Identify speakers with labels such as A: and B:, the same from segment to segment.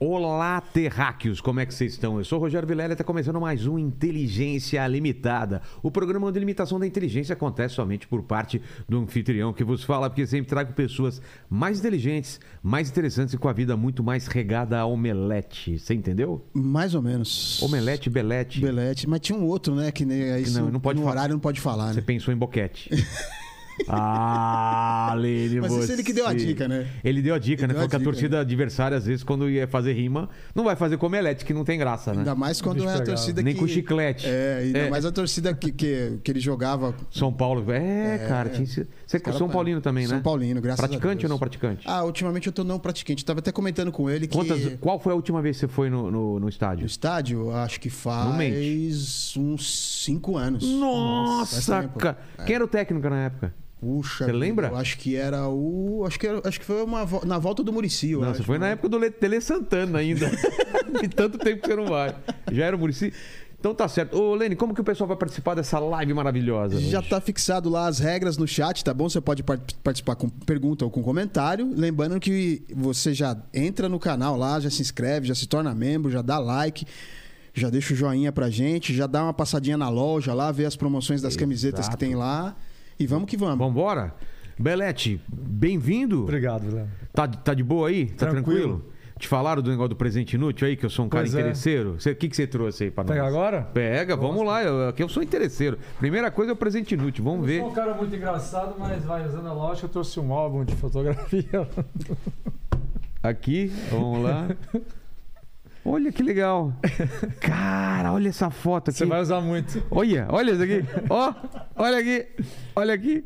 A: Olá, terráqueos, como é que vocês estão? Eu sou o Rogério Vilela e está começando mais um Inteligência Limitada. O programa de limitação da inteligência acontece somente por parte do anfitrião que vos fala, porque sempre trago pessoas mais inteligentes, mais interessantes e com a vida muito mais regada a omelete. Você entendeu?
B: Mais ou menos.
A: Omelete, belete.
B: Belete. Mas tinha um outro, né? Que nem aí
A: Que não,
B: isso
A: não pode
B: no
A: falar.
B: horário não pode falar,
A: Você
B: né?
A: pensou em boquete. Ah, Lene,
B: Mas isso
A: você-
B: ele que deu a dica, né?
A: Ele deu a dica,
B: Ele
A: né?
B: deu a
A: Porque a,
B: dica,
A: torcida adversária, às vezes, quando ia fazer rima, não vai fazer com omelete, que não tem graça, né?
B: Ainda mais quando
C: Bicho
B: é a
C: pegava.
B: torcida
A: Nem
B: que...
A: com chiclete.
B: É, ainda
A: É.
B: mais a torcida que, que, que ele jogava...
A: São Paulo. É, cara. Tinha... esse- Você é
B: cara-
A: São Paulino também, né?
B: tá- São Paulino, graças a
A: Praticante
B: Deus.
A: ou não praticante?
B: Ah, ultimamente eu tô não praticante. Eu tava até comentando com ele que...
A: Quantas... Qual foi a última vez que você foi no, no, no
B: No
A: estádio?
B: estádio, acho que faz
A: mente.
B: uns cinco anos. faz
A: Nossa,
B: tempo.
A: cara. Quem era o técnico na época?
B: Puxa.
A: Você
B: vida,
A: lembra?
B: eu acho que era o... Acho que, era- acho que foi uma... vo- na volta do Murici, eu
A: Não,
B: acho.
A: você foi na época do Le- Tele Santana ainda. De tanto tempo que você não vai. Já era o Murici. Então tá certo. Ô, Lene, como que o pessoal vai participar dessa live maravilhosa?
B: Já
A: hoje?
B: tá fixado lá as regras no chat, tá bom? Você pode par- participar com pergunta ou com comentário. Lembrando que você já entra no canal lá, já se inscreve, já se torna membro, já dá like, já deixa o joinha pra gente, já dá uma passadinha na loja lá, vê as promoções das camisetas que tem lá. E vamos que vamos.
A: Vambora? Belete, bem-vindo.
C: Obrigado, Léo.
A: Tá, de- tá de boa aí? Tá tranquilo?
C: Tranquilo.
A: Te falaram do negócio do presente inútil aí, que eu sou um cara
C: Pois é. Tá,
A: interesseiro? Você- O que, que você trouxe aí pra nós?
C: Pega agora?
A: Pega, vamos lá. Eu, aqui eu sou interesseiro. Primeira coisa é o presente inútil, vamos
C: Eu
A: ver.
C: sou um cara muito engraçado, mas vai usando a lógica, eu trouxe um álbum de fotografia.
A: Aqui, vamos lá. Olha que legal. Cara, olha essa foto aqui.
C: Você vai usar muito.
A: Olha, olha isso aqui. Ó, olha aqui. Olha aqui.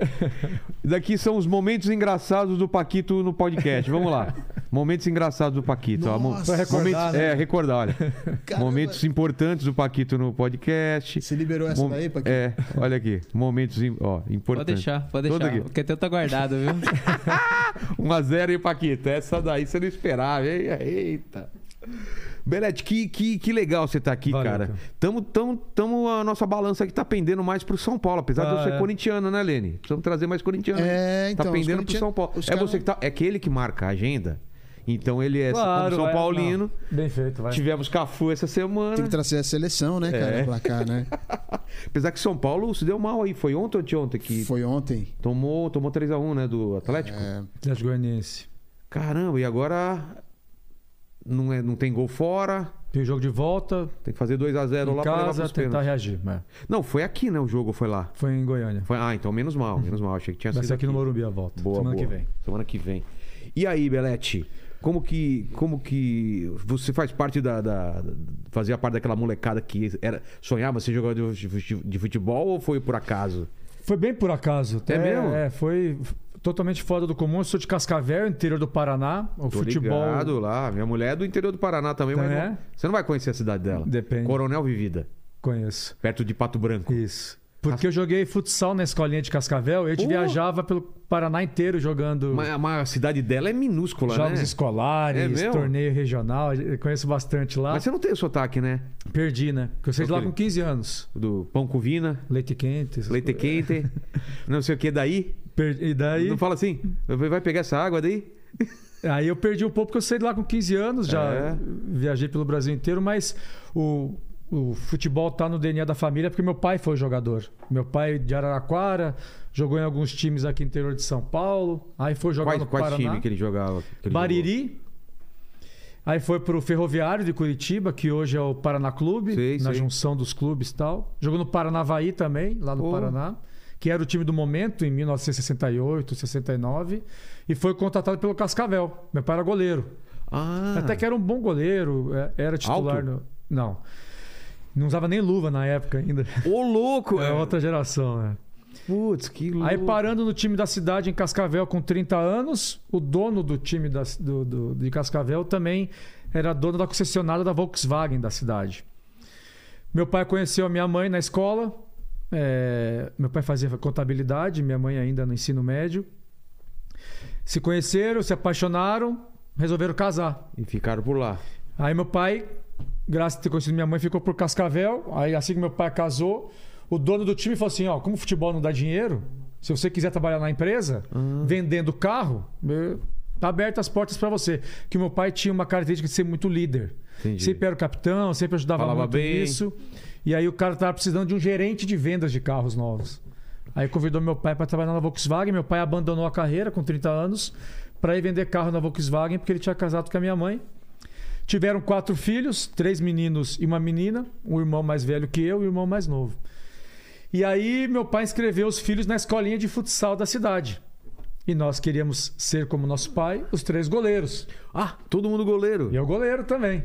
A: Daqui são os momentos engraçados do Paquito no podcast. Vamos lá. Momentos engraçados do Paquito. ó. Mo-
B: Nossa. Vai
C: recordar,
A: momentos-
C: né?
A: É, recordar, olha.
B: Caramba.
A: Momentos importantes do Paquito no podcast.
B: Você liberou essa
A: Mom-
B: daí, Paquito?
A: É, olha aqui. Momentos im- ó,
D: Pode
A: importantes.
D: deixar, pode
A: Todo
D: deixar.
A: aqui.
D: Porque teu tá guardado, viu?
A: 1 a 0 hein, Paquito? Essa daí você não esperava, hein? Eita. Belete, que, que, que legal você tá aqui,
C: Valeu,
A: cara.
C: cara.
A: Tamo, tamo, tamo, a nossa balança aqui tá pendendo mais pro São Paulo, apesar de eu
C: Ah,
A: ser
C: é.
A: corintiano, né, Lene? Precisamos trazer mais corintiano.
B: É,
A: hein? tá
B: então, os
A: pendendo pro
B: corintianos-
A: São Paulo. É
B: os caras-
A: você que tá, é que ele que marca a agenda. Então ele é como São
C: vai,
A: Paulino.
C: não. Bem feito, vai.
A: Tivemos Cafu essa semana.
B: Tem que trazer a seleção, né, cara,
A: É.
B: pra cá, né?
A: Apesar que São Paulo se deu mal aí, foi ontem ou de ontem que
B: Foi ontem.
A: tomou, tomou 3 a 1, né, do Atlético?
B: É,
C: Atlético Goianiense.
A: Caramba, e agora não é, não tem gol fora.
C: Tem o jogo de volta,
A: Tem que fazer 2x0
C: em
A: lá pra levar
C: casa,
A: pros
C: tentar
A: pênaltis.
C: reagir. né?
A: Não, foi aqui, né? O jogo foi lá.
C: Foi em Goiânia.
A: Foi- Ah, então menos mal, menos mal. Achei que tinha
C: Vai
A: sido
C: ser aqui no Morumbi a volta,
A: Boa,
C: semana
A: boa.
C: que vem.
A: Semana que vem. E aí, Belete? Como que, como que você faz parte da, da- fazia parte daquela molecada que era sonhava ser jogador de fute- de futebol ou foi por acaso?
C: Foi bem por acaso. até-
A: mesmo?
C: É, foi totalmente fora do comum. Eu sou de Cascavel, interior do Paraná. O
A: Tô
C: futebol...
A: ligado lá. Minha mulher é do interior do Paraná também, mas
C: É?
A: não- você não vai conhecer a cidade dela.
C: Depende.
A: Coronel Vivida,
C: Conheço.
A: perto de Pato Branco.
C: Isso. Porque eu joguei futsal na escolinha de Cascavel, eu te
A: Uh!
C: viajava pelo Paraná inteiro jogando
A: Mas, mas a cidade dela é minúscula,
C: jogos
A: né? É
C: escolares,
A: mesmo?
C: torneio regional. Eu conheço bastante lá.
A: Mas você não tem o sotaque, né?
C: Perdi, né? Porque eu saí de lá
A: Ok.
C: com 15 anos.
A: Do pão com vina,
C: Leite quente. essas
A: leite
C: coisas.
A: quente, não sei o que daí.
C: Per- E É. daí,
A: Não fala assim, vai pegar essa água daí?
C: aí eu perdi um pouco, porque eu saí de lá com 15 anos, já
A: É.
C: viajei pelo Brasil inteiro, mas o, o futebol tá no DNA da família, porque meu pai foi jogador. Meu pai de Araraquara, jogou em alguns times aqui no interior de São Paulo, aí foi jogar
A: Quais,
C: no
A: quais
C: Paraná.
A: time que ele jogava? que ele
C: Bariri. Aí foi pro Ferroviário de Curitiba, que hoje é o Paraná Clube,
A: Sei,
C: na
A: sei.
C: junção dos clubes e tal. Jogou no Paranavaí também, lá no
A: Pô.
C: Paraná, que era o time do momento em 1968, 69, e foi contratado pelo Cascavel. Meu pai era goleiro.
A: jogou? Ah,
C: Até que era um bom goleiro, é- era titular
A: Alto?
C: no- não. Não usava nem luva na época ainda.
A: ô louco!
C: É
A: velho.
C: outra geração, né?
A: Putz, que louco.
C: Aí parando no time da cidade em Cascavel com 30 anos, o dono do time da- do- do- de Cascavel também era dono da concessionária da Volkswagen da cidade. Meu pai conheceu a minha mãe na escola. é, meu pai fazia contabilidade, minha mãe ainda no ensino médio. Se conheceram, se apaixonaram, resolveram casar.
A: E ficaram por lá.
C: Aí meu pai, graças a ter conhecido minha mãe, ficou por Cascavel. Aí assim que meu pai casou, o dono do time falou assim: ó, como o futebol não dá dinheiro, se você quiser trabalhar na empresa, vendendo carro, eu Tá aberto as portas para você. Que meu pai tinha uma característica de ser muito líder.
A: Entendi.
C: Sempre era o capitão, sempre ajudava
A: Falava
C: muito
A: bem.
C: nisso. E aí o cara tava precisando de um gerente de vendas de carros novos. Aí convidou meu pai para trabalhar na Volkswagen. Meu pai abandonou a carreira com 30 anos para ir vender carro na Volkswagen porque ele tinha casado com a minha mãe. Tiveram quatro filhos, três meninos e uma menina, um irmão mais velho que eu e um irmão mais novo. E aí meu pai inscreveu os filhos na escolinha de futsal da cidade. E nós queríamos ser como nosso pai, os três goleiros.
A: Ah, todo mundo goleiro.
C: E eu goleiro também.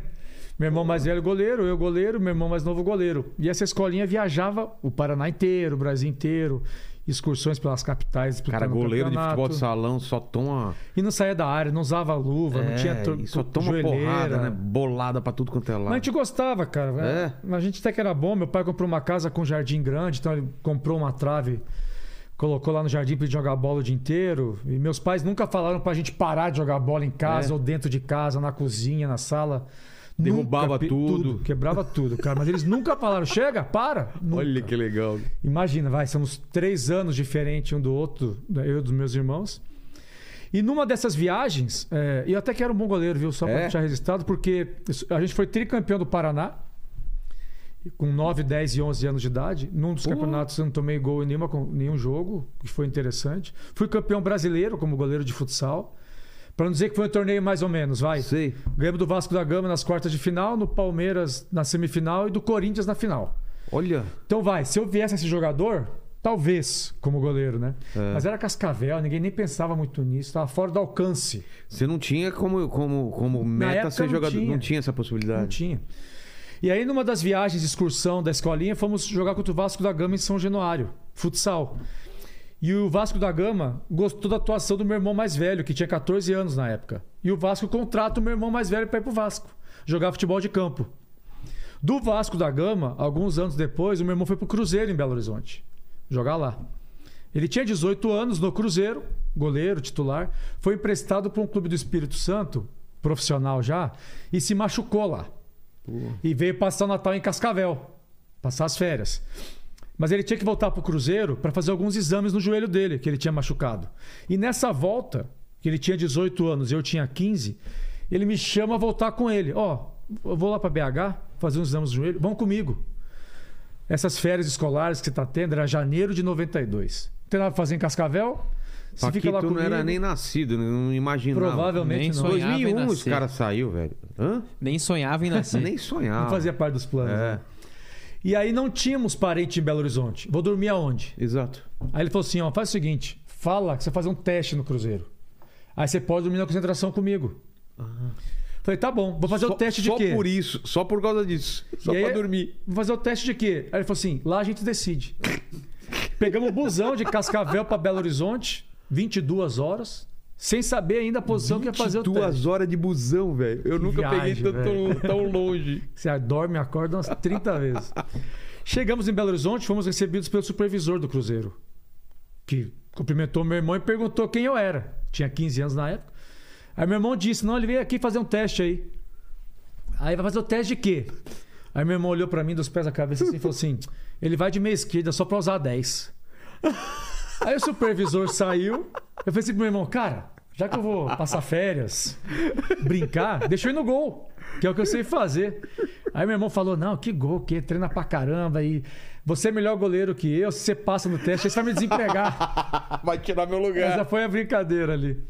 C: Meu irmão mais velho goleiro, eu goleiro, meu irmão mais novo goleiro. E essa escolinha viajava o Paraná inteiro, o Brasil inteiro, excursões pelas capitais.
A: Cara,
C: disputando
A: goleiro de
C: campeonato.
A: futebol de salão só toma.
C: E não saía da área, não usava luva, não
A: É,
C: tinha tro-
A: e só
C: tro-
A: toma
C: joelheira.
A: porrada, né? Bolada pra tudo quanto é lado.
C: Mas a gente gostava, cara. né?
A: É.
C: A gente até que era bom. Meu pai comprou uma casa com jardim grande, então ele comprou uma trave, colocou lá no jardim pra gente jogar bola o dia inteiro. E meus pais nunca falaram pra gente parar de jogar bola em casa
A: É.
C: ou dentro de casa, na cozinha, na sala.
A: Derrubava
C: pe-
A: tudo.
C: Quebrava tudo, cara. Mas eles nunca falaram, chega, para. Nunca.
A: Olha que legal.
C: Imagina, vai, somos três anos diferente um do outro, eu e dos meus irmãos. E numa dessas viagens, é, eu até que era um bom goleiro, viu? Só para
A: É?
C: deixar registrado, porque isso- a gente foi tricampeão do Paraná, com 9, 10 e 11 anos de idade. Num dos
A: Pô.
C: campeonatos eu não tomei gol em nenhuma, com- nenhum jogo, que foi interessante. Fui campeão brasileiro como goleiro de futsal. Para não dizer que foi um torneio mais ou menos, vai.
A: Sei.
C: Ganhamos do Vasco da Gama nas quartas de final, no Palmeiras na semifinal e do Corinthians na final.
A: Olha.
C: Então vai, se eu viesse esse jogador, talvez como goleiro, né? Mas era Cascavel, ninguém nem pensava muito nisso, estava fora do alcance.
A: Você não tinha como, como, como meta
C: época
A: ser
C: não
A: jogador.
C: tinha.
A: Não tinha essa
C: Não
A: possibilidade.
C: tinha. E aí, numa das viagens de excursão da escolinha, fomos jogar contra o Vasco da Gama em São Januário, futsal. E o Vasco da Gama gostou da atuação do meu irmão mais velho, que tinha 14 anos na época. E o Vasco contrata o meu irmão mais velho para ir pro Vasco, jogar futebol de campo. Do Vasco da Gama, alguns anos depois, o meu irmão foi pro Cruzeiro em Belo Horizonte, jogar lá. Ele tinha 18 anos no Cruzeiro, goleiro, titular, foi emprestado para um clube do Espírito Santo, profissional já, e se machucou lá. E veio passar o Natal em Cascavel, passar as férias. Mas ele tinha que voltar pro Cruzeiro para fazer alguns exames no joelho dele, que ele tinha machucado. E nessa volta, que ele tinha 18 anos e eu tinha 15, ele me chama a voltar com ele. Ó, eu vou lá para BH fazer uns exames no joelho, vão comigo. Essas férias escolares que você tá tendo era janeiro de 92. Não tem nada pra fazer em Cascavel? Você
A: Paquito
C: fica lá comigo.
A: não era nem nascido, né? não imaginava.
C: Provavelmente
A: nem
C: não.
A: sonhava em 2001 os
D: nascer.
A: caras saiu, velho. Hã?
D: Nem sonhava em nascer.
A: Nem sonhava.
C: Não fazia parte dos planos.
A: É,
C: né? E aí não tínhamos parente em Belo Horizonte. Vou dormir aonde?
A: exato.
C: Aí ele falou assim: ó, faz o seguinte, fala que você vai fazer um teste no Cruzeiro. Aí você pode dormir na concentração comigo. Falei, tá bom, vou fazer
A: só,
C: o teste de
A: só
C: quê?
A: por isso, só por causa disso. Só
C: E aí-
A: pra dormir.
C: Vou fazer o teste de quê? Aí ele falou assim: lá a gente decide. Pegamos o busão de Cascavel pra Belo Horizonte, 22 horas, sem saber ainda a posição que ia fazer o teste.
A: Duas horas de busão, velho. Eu nunca
C: viagem,
A: peguei tanto,
C: velho.
A: tão longe.
C: Você dorme e acorda umas 30 vezes. Chegamos em Belo Horizonte, fomos recebidos pelo supervisor do Cruzeiro, que cumprimentou meu irmão e perguntou quem eu era. Tinha 15 anos na época. Aí meu irmão disse: Não, ele veio aqui fazer um teste aí. Aí vai fazer o teste de quê? Aí meu irmão olhou pra mim dos pés à cabeça assim e falou assim: Ele vai de meia esquerda só pra usar 10. Aí o supervisor saiu. Eu falei assim pro meu irmão: Cara, já que eu vou passar férias, brincar, deixa eu ir no gol, que é o que eu sei fazer. Aí meu irmão falou: Não, que gol, que treina pra caramba. E você é melhor goleiro que eu. Se você passa no teste, aí você vai me desempregar.
A: Ah, Vai tirar meu lugar.
C: Essa foi a brincadeira ali.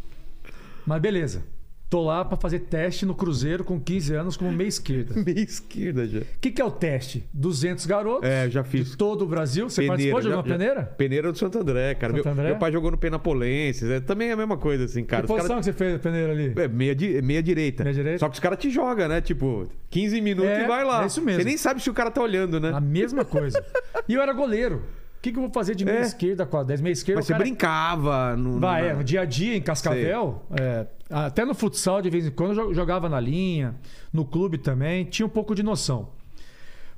C: Mas beleza. Tô lá pra fazer teste no Cruzeiro com 15 anos como meia esquerda.
A: Meia esquerda já.
C: O que, que é o teste? 200 garotos
A: É, eu já fiz.
C: de todo o Brasil. Você participou de
A: já-
C: alguma
A: já-
C: peneira?
A: Peneira do Santo André, cara.
C: Santo
A: meu,
C: André?
A: meu pai jogou no Penapolenses. É, também é a mesma coisa, assim, cara.
C: que
A: Os
C: posição
A: caras-
C: que você fez a peneira ali?
A: É, meia, di- meia direita.
C: Meia direita?
A: Só que os caras te jogam, né? Tipo, 15 minutos
C: É,
A: e vai lá.
C: é isso mesmo. Ah,
A: Você nem sabe se o cara tá olhando, né?
C: A mesma coisa. e eu era goleiro. O que, que eu vou fazer de meia
A: É.
C: esquerda com a 10? Meia esquerda
A: Mas
C: o
A: você
C: cara... é-
A: brincava. No,
C: Vai,
A: na-
C: é, no dia a dia, em Cascavel, é, até no futsal, de vez em quando, eu jo- jogava na linha, no clube também, tinha um pouco de noção.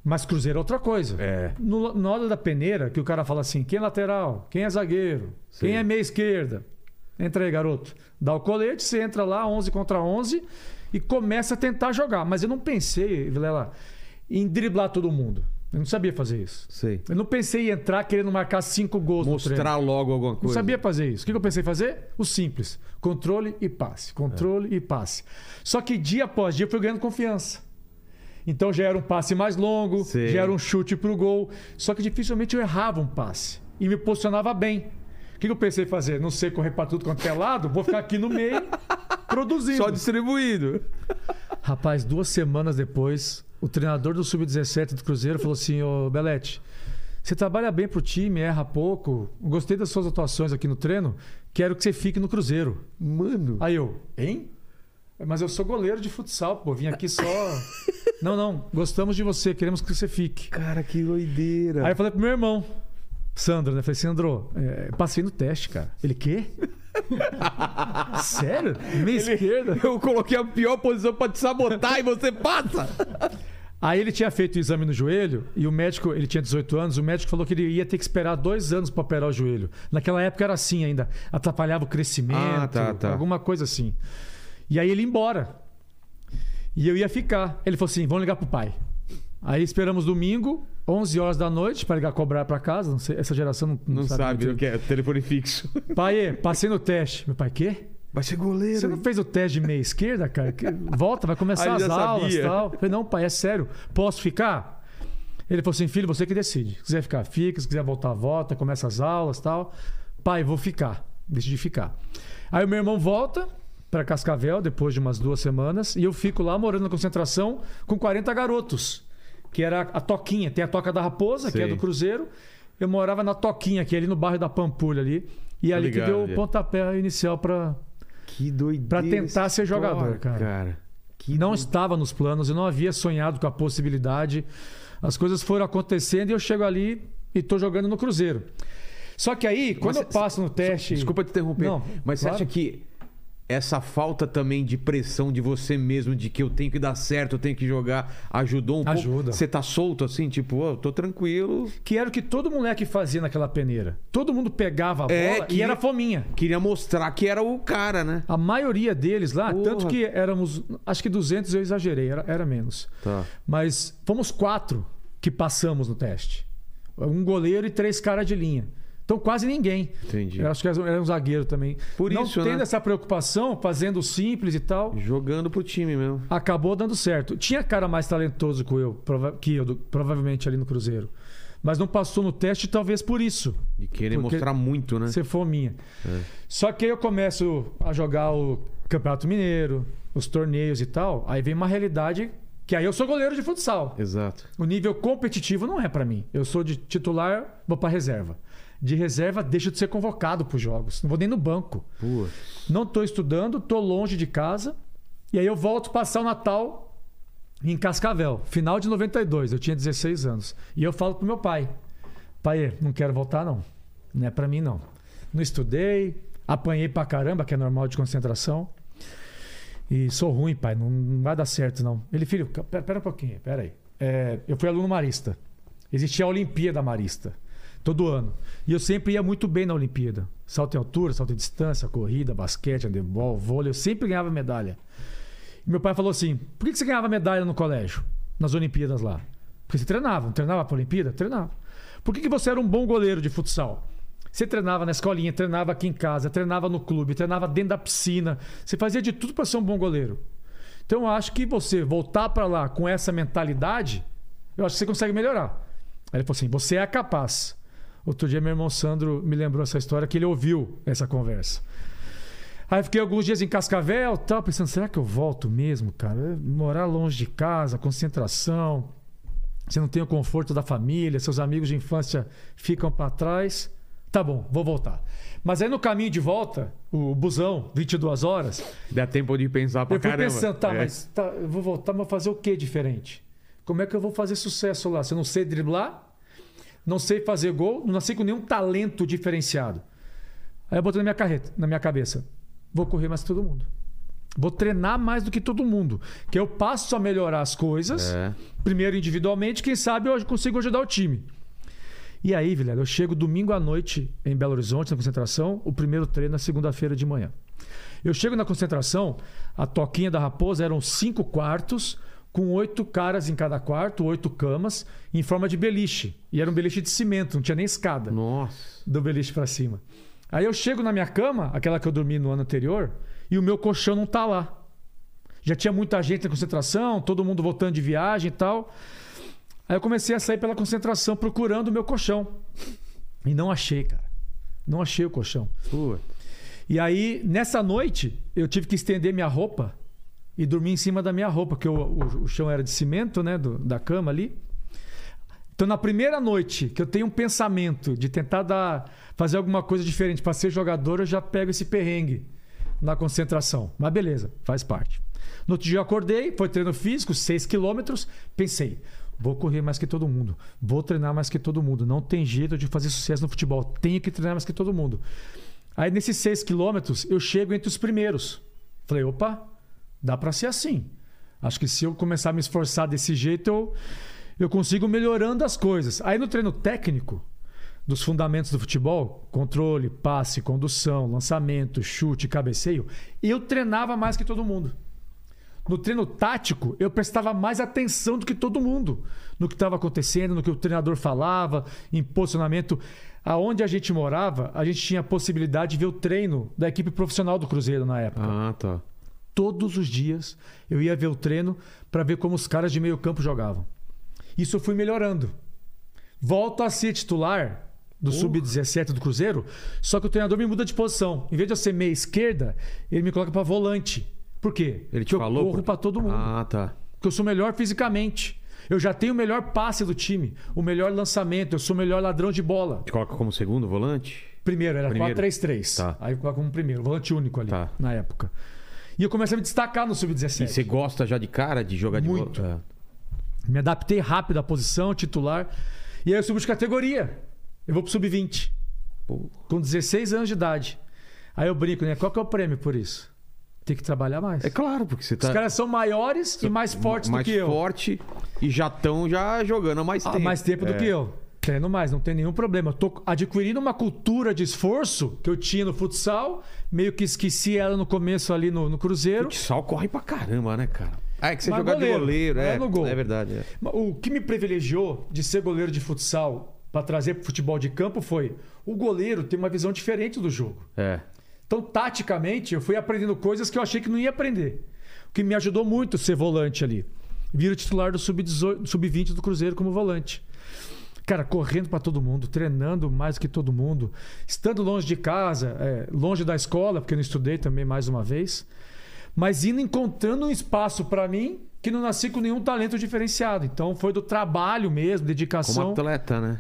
C: Mas Cruzeiro é outra coisa.
A: É.
C: No, na hora da peneira, que o cara fala assim: quem é lateral? Quem é zagueiro?
A: Sim.
C: Quem é meia esquerda? Entra aí, garoto. Dá o colete, você entra lá, 11 contra 11, e começa a tentar jogar. Mas eu não pensei, Vilela, em driblar todo mundo. Eu não sabia fazer isso.
A: Sei.
C: Eu não pensei em entrar querendo marcar cinco gols no é treino.
A: Mostrar logo alguma
C: Não
A: coisa.
C: sabia fazer isso. O que que eu pensei fazer? O simples. Controle e passe. Controle e passe. Só que dia após dia eu fui ganhando confiança. Então já era um passe mais longo,
A: Sei.
C: já era um chute pro gol. Só que dificilmente eu errava um passe. E me posicionava bem. O que que eu pensei fazer? Não sei correr pra tudo quanto é lado, vou ficar aqui no meio, produzindo.
A: Só distribuído.
C: Rapaz, duas semanas depois, o treinador do Sub-17 do Cruzeiro falou assim: Ô Belete, você trabalha bem pro time, erra pouco. Gostei das suas atuações aqui no treino. Quero que você fique no Cruzeiro.
A: Mano.
C: Aí eu, hein? Mas eu sou goleiro de futsal, pô. Vim aqui só. não, não. Gostamos de você, queremos que você fique.
A: Cara, que doideira.
C: Aí eu falei pro meu irmão, Sandro, né? Eu falei, Sandro, é, passei no teste, cara. Ele quê? Sério? Minha esquerda?
A: Eu coloquei a pior posição pra te sabotar e você passa.
C: Aí ele tinha feito o exame no joelho e o médico, ele tinha 18 anos, o médico falou que ele ia ter que esperar dois anos para operar o joelho. Naquela época era assim ainda, atrapalhava o crescimento,
A: Ah, tá, tá.
C: alguma coisa assim. E aí ele ia embora. E eu ia ficar. Ele falou assim: vamos ligar pro pai. Aí esperamos domingo, 11 horas da noite, para ligar cobrar para casa. Não sei, essa geração não,
A: Não sabe né?
C: muito.
A: o que é telefone fixo.
C: Pai, passei no teste. Meu pai, quê?
A: Vai ser é goleiro.
C: Você não fez o teste de meia esquerda, cara? Que- Volta, vai
A: Aí
C: começar
A: ele
C: as
A: já
C: aulas e
A: sabia.
C: tal. Eu Falei, não, pai, é sério. Posso ficar? Ele falou assim, filho, você que decide. Se quiser ficar, fica. Se quiser voltar, volta. Começa as aulas e tal. Pai, vou ficar. Decidi ficar. Aí o meu irmão volta para Cascavel, depois de umas duas semanas. E eu fico lá, morando na concentração, com 40 garotos. Que era a toquinha. Tem a toca da Raposa, que é
A: Sei.
C: do Cruzeiro. Eu morava na toquinha, que é ali no bairro da Pampulha ali. E é ali
A: ligado, é.
C: que deu
A: já.
C: o pontapé inicial para
A: Que doideira.
C: Pra tentar ser
A: essa história,
C: jogador, cara.
A: Que
C: não
A: doideira.
C: estava nos planos, eu não havia sonhado com a possibilidade. As coisas foram acontecendo e eu chego ali e tô jogando no Cruzeiro. Só que aí, quando
A: Mas
C: eu
A: cê-
C: passo no teste.
A: Desculpa te interromper,
C: Não,
A: mas
C: claro.
A: você acha que essa falta também de pressão de você mesmo, de que eu tenho que dar certo, eu tenho que jogar, ajudou um pouco?
C: Ajuda.
A: Você tá solto assim, tipo, ó, eu tô tranquilo,
C: Que era o que todo moleque fazia naquela peneira. Todo mundo pegava a bola
A: É, que-
C: e era fominha.
A: queria mostrar que era o cara, né?
C: A maioria deles lá,
A: Porra.
C: tanto que éramos. Acho que 200 eu exagerei, era, era menos.
A: Tá.
C: Mas fomos quatro que passamos no teste: um goleiro e três caras de linha. Então quase ninguém.
A: Entendi.
C: Eu acho que era um zagueiro também.
A: Por
C: Não
A: isso,
C: tendo
A: né?
C: essa preocupação, fazendo simples e tal,
A: Jogando pro time mesmo.
C: acabou dando certo. Tinha cara mais talentoso que eu, prova- que eu do- provavelmente ali no Cruzeiro. Mas não passou no teste, talvez por isso.
A: De querer
C: Porque-
A: mostrar muito, né? É.
C: Você fominha. Só que aí eu começo a jogar o Campeonato Mineiro, os torneios e tal. Aí vem uma realidade que aí eu sou goleiro de futsal.
A: Exato.
C: O nível competitivo não é pra mim. Eu sou de titular, vou pra reserva. De reserva, deixo de ser convocado pros jogos. Não vou nem no banco.
A: Pô,
C: Não tô estudando, tô longe de casa. E aí eu volto passar o Natal em Cascavel, final de 92, eu tinha 16 anos. E eu falo pro meu pai: "Pai, não quero voltar não. Não é pra mim não. Não estudei, apanhei pra caramba, que é normal de concentração. E sou ruim, pai, não, não vai dar certo não". Ele: "Filho, ca- pera, pera um pouquinho, pera aí. É, eu fui aluno marista. Existia a Olimpíada Marista todo ano. E eu sempre ia muito bem na Olimpíada. Salto em altura, salto em distância, corrida, basquete, handebol, vôlei, eu sempre ganhava medalha. E meu pai falou assim: por que que você ganhava medalha no colégio, nas Olimpíadas lá? Porque você treinava, não treinava para Olimpíada? Treinava. Por que, que você era um bom goleiro de futsal? Você treinava na escolinha, treinava aqui em casa, treinava no clube, treinava dentro da piscina. Você fazia de tudo para ser um bom goleiro. Então eu acho que você voltar para lá com essa mentalidade, eu acho que você consegue melhorar. Aí ele falou assim: você é capaz. Outro dia, meu irmão Sandro me lembrou essa história que ele ouviu essa conversa. Aí fiquei alguns dias em Cascavel, tal, pensando, será que eu volto mesmo, cara? É Morar longe de casa, concentração, você não tem o conforto da família, seus amigos de infância ficam pra trás. Tá bom, vou voltar. Mas aí no caminho de volta, o busão, 22 horas,
A: dá tempo de pensar pra
C: eu fui
A: caramba.
C: pensando, tá,
A: É.
C: mas tá, eu vou voltar, mas fazer o que diferente? Como é que eu vou fazer sucesso lá? Se eu não sei driblar, não sei fazer gol, não nasci com nenhum talento diferenciado. Aí eu botei na minha carreta, na minha cabeça. Vou correr mais que todo mundo. Vou treinar mais do que todo mundo. Que eu passo a melhorar as coisas.
A: É.
C: Primeiro individualmente, quem sabe eu consigo ajudar o time. E aí, Vilela, eu chego domingo à noite em Belo Horizonte, na concentração, o primeiro treino na segunda-feira de manhã. Eu chego na concentração, a toquinha da Raposa eram cinco quartos, com oito caras em cada quarto, oito camas, em forma de beliche. E era um beliche de cimento, não tinha nem escada
A: Nossa.
C: do beliche pra cima. Aí eu chego na minha cama, aquela que eu dormi no ano anterior, e o meu colchão não tá lá. Já tinha muita gente na concentração, todo mundo voltando de viagem e tal. Aí eu comecei a sair pela concentração procurando o meu colchão. E não achei, cara. Não achei o colchão.
A: Putz.
C: E aí, nessa noite, eu tive que estender minha roupa e dormir em cima da minha roupa, porque o, o- o chão era de cimento, né? do- da cama ali. Então, na primeira noite que eu tenho um pensamento de tentar dar, fazer alguma coisa diferente para ser jogador, eu já pego esse perrengue na concentração. Mas beleza, faz parte. No outro dia eu acordei, foi treino físico, 6 quilômetros. Pensei, vou correr mais que todo mundo, vou treinar mais que todo mundo. Não tem jeito de fazer sucesso no futebol, tenho que treinar mais que todo mundo. Aí nesses 6 quilômetros eu chego entre os primeiros. Falei, opa, dá para ser assim. Acho que se eu começar a me esforçar desse jeito, eu, eu consigo melhorando as coisas. Aí no treino técnico, dos fundamentos do futebol, controle, passe, condução, lançamento, chute, cabeceio, eu treinava mais que todo mundo. No treino tático, eu prestava mais atenção do que todo mundo no que estava acontecendo, no que o treinador falava, em posicionamento. Aonde a gente morava, a gente tinha a possibilidade de ver o treino da equipe profissional do Cruzeiro na época
A: Ah, tá.
C: todos os dias eu ia ver o treino para ver como os caras de meio campo jogavam. Isso eu fui melhorando. Volto a ser titular do sub-17 do Cruzeiro, só que o treinador me muda de posição. Em vez de eu ser meia esquerda, ele me coloca para volante. Por quê?
A: Ele te
C: Porque
A: falou?
C: eu corro
A: por-
C: para todo mundo.
A: Ah, tá.
C: Porque eu sou melhor fisicamente. Eu já tenho o melhor passe do time, o melhor lançamento, eu sou o melhor ladrão de bola.
A: Te coloca como segundo volante?
C: Primeiro, era
A: Primeiro.
C: 4-3-3.
A: Tá.
C: Aí eu coloco como primeiro, volante único ali,
A: Tá.
C: na época. E eu comecei a me destacar no sub-17.
A: E você gosta já de cara de jogar de É.
C: Muito.
A: bola?
C: Me adaptei rápido à posição, titular. E aí eu subo de categoria. Eu vou pro sub-20,
A: Pô,
C: com 16 anos de idade. Aí eu brinco, né? Qual que é o prêmio por isso? Tem que trabalhar mais.
A: É claro, porque você tá
C: Os caras são maiores e mais fortes
A: mais
C: do que eu.
A: forte e já estão já jogando há mais
C: Há
A: tempo.
C: Ah, mais tempo
A: É.
C: do que eu. Treino mais, não tem nenhum problema. Eu tô adquirindo uma cultura de esforço que eu tinha no futsal, meio que esqueci ela no começo ali no, no Cruzeiro.
A: Futsal corre pra caramba, né, cara? Ah, é que você
C: Mas
A: joga de
C: goleiro,
A: goleiro,
C: mas
A: é.
C: é no gol.
A: É verdade, é.
C: O que me privilegiou de ser goleiro de futsal para trazer pro futebol de campo foi o goleiro tem uma visão diferente do jogo.
A: É.
C: Então, taticamente, eu fui aprendendo coisas que eu achei que não ia aprender. O que me ajudou muito ser volante ali. Viro titular do sub-18 do sub-20 do Cruzeiro como volante. Cara, correndo para todo mundo, treinando mais que todo mundo, estando longe de casa, é, longe da escola, porque eu não estudei também mais uma vez, mas indo encontrando um espaço para mim que não nasci com nenhum talento diferenciado. Então foi do trabalho mesmo,
A: Como
C: dedicação.
A: atleta, né?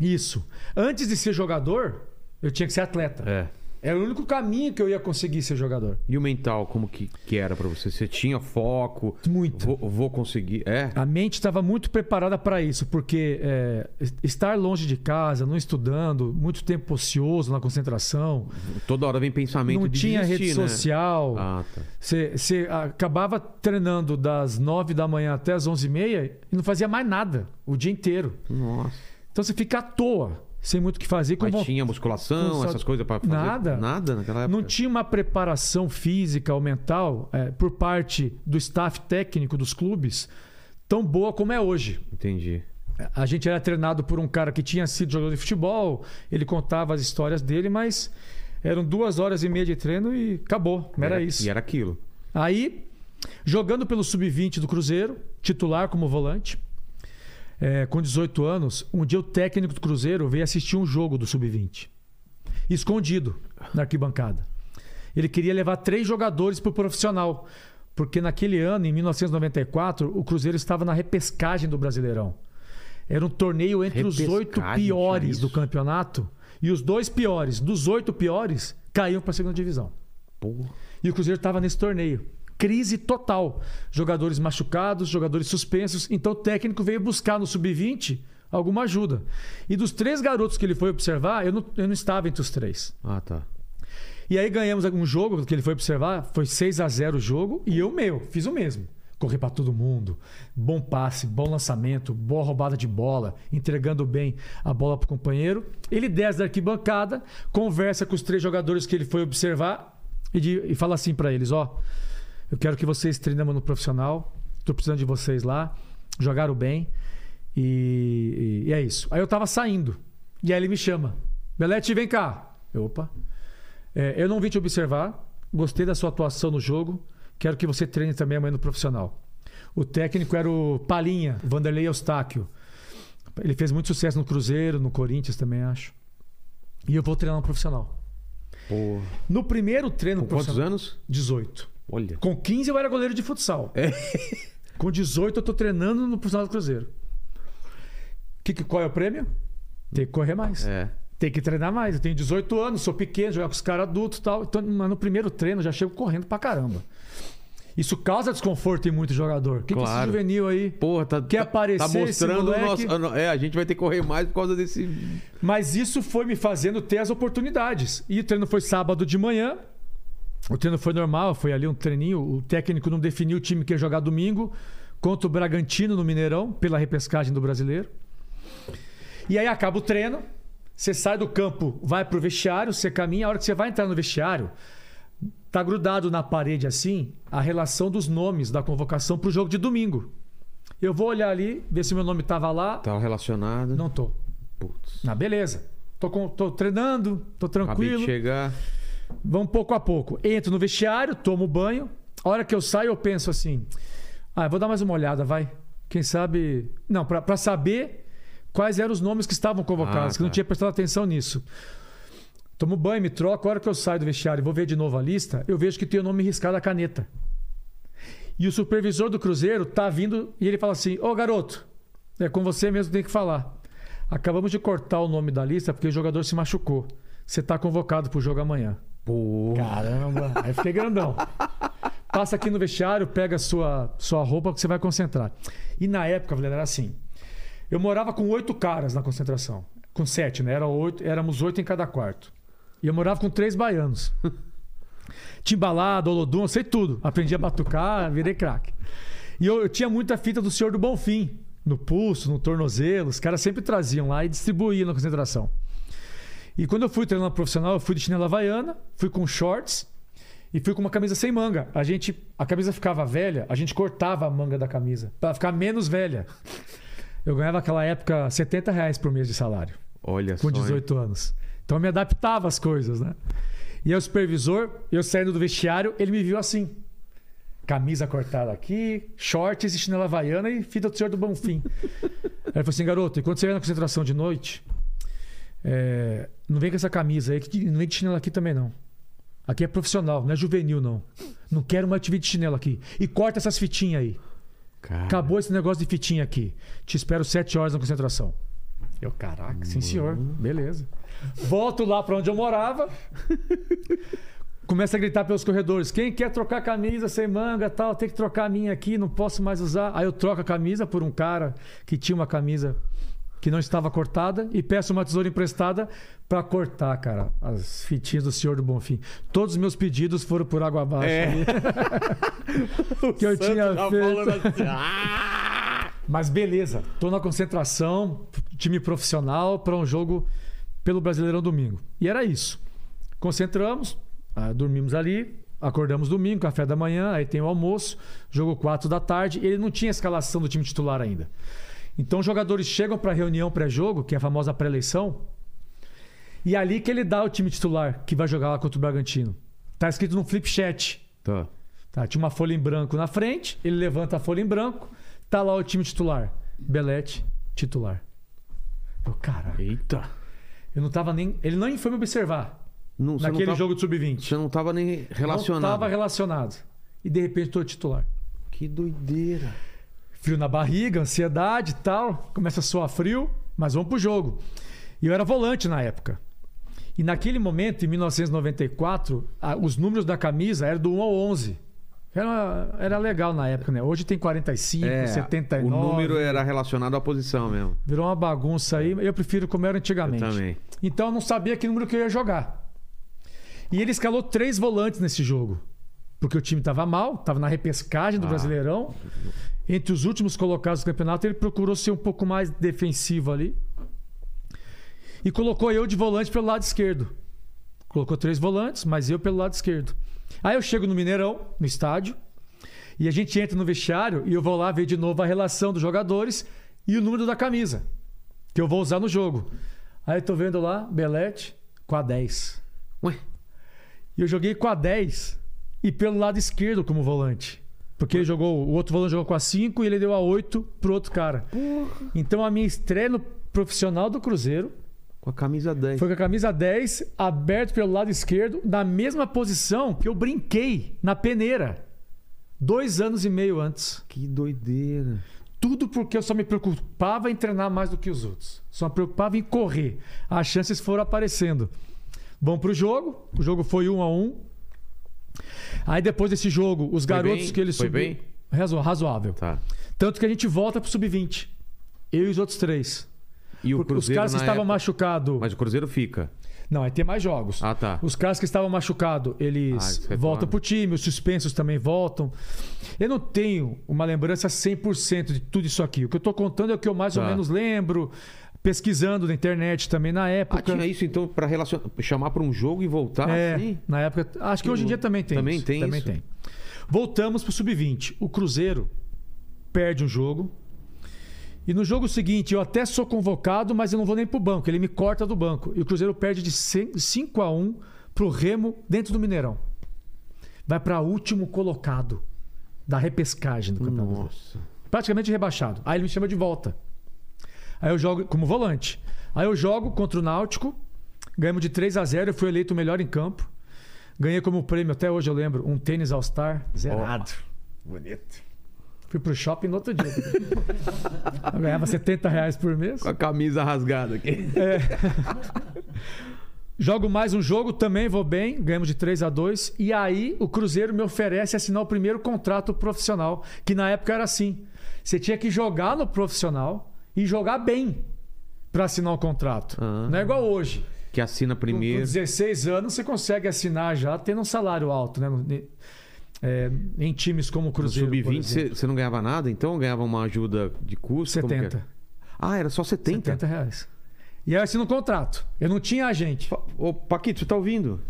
C: Isso. Antes de ser jogador, eu tinha que ser atleta.
A: É.
C: Era o único caminho que eu ia conseguir ser jogador.
A: E o mental, como que, que era pra você? Você tinha foco?
C: Muito.
A: Vou, vou conseguir. É.
C: A mente estava muito preparada para isso, porque é, es- estar longe de casa, não estudando, muito tempo ocioso na concentração,
A: Toda hora vem pensamento
C: não
A: de
C: tinha
A: desistir,
C: rede
A: né?
C: social.
A: Ah, tá.
C: Você você acabava treinando das 9 da manhã até as 11 e meia e não fazia mais nada o dia inteiro.
A: Nossa.
C: Então você fica à toa, sem muito o que fazer, com
A: Mas
C: von-
A: tinha musculação,
C: com sa-
A: essas coisas pra fazer?
C: Nada.
A: Nada naquela época?
C: Não tinha uma preparação física ou mental é, por parte do staff técnico dos clubes tão boa como é hoje.
A: Entendi.
C: A gente era treinado por um cara que tinha sido jogador de futebol, ele contava as histórias dele, mas eram duas horas e meia de treino e acabou. Era, isso.
A: É, E era aquilo.
C: Aí, jogando pelo sub-20 do Cruzeiro, titular como volante, é, com 18 anos, um dia o técnico do Cruzeiro veio assistir um jogo do sub-20, escondido na arquibancada. Ele queria levar três jogadores para o profissional, porque naquele ano, em 1994, o Cruzeiro estava na repescagem do Brasileirão. Era um torneio entre os oito
A: Repescagem, tinha
C: piores
A: isso?
C: do campeonato e os dois piores, dos oito piores, caíam para a segunda divisão.
A: Porra.
C: E o Cruzeiro estava nesse torneio. Crise total. Jogadores machucados, jogadores suspensos. Então o técnico veio buscar no sub-20 alguma ajuda. E dos três garotos que ele foi observar, eu não, eu não estava entre os três.
A: Ah, tá.
C: E aí ganhamos um jogo que ele foi observar, foi 6 a 0 o jogo, e eu, meu, fiz o mesmo. Correr para todo mundo, bom passe, bom lançamento, boa roubada de bola, entregando bem a bola pro companheiro. Ele desce da arquibancada, conversa com os três jogadores que ele foi observar e, de- e fala assim para eles: ó, eu quero que vocês treinam no profissional, Tô precisando de vocês lá. Jogaram bem. E, e- e é isso. Aí eu tava saindo. E aí ele me chama. Belete, vem cá. Eu, opa. É, eu não vim te observar. Gostei da sua atuação no jogo. Quero que você treine também amanhã no profissional. O técnico era o Palinha, Vanderlei Eustáquio. Ele fez muito sucesso no Cruzeiro, no Corinthians também, acho. E eu vou treinar no profissional.
A: Pô,
C: No primeiro treino
A: com quantos
C: profissional-
A: anos? É.
C: 18.
A: Olha.
C: Com 15 eu era goleiro de futsal. Com 18 eu tô treinando no profissional do Cruzeiro. Que, que- qual é o prêmio? Tem que correr mais.
A: É.
C: Tem que treinar mais. Eu tenho 18 anos, sou pequeno, jogar com os caras adultos e tal. Então, mas no primeiro treino eu já chego correndo pra caramba. Isso causa desconforto em muito jogador. O que, que esse
A: Claro.
C: juvenil aí?
A: Porra, tá,
C: Quer
A: tá-
C: aparecer
A: tá
C: esse
A: mostrando o
C: moleque?
A: nosso. ah, não, É, a gente vai ter que correr mais por causa desse.
C: Mas isso foi me fazendo ter as oportunidades. E o treino foi sábado de manhã. O treino foi normal, foi ali um treininho. O técnico não definiu o time que ia jogar domingo contra o Bragantino no Mineirão, pela repescagem do brasileiro. E aí acaba o treino. Você sai do campo, vai pro vestiário, você caminha. A hora que você vai entrar no vestiário, tá grudado na parede assim a relação dos nomes da convocação pro jogo de domingo. Eu vou olhar ali, ver se meu nome tava lá.
A: Tá relacionado.
C: Não tô.
A: Putz.
C: Na Ah, beleza. Tô, com- tô treinando, tô
A: Acabei de
C: tranquilo.
A: chegar.
C: Vamos pouco a pouco. Entro no vestiário, tomo banho. A hora que eu saio, eu penso assim: ah, eu vou dar mais uma olhada, vai. Quem sabe. Não, pra pra saber quais eram os nomes que estavam convocados,
A: Ah,
C: que não
A: tá.
C: tinha prestado atenção nisso. Tomo banho, me troco. A hora que eu saio do vestiário e vou ver de novo a lista, eu vejo que tem o nome riscado à caneta. E o supervisor do Cruzeiro tá vindo e ele fala assim: Ô garoto, é com você mesmo que tem que falar. Acabamos de cortar o nome da lista porque o jogador se machucou. Você tá convocado pro jogo amanhã.
A: Porra.
C: Caramba, aí fiquei grandão. Passa aqui no vestiário, pega a sua, sua roupa que você vai concentrar. E na época, Vilela, era assim. Eu morava com oito caras na concentração. Com sete, né? Era oito, éramos oito em cada quarto. E eu morava com três baianos. Timbalada, Olodum, eu sei tudo. Aprendi a batucar, virei craque. E eu, eu tinha muita fita do Senhor do Bonfim. No pulso, no tornozelo. Os caras sempre traziam lá e distribuíam na concentração. E quando eu fui treinar profissional, eu fui de chinela havaiana, fui com shorts e fui com uma camisa sem manga. A gente, a camisa ficava velha, a gente cortava a manga da camisa para ficar menos velha. Eu ganhava naquela época R$ 70 reais por mês de salário,
A: Olha só.
C: com
A: hein?
C: 18 anos. Então eu me adaptava às coisas, né? E aí o supervisor, eu saindo do vestiário, ele me viu assim. Camisa cortada aqui, shorts e chinela havaiana e fita do senhor do Bonfim. Aí ele falou assim, garoto, enquanto você vai na concentração de noite, é, não vem com essa camisa aí, que não vem de chinelo aqui também não. Aqui é profissional, não é juvenil não. Não quero mais te ver de chinelo aqui. E corta essas fitinhas aí.
A: Cara,
C: Acabou esse negócio de fitinha aqui. Te espero sete horas na concentração. Eu, caraca, sim senhor.
A: Uhum.
C: Beleza. Volto lá pra onde eu morava. Começa a gritar pelos corredores. Quem quer trocar camisa sem manga tal, tem que trocar a minha aqui, não posso mais usar. Aí eu troco a camisa por um cara que tinha uma camisa que não estava cortada e peço uma tesoura emprestada pra cortar, cara, as fitinhas do senhor do Bonfim. Todos os meus pedidos foram por água abaixo.
A: É.
C: O que eu
A: Santos
C: tinha
A: já
C: feito.
A: falando assim, "Ah!"
C: Mas beleza, tô na concentração, time profissional para um jogo pelo Brasileirão domingo. E era isso. Concentramos, ah, dormimos ali, acordamos domingo, café da manhã, aí tem o almoço, jogo 4 da tarde. Ele não tinha escalação do time titular ainda. Então os jogadores chegam para reunião pré-jogo, que é a famosa pré-eleição, e é ali que ele dá o time titular que vai jogar lá contra o Bragantino. Tá escrito num flip chat.
A: Tá.
C: Tá, tinha uma folha em branco na frente, ele levanta a folha em branco, tá lá o time titular. Belete, titular. Eu, cara,
A: Eita.
C: eu não tava nem. Ele nem foi me observar
A: Não, você não
C: naquele
A: tava-
C: jogo de sub-20.
A: Você não tava nem relacionado.
C: Não tava relacionado. E de repente tô titular.
A: Que doideira.
C: Frio na barriga, ansiedade e tal. Começa a suar frio, mas vamos pro jogo. E eu era volante na época. E naquele momento, em 1994, a- os números da camisa eram do 1 ao 11. Era, era legal na época, né? Hoje tem 45,
A: É,
C: 79.
A: O número é- era relacionado à posição mesmo.
C: Virou uma bagunça aí. Eu prefiro como era antigamente.
A: Eu também.
C: Então eu não sabia que número que eu ia jogar. E ele escalou três volantes nesse jogo. Porque o time estava mal, estava na repescagem do Brasileirão. Entre os últimos colocados do campeonato, ele procurou ser um pouco mais defensivo ali. E colocou eu de volante pelo lado esquerdo. Colocou três volantes, mas eu pelo lado esquerdo. Aí eu chego no Mineirão, no estádio, E a gente entra no vestiário e eu vou lá ver de novo a relação dos jogadores e o número da camisa que eu vou usar no jogo. Aí eu tô vendo lá, Belete com a 10.
A: Ué,
C: E eu joguei com a 10 e pelo lado esquerdo como volante. Porque ele jogou, o outro volante jogou com a 5 e ele deu a 8 pro outro cara. Então a minha estreia no profissional do Cruzeiro
A: com a camisa 10.
C: foi com a camisa 10, aberto pelo lado esquerdo, na mesma posição que eu brinquei na peneira. Dois anos e meio antes.
A: Que doideira.
C: Tudo porque eu só me preocupava em treinar mais do que os outros. Só me preocupava em correr. As chances foram aparecendo. Vão pro jogo. O jogo foi um a um. Aí depois desse jogo, os
A: Foi
C: garotos
A: bem?
C: que eles
A: Foi
C: subiu-
A: bem?
C: Razo- Razoável.
A: Tá.
C: Tanto que a gente volta pro sub-20. Eu e os outros três.
A: E o
C: Porque os
A: Cruzeiro
C: caras que
A: na
C: estavam
A: época-
C: machucados.
A: Mas o Cruzeiro fica.
C: Não, aí tem mais jogos.
A: Ah, tá.
C: Os caras que estavam machucados,
A: Ah, isso
C: eles
A: que eu ia
C: voltam
A: falar.
C: pro time, os suspensos também voltam. Eu não tenho uma lembrança 100% de tudo isso aqui. O que eu tô contando é o que eu mais ou
A: Tá.
C: menos lembro, pesquisando na internet também na
A: Ah,
C: época.
A: tinha isso então pra relacion... chamar pra um jogo e voltar
C: é,
A: assim?
C: na época. Acho que hoje em dia também tem.
A: Também
C: isso.
A: tem
C: Também
A: isso?
C: tem. Voltamos pro sub-20. O Cruzeiro perde um jogo. E no jogo seguinte, eu até sou convocado, mas eu não vou nem pro banco. Ele me corta do banco. E o Cruzeiro perde de 5 a 1 pro Remo dentro do Mineirão. Vai pra último colocado da repescagem do Campeonato Brasileiro
A: Nossa.
C: praticamente rebaixado. Aí ele me chama de volta. Aí eu jogo como volante. Aí eu jogo contra o Náutico, ganhamos de 3 a 0 eu fui eleito o melhor em campo. Ganhei como prêmio, até hoje eu lembro, um tênis All-Star zerado.
A: Bonito.
C: Fui pro shopping no outro dia. eu ganhava 70 reais por mês.
A: Com a camisa rasgada aqui.
C: É. Jogo mais um jogo, também vou bem, ganhamos de 3 a 2 E aí o Cruzeiro me oferece assinar o primeiro contrato profissional, que na época era assim. Você tinha que jogar no profissional e jogar bem para assinar o contrato.
A: Ah.
C: Não é igual hoje.
A: Que assina
C: Com, com
A: primeiro.
C: 16 anos você consegue assinar já tendo um salário alto, né? No- ne- é, em times como o
A: No
C: Cruzeiro. por
A: sub-20
C: exemplo.
A: você- você não ganhava nada, então ganhava uma ajuda de custo? como que era?
C: 70.
A: Ah, era só 70?
C: 70 reais. E aí eu assino o contrato. Eu não tinha agente.
A: Fa- Ô, Paquito, você tá ouvindo?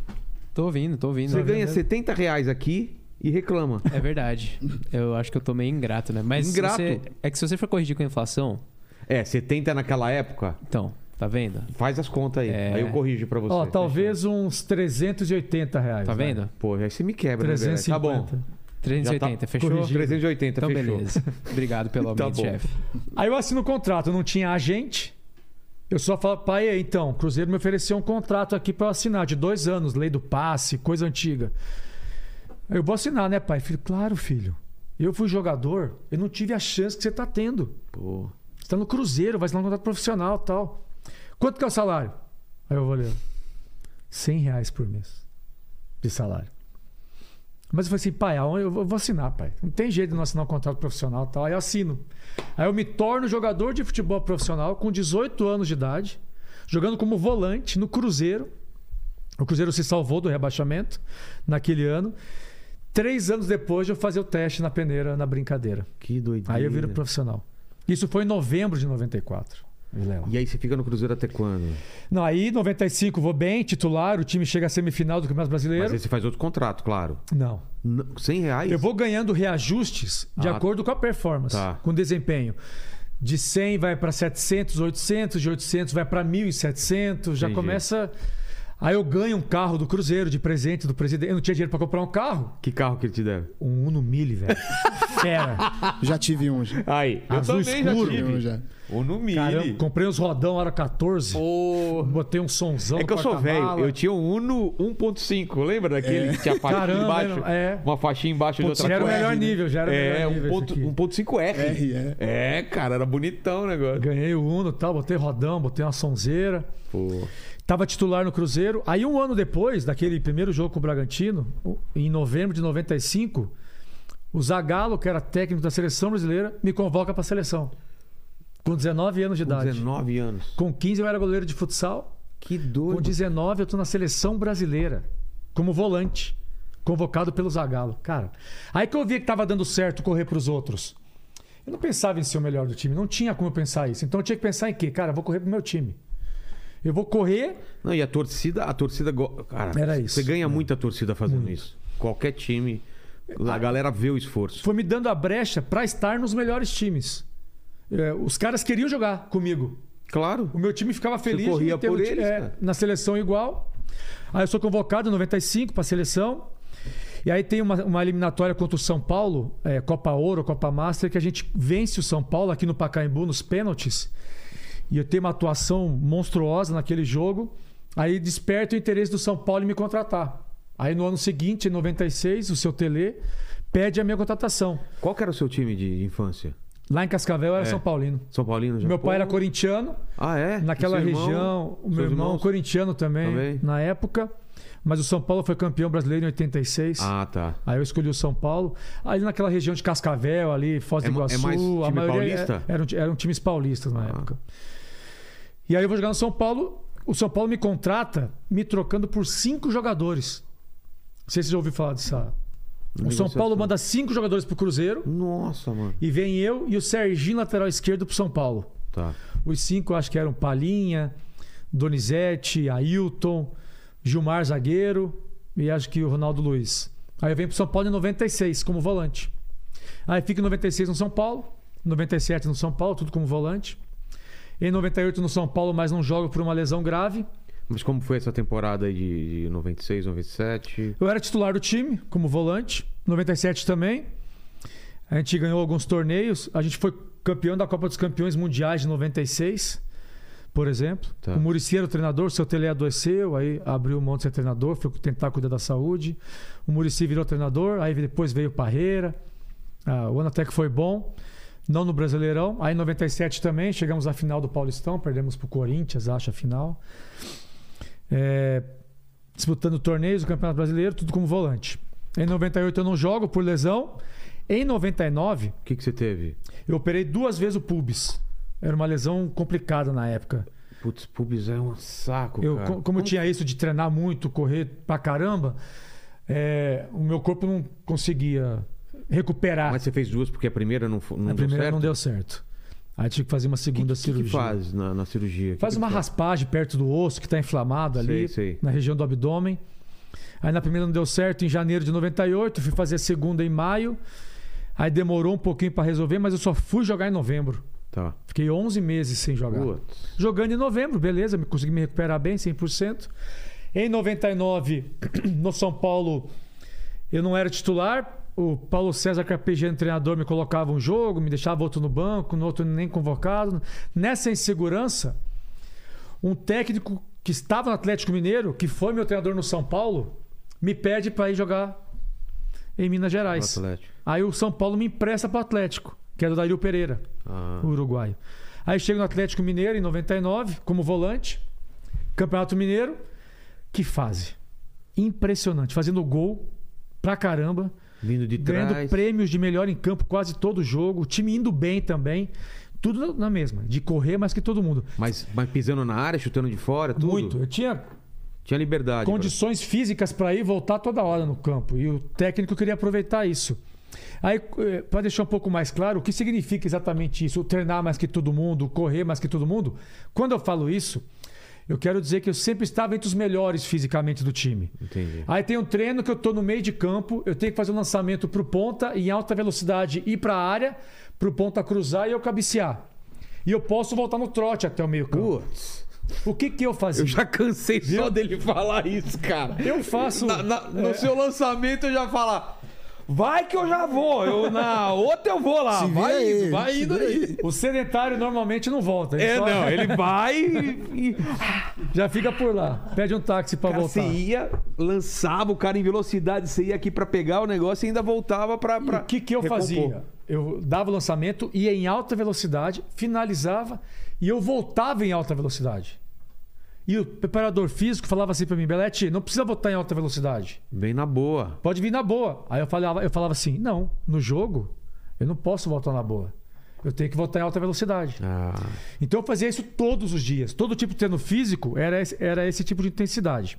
D: Tô ouvindo, tô ouvindo.
A: Você ganha
D: mesmo.
A: 70 reais aqui e reclama.
D: É verdade. Eu acho que eu tô meio ingrato, né? Mas se
A: Ingrato?
D: você- é que se você for corrigir com a inflação,
A: É, 70 naquela época,
D: então, tá vendo?
A: faz as contas aí.
D: É.
A: Aí eu corrijo pra você.
C: Ó, tá talvez uns 380 reais.
D: Tá
C: vai.
D: vendo?
A: Pô, aí você me quebra, né,
C: 350.
A: velho? Tá bom.
D: 380, fechou?
A: Corrigido. 380,
D: Então,
A: tá fechou.
D: beleza. Obrigado pelo
A: Tá
D: aumento,
A: bom.
D: chefe.
C: Aí eu assino o contrato, não tinha agente. Eu só falo, pai, então, o Cruzeiro me ofereceu um contrato aqui pra eu assinar, de dois anos, lei do passe, coisa antiga. Eu vou assinar, né, pai? Filho, claro, filho. Eu fui jogador, eu não tive a chance que você tá tendo.
A: Pô.
C: Você tá no Cruzeiro, vai assinar um contrato profissional tal. Quanto que é o salário? Aí eu vou ler. 100 reais por mês de salário. Mas eu falei assim, pai, aonde eu vou eu vou assinar, pai. Não tem jeito de não assinar um contrato profissional e tal. Aí eu assino. Aí eu me torno jogador de futebol profissional com 18 anos de idade, jogando como volante no Cruzeiro. O Cruzeiro se salvou do rebaixamento naquele ano. Três anos depois de eu fazer o teste na peneira, na brincadeira.
A: Que doideira.
C: Aí eu viro profissional. Isso foi em novembro de 94. Vilela.
A: E aí você fica no Cruzeiro até quando?
C: Não, aí 95 vou bem, titular, o time chega à semifinal do Campeonato
A: Mas
C: Brasileiro.
A: aí você faz outro contrato, claro.
C: Não.
A: N- 100 reais?
C: Eu vou ganhando reajustes de
A: Ah,
C: acordo com a performance,
A: tá.
C: com o desempenho. De 100 vai para 700, 800, de 800 vai para 1.700, já
A: Entendi.
C: começa. Aí eu ganho um carro do Cruzeiro de presente do presidente. Eu não tinha dinheiro para comprar um carro.
A: Que carro que ele te deve?
C: Um Uno Mille, velho. Fera.
B: Já tive um, já.
A: Aí.
C: Azul escuro.
B: Tive um já.
A: Ou no
C: Caramba, comprei uns rodão, era 14. Botei um sonzão.
A: É
C: no
A: que eu sou velho.
C: porta-mala.
A: Eu tinha um Uno 1.5. Lembra daquele que tinha faixa
C: É. Caramba,
A: embaixo?
C: era- é.
A: Uma faixinha embaixo de
C: Putz,
A: outra
C: já era o
A: coisa.
C: melhor nível, já era o
A: É,
C: melhor nível. esse aqui.
A: 1.5R.
B: R, é.
A: É, cara, era bonitão o negócio.
C: Ganhei o Uno e tal, botei rodão, botei uma sonzeira.
A: Pô.
C: Tava titular no Cruzeiro. Aí, um ano depois, daquele primeiro jogo com o Bragantino, em novembro de 95, o Zagallo, que era técnico da seleção brasileira, me convoca pra seleção. Com 19 anos de
A: Com
C: idade.
A: 19 anos.
C: Com 15 eu era goleiro de futsal.
A: Que
C: Com
A: doido.
C: 19 eu tô na seleção brasileira, como volante, convocado pelo Zagallo. Cara, aí que eu via que tava dando certo correr pros outros. Eu não pensava em ser o melhor do time, não tinha como eu pensar isso. Então eu tinha que pensar em quê? Cara, eu vou correr pro meu time. Eu vou correr
A: Não, e a torcida, a torcida. go- Cara,
C: Era isso.
A: você ganha muita torcida fazendo isso. Qualquer time A galera vê o esforço.
C: foi me dando a brecha pra estar nos melhores times. É, os caras queriam jogar comigo.
A: Claro.
C: O meu time ficava feliz de
A: corria
C: ter
A: por
C: o ti-
A: eles,
C: é,
A: cara.
C: na seleção igual. Aí eu sou convocado em 95 para a seleção. E aí tem uma, uma eliminatória contra o São Paulo, é, Copa Ouro, Copa Master, que a gente vence o São Paulo aqui no Pacaembu nos pênaltis. E eu tenho uma atuação monstruosa naquele jogo. Aí desperta o interesse do São Paulo em me contratar. Aí no ano seguinte, em 96, o seu Tele pede a minha contratação.
A: Qual que era o seu time de infância?
C: Lá em Cascavel eu era
A: É.
C: São Paulino.
A: São Paulino?
C: Meu
A: Japão?
C: pai era corintiano.
A: Ah, é?
C: Naquela
A: E seu irmão?
C: região, o meu
A: Seus
C: irmão
A: irmãos?
C: corintiano também,
A: Também?
C: na época. Mas o São Paulo foi campeão brasileiro em 86.
A: Ah, tá.
C: Aí eu escolhi o São Paulo. Ali naquela região de Cascavel, ali, Foz
A: É
C: do
A: ma- é
C: Iguaçu.
A: mais
C: a
A: time
C: maioria
A: paulista?
C: é- eram, eram times paulistas na
A: Ah.
C: época. E aí eu vou jogar no São Paulo. O São Paulo me contrata me trocando por cinco jogadores. Não sei se você já ouviu falar dessa. O São
A: Negociação.
C: Paulo manda cinco jogadores pro Cruzeiro
A: Nossa, mano.
C: e vem eu e o Serginho, lateral esquerdo, pro São Paulo.
A: Tá.
C: Os cinco acho que eram Palinha, Donizete, Ailton, Gilmar Zagueiro e acho que o Ronaldo Luiz. Aí vem pro São Paulo em 96 como volante. Aí fica em 96 no São Paulo, 97 no São Paulo, tudo como volante. Em 98 no São Paulo, mas não joga por uma lesão grave.
A: Mas como foi essa temporada aí de, de 96, 97?
C: Eu era titular do time, como volante. 97 também. A gente ganhou alguns torneios. A gente foi campeão da Copa dos Campeões Mundiais de 96, por exemplo.
A: Tá.
C: O Muricy era o treinador, seu Tele adoeceu, aí abriu mão de ser treinador, foi tentar cuidar da saúde. O Muricy virou treinador, aí depois veio o Parreira. Ah, o ano até que foi bom. Não no Brasileirão. Aí em 97 também, chegamos à final do Paulistão, perdemos pro Corinthians, acho, a final. É, disputando torneios, o Campeonato Brasileiro, tudo como volante. Em 98 eu não jogo por lesão. Em 99
A: O que, que você teve?
C: eu operei duas vezes o pubis. Era uma lesão complicada na época.
A: Putz, pubis é um saco,
C: Eu,
A: cara.
C: co- como eu tinha isso de treinar muito, correr pra caramba, é, o meu corpo não conseguia recuperar.
A: Mas você fez duas porque a primeira não, fo- não
C: a primeira
A: deu certo?
C: não deu certo. Aí tive que fazer uma segunda
A: O que
C: cirurgia.
A: que faz na, na cirurgia?
C: Faz
A: Que que
C: uma
A: faz?
C: raspagem perto do osso que está inflamado ali,
A: Sei, sei.
C: na região do abdômen. Aí na primeira não deu certo em janeiro de 98, fui fazer a segunda em maio. Aí demorou um pouquinho para resolver, mas eu só fui jogar em novembro.
A: Tá.
C: Fiquei 11 meses sem jogar.
A: Putz.
C: Jogando em novembro, beleza, me- consegui me recuperar bem, 100%. Em 99, no São Paulo, eu não era titular. O Paulo César é Carpegiani, treinador, me colocava um jogo, me deixava outro no banco, no outro nem convocado. Nessa insegurança, um técnico que estava no Atlético Mineiro, que foi meu treinador no São Paulo, me pede para ir jogar em Minas
A: O
C: Gerais.
A: Atlético.
C: Aí o São Paulo me empresta para o Atlético, que é do Dario Pereira
A: Ah,
C: o uruguaio. Aí chega no Atlético Mineiro em 99 como volante. Campeonato Mineiro, que fase. Impressionante, fazendo gol pra caramba,
A: vindo de
C: ganhando
A: trás.
C: prêmios de melhor em campo quase todo jogo, o time indo bem também, tudo na mesma, de correr mais que todo mundo.
A: Mas, mas pisando na área, chutando de fora, tudo?
C: Muito, eu tinha
A: Tinha liberdade.
C: condições físicas para ir e voltar toda hora no campo. E o técnico queria aproveitar isso. Aí, para deixar um pouco mais claro, o que significa exatamente isso? O treinar mais que todo mundo, o correr mais que todo mundo? Quando eu falo isso, eu quero dizer que eu sempre estava entre os melhores fisicamente do time.
A: pra- Entendi.
C: Aí tem um treino que eu tô no meio de campo, eu tenho que fazer um lançamento pro ponta em alta velocidade ir pra área, pro ponta cruzar e eu cabecear. E eu posso voltar no trote até o meio campo.
A: Putz.
C: O que que eu fazia?
A: Eu já cansei só dele falar isso, cara.
C: Eu faço-
A: Na- na- no
C: é.
A: seu lançamento eu já falar. Vai que eu já vou. Eu, na outra eu vou lá.
B: Se vira
A: vai indo,
B: aí,
A: vai
B: se
A: indo
B: vira
A: aí.
C: O sedentário normalmente não volta. Ele
A: É,
C: só-
A: não. Ele vai e. e-
C: Já fica por lá. Pede um táxi pra
A: Cara,
C: voltar.
A: você ia, lançava o cara em velocidade, você ia aqui pra pegar o negócio e ainda voltava pra. pra
C: O que, que eu
A: recompor.
C: fazia? Eu dava o lançamento, ia em alta velocidade, finalizava e eu voltava em alta velocidade. E o preparador físico falava assim pra mim, Belete, não precisa voltar em alta velocidade.
A: Bem na boa.
C: Pode vir na boa. Aí eu falava, eu falava assim, não, no jogo eu não posso voltar na boa. Eu tenho que voltar em alta velocidade.
A: Ah,
C: Então eu fazia isso todos os dias. Todo tipo de treino físico era esse, era esse tipo de intensidade.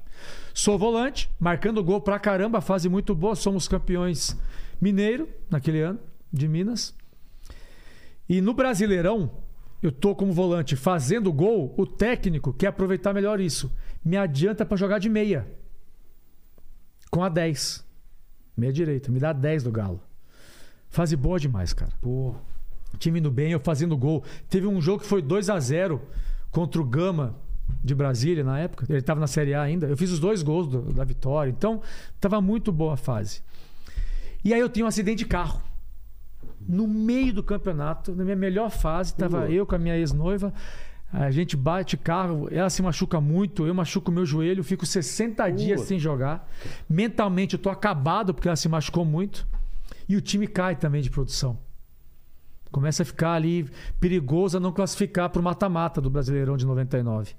C: Sou volante, marcando gol pra caramba, fase muito boa. Somos campeões mineiro naquele ano, de Minas. E no Brasileirão, eu tô como volante fazendo gol, o técnico quer aproveitar melhor isso. Me adianta pra jogar de meia. Com a 10. Meia direita. Me dá 10 do Galo. Fase boa demais, cara. Pô. Time indo bem, eu fazendo gol. Teve um jogo que foi 2 a 0 contra o Gama de Brasília na época. Ele estava na Série A ainda. Eu fiz os dois gols do- da vitória. Então, tava muito boa a fase. E aí eu tenho um acidente de carro. No meio do campeonato, na minha melhor fase, tava eu com a minha ex-noiva. A gente bate carro, ela se machuca muito, eu machuco meu joelho, fico 60 dias sem jogar. Mentalmente eu tô acabado porque ela se machucou muito. E o time cai também de produção. Começa a ficar ali perigoso a não classificar pro mata-mata do Brasileirão de 99.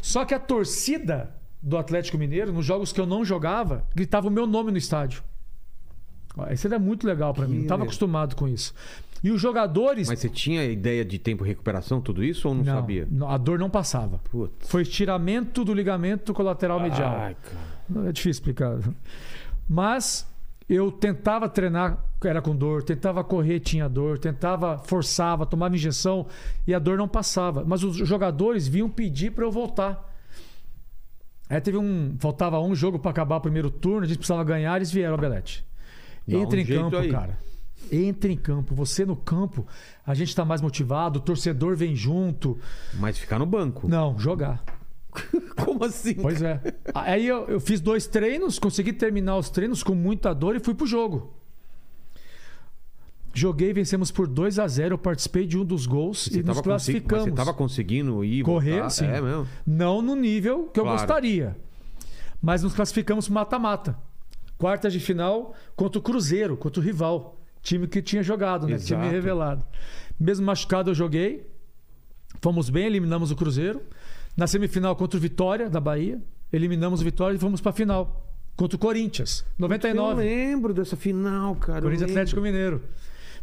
C: Só que a torcida do Atlético Mineiro, nos jogos que eu não jogava, gritava o meu nome no estádio. Ó, Isso era muito legal pra mim, não tava acostumado com isso. E os jogadores.
A: Mas você tinha ideia de tempo de recuperação, tudo isso, ou não, sabia?
C: não, a dor não passava.
A: Putz.
C: Foi estiramento do ligamento colateral medial. É difícil explicar. Mas eu tentava treinar, era com dor, tentava correr, tinha dor, tentava, forçava, tomava injeção e a dor não passava. Mas os jogadores vinham pedir para eu voltar. Aí teve um. Faltava um jogo para acabar o primeiro turno, a gente precisava ganhar, eles vieram, Belete.
A: Dá
C: Entra
A: um
C: em
A: jeito
C: campo,
A: aí.
C: cara. Entra em campo. Você no campo, a gente tá mais motivado, o torcedor vem junto.
A: Mas ficar no banco.
C: Não, jogar.
A: Como assim?
C: Pois é. Aí eu, eu fiz dois treinos, consegui terminar os treinos com muita dor e fui pro jogo. Joguei, vencemos por 2 a 0 Eu participei de um dos gols e
A: tava consegui-
C: nos
A: mas
C: classificamos.
A: Você tava conseguindo ir e
C: Correr,
A: voltar?
C: sim.
A: É mesmo.
C: Não no nível que eu
A: Claro.
C: gostaria. Mas nos classificamos pro mata-mata. Quartas de final contra o Cruzeiro, contra o rival. Time que tinha jogado, né? Time
A: Exato.
C: revelado. Mesmo machucado, eu joguei. Fomos bem, eliminamos o Cruzeiro. Na semifinal contra o Vitória, da Bahia. Eliminamos o Vitória e fomos pra final. Contra o Corinthians,
A: Eu
C: 99.
A: lembro dessa final, cara. eu
C: Corinthians
A: lembro.
C: Atlético Mineiro.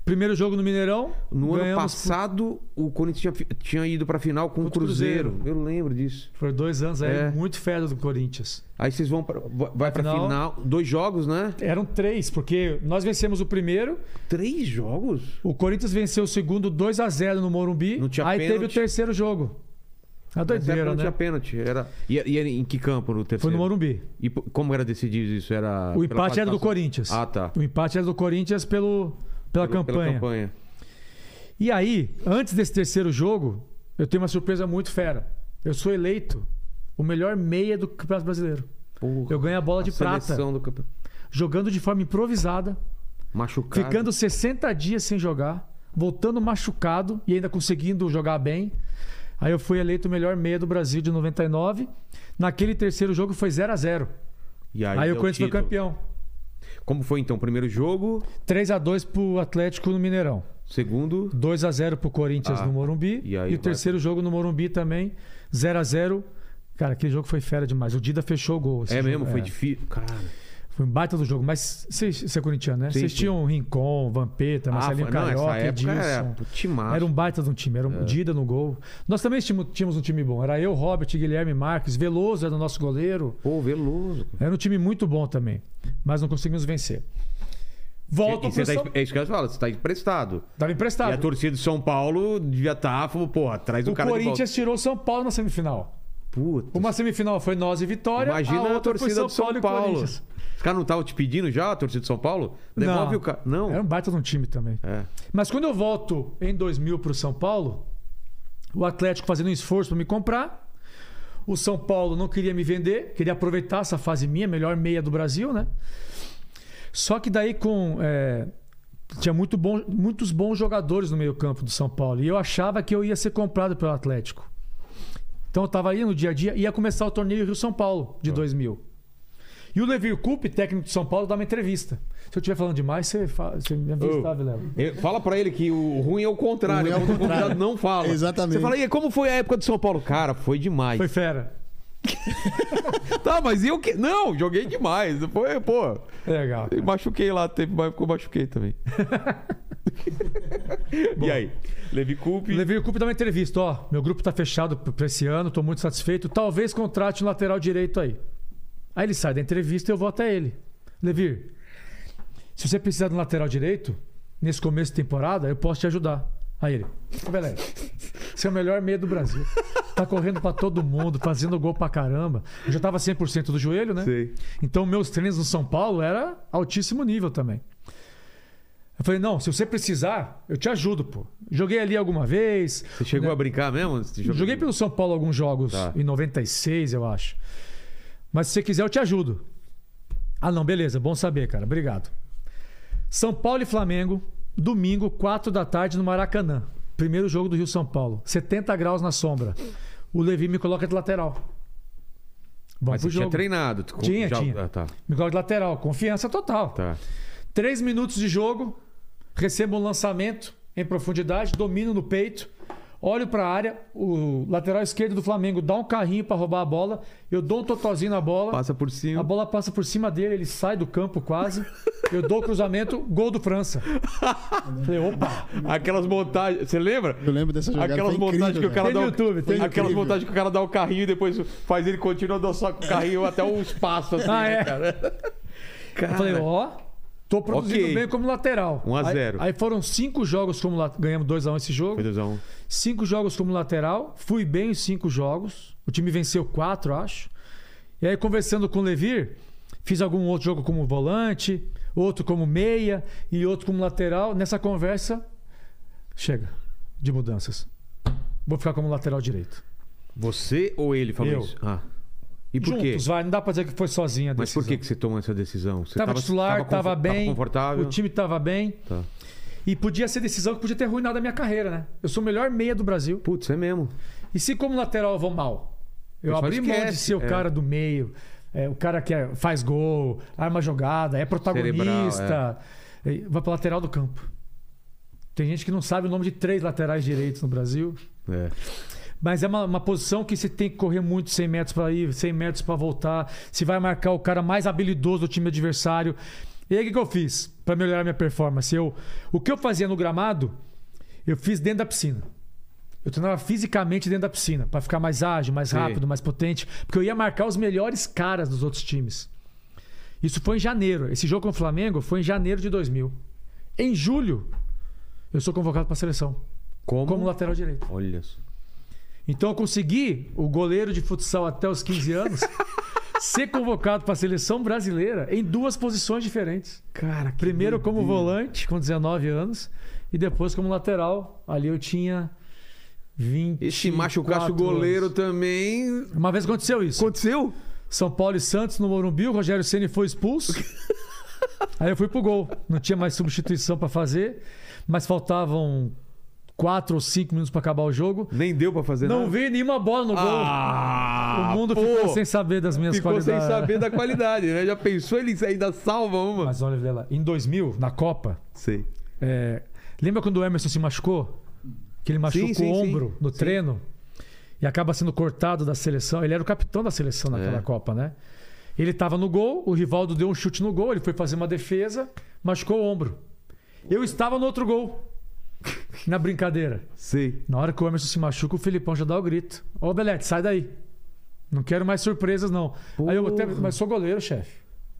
C: Primeiro jogo no Mineirão.
A: No ano
C: ganhamos
A: passado, o Corinthians tinha, fi- tinha ido pra final com o
C: Contra o
A: Cruzeiro.
C: Cruzeiro.
A: Eu lembro disso.
C: Por dois anos aí,
A: É.
C: muito fera do Corinthians.
A: Aí vocês vão pra, vai vai pra final.
C: Final.
A: Dois jogos, né?
C: Eram três, porque nós vencemos o primeiro,
A: Três jogos?
C: o Corinthians venceu o segundo 2 a 0 no Morumbi,
A: Não tinha
C: aí
A: pênalti.
C: teve o terceiro jogo. A
A: Nessa época
C: doideira,
A: não
C: né?
A: tinha pênalti. Era... E, e era em que campo no terceiro?
C: Foi no Morumbi.
A: E po- como era decidido isso? Era
C: O
A: Ah, pela
C: empate era do
A: classificação?
C: Corinthians.
A: Ah, tá.
C: O empate era do Corinthians pelo,
A: Pela-
C: pela, campanha.
A: Pela campanha.
C: E aí, antes desse terceiro jogo, eu tenho uma surpresa muito fera. Eu sou eleito o melhor meia do Campeonato Brasileiro.
A: Porra,
C: Eu ganho a bola de
A: a
C: prata,
A: seleção do campe-
C: jogando de forma improvisada,
A: Machucado.
C: Ficando 60 dias sem jogar, voltando machucado e ainda conseguindo jogar bem. Aí eu fui eleito o melhor meia do Brasil de 99. Naquele terceiro jogo foi 0 a 0
A: E aí
C: Aí,
A: deu
C: o Corinthians foi
A: título.
C: campeão.
A: Como foi então o primeiro jogo?
C: 3 a 2 pro Atlético no Mineirão.
A: Segundo?
C: 2 a 0 pro Corinthians
A: Ah,
C: no Morumbi.
A: e
C: E,
A: aí
C: o
A: vai-
C: terceiro jogo no Morumbi também, 0 a 0 Cara, aquele jogo foi fera demais. O Dida fechou o gol. esse
A: É
C: jogo.
A: mesmo? Foi difícil. Cara.
C: Foi um baita do jogo. Mas vocês- você é corintiano, né?
A: Sim,
C: Vocês
A: sim. Ah,
C: tinham Rincon, Vampeta, Marcelinho
A: foi-
C: Carioca,
A: época
C: Edilson.
A: era pô, timaço.
C: Era um baita de um time,
A: É.
C: era um Dida no gol. Nós também tínhamos, tínhamos um time bom. Era eu, Robert, Guilherme Marques, Veloso era o nosso goleiro.
A: Pô, Veloso. cara.
C: Era um time muito bom também, mas não conseguimos vencer. Volto
A: E
C: pro
A: você tá,
C: São...
A: é isso que eu falo, você tá emprestado.
C: Tava
A: E a
C: emprestado.
A: torcida de São Paulo devia estar, tá, pô, atrás do
C: O
A: cara
C: Corinthians tirou o São Paulo na semifinal.
A: de volta. Puta.
C: Uma semifinal foi nós e Vitória,
A: Imagina
C: a
A: a,
C: outra
A: torcida
C: foi
A: do São
C: e
A: Paulo.
C: Corinthians.
A: Os caras não estavam te pedindo já, a torcida de São Paulo? Devolve
C: Não.
A: o cara. Não.
C: Era um baita de um time também.
A: É.
C: Mas quando eu volto em 2000 para o São Paulo, o Atlético fazendo um esforço para me comprar, o São Paulo não queria me vender, queria aproveitar essa fase minha, melhor meia do Brasil, né? Só que daí com é, tinha muito bom, muitos bons jogadores no meio campo do São Paulo e eu achava que eu ia ser comprado pelo Atlético. Então eu estava ali no dia a dia, ia começar o torneio Rio São Paulo de 2000. E o Levir Coupe, técnico de São Paulo, dá uma entrevista. Se eu estiver falando demais, você, fa- você me avisa,
A: Ô.
C: tá, Vilela?
A: Eu- Fala pra ele que o ruim é o contrário.
B: O ruim é o
A: quando o
B: contrário.
A: convidado não fala.
B: Exatamente.
A: Você fala, e como foi a época do São Paulo? Cara, foi demais.
C: Foi fera.
A: Tá, mas eu que. Não, joguei demais. Foi, pô.
C: É Legal. cara.
A: Machuquei lá, teve uma época que eu machuquei também. e aí? Levi Coupe.
C: Levei o Cup dar uma entrevista, ó. Meu grupo tá fechado p- pra esse ano, tô muito satisfeito. Talvez contrate um lateral direito aí. Aí ele sai da entrevista e eu vou até ele. Levir, se você precisar de um lateral direito, nesse começo de temporada, eu posso te ajudar. Aí ele, "Ô, beleza. Você é o melhor meia do Brasil. Tá tá correndo pra todo mundo, fazendo gol pra caramba. Eu já tava 100% do joelho, né?
A: Sei.
C: Então, meus treinos no São Paulo era altíssimo nível também. Eu falei, não, se você precisar, eu te ajudo, pô. Joguei ali alguma vez.
A: Você chegou a brincar mesmo? antes de jogar?
C: Joguei pelo São Paulo alguns jogos,
A: Tá.
C: em 96, eu acho. Mas se você quiser, eu te ajudo. Ah, não, beleza, bom saber, cara. Obrigado. São Paulo e Flamengo, domingo, 4 da tarde, no Maracanã. Primeiro jogo do Rio São Paulo. 70 graus na sombra. O Levi me coloca de lateral.
A: Mas
C: Vamos pro
A: você tinha
C: jogo.
A: treinado. tu-
C: Tinha, tinha.
A: Ah, tá,
C: Me coloca de lateral, confiança total.
A: tá.
C: Três minutos de jogo, recebo um lançamento em profundidade, domino no peito, olho para a área, o lateral esquerdo do Flamengo dá um carrinho para roubar a bola, eu dou um totozinho na bola,
A: Passa por cima.
C: a bola passa por cima dele, ele sai do campo quase, eu dou o cruzamento, gol do França. Falei, opa,
A: Aquelas montagens. Você lembra?
B: Eu lembro dessa jogada.
A: Aquelas
B: foi incrível,
A: montagens que o cara
C: né? Tem
A: dá.
C: no
A: o-
C: YouTube, tem no
A: Aquelas
B: YouTube.
A: montagens que o cara dá o carrinho e depois faz ele continua dando só com o carrinho até um espaço assim,
C: Ah, é?
A: né, cara?
C: eu falei, ó, tô produzindo
A: Ok.
C: bem como lateral.
A: 1 a
C: Aí-
A: 0.
C: Aí, foram cinco jogos como lateral, ganhamos 2x1 esse jogo.
A: Foi 2x1.
C: Cinco jogos como lateral, fui bem em cinco jogos. O time venceu quatro, acho. E aí, conversando com o Levir, fiz algum outro jogo como volante, outro como meia e outro como lateral. Nessa conversa, chega de mudanças. Vou ficar como lateral direito.
A: Você ou ele falou
C: Eu.
A: isso? Ah. E por quê?
C: Juntos, vai. Não dá pra dizer que foi sozinha. a
A: Mas por que,
C: decisão.
A: que você tomou essa decisão? Você
C: Tava, titular,
A: confor-
C: tava, bem.
A: confortável?
C: O time tava bem.
A: Tá.
C: E podia ser decisão que podia ter arruinado a minha carreira, né? Eu sou o melhor meia do Brasil.
A: Putz, é mesmo.
C: E se como lateral eu vou mal? Eu
A: Pessoal
C: abri mão de
A: esquece,
C: ser o
A: é.
C: cara do meio, é, o cara que é- faz gol, arma jogada, é protagonista. E Vai pra lateral do campo. Tem gente que não sabe o nome de três laterais direitos no Brasil.
A: É.
C: Mas é uma, uma posição que você tem que correr muito 100 metros pra ir, 100 metros pra voltar. Se vai marcar o cara mais habilidoso do time adversário. E aí o que, que eu fiz pra melhorar minha performance? Eu, o que eu fazia no gramado, eu fiz dentro da piscina. Eu treinava fisicamente dentro da piscina pra ficar mais ágil, mais
A: Sim.
C: rápido, mais potente, porque eu ia marcar os melhores caras dos outros times. Isso foi em janeiro. Esse jogo com o Flamengo foi em janeiro de 2000. Em julho, eu sou convocado pra seleção
A: Como?
C: como lateral direito.
A: Olha só.
C: Então eu consegui, o goleiro de futsal até os 15 anos, ser convocado para a seleção brasileira em duas posições diferentes.
A: Cara, que
C: Primeiro como
A: doideira.
C: volante, com 19 anos, e depois como lateral. Ali eu tinha 20.
A: E se machucasse o goleiro tá- também.
C: Uma vez aconteceu isso.
A: Aconteceu?
C: São Paulo e Santos no Morumbi, o Rogério Ceni foi expulso. Aí eu fui pro gol. Não tinha mais substituição para fazer, mas faltavam quatro ou cinco minutos para acabar o jogo.
A: Nem deu pra fazer
C: Não
A: nada.
C: vi nenhuma bola no gol.
A: Ah,
C: O mundo
A: pô,
C: ficou sem saber das minhas
A: ficou sem
C: qualidades.
A: saber da qualidade, né? Já pensou ele ainda salva uma?
C: Mas olha, Vilela, em 2000, na Copa,
A: Sei.
C: é, lembra quando o Emerson se machucou? Que ele machuca
A: Sim, sim,
C: o
A: sim.
C: ombro no
A: Sim.
C: treino e acaba sendo cortado da seleção. Ele era o capitão da seleção naquela
A: É.
C: Copa, né? Ele estava no gol, o Rivaldo deu um chute no gol, ele foi fazer uma defesa, machucou o ombro. Eu estava no outro gol, na brincadeira.
A: Sei.
C: Na hora que o Emerson se machuca, o Filipão já dá o grito. Ô, Belete, sai daí. Não quero mais surpresas, não. Aí eu até...
A: Porra.
C: Mas sou goleiro, chefe.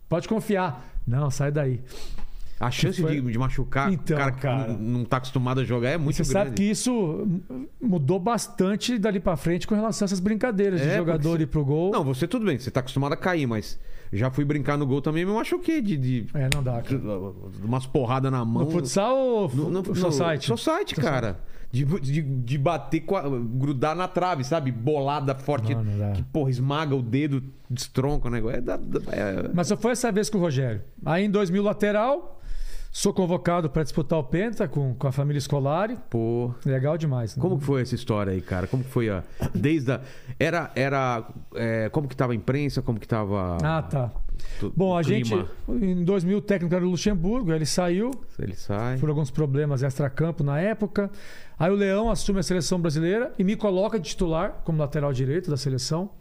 C: Pode confiar. Não, sai daí.
A: A chance
C: Foi-
A: de, de machucar
C: Então,
A: o cara que
C: cara.
A: n- não tá acostumado a jogar é muito
C: Você
A: grande.
C: sabe que isso hum, mudou bastante dali pra frente com relação a essas brincadeiras de
A: É,
C: jogador
A: porque-
C: ir pro gol.
A: Não, você tudo bem, você tá acostumado a cair, mas já fui brincar no gol também, me machuquei de, de-
C: É, não dá, cara.
A: umas porradas na mão.
C: No futsal ou fu- society?
A: no society, cara. De, de, de bater, com a- grudar na trave, sabe? Bolada forte.
C: Não, não dá.
A: que, porra, esmaga o dedo, destronca o negócio. É, da- da- é-
C: Mas só foi essa vez com o Rogério. Aí em 2000, lateral, sou convocado pra disputar o Penta com, com a família Scolari.
A: Pô.
C: Legal demais. né?
A: Como que foi essa história aí, cara? Como que foi a. Desde a. Era. era é, como que tava a imprensa? Como que tava.
C: Ah, tá.
A: tu-
C: Bom, a
A: o
C: gente.
A: clima?
C: Em 2000, o técnico era o Luxemburgo, aí ele saiu
A: Ele sai.
C: por alguns problemas extracampo na época. Aí o Leão assume a seleção brasileira e me coloca de titular como lateral direito da seleção.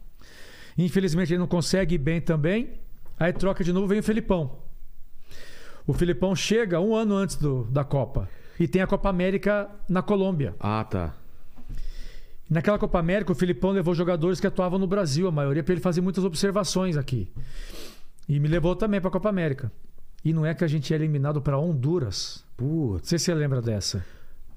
C: Infelizmente ele não consegue ir bem também. Aí troca de novo, vem o Felipão. O Felipão chega um ano antes do- da Copa. E tem a Copa América na Colômbia.
A: Ah, tá.
C: Naquela Copa América, o Filipão levou jogadores que atuavam no Brasil, a maioria, para ele fazer muitas observações aqui. E me levou também para a Copa América. E não é que a gente é eliminado para Honduras.
A: Putz.
C: Não sei se você lembra dessa.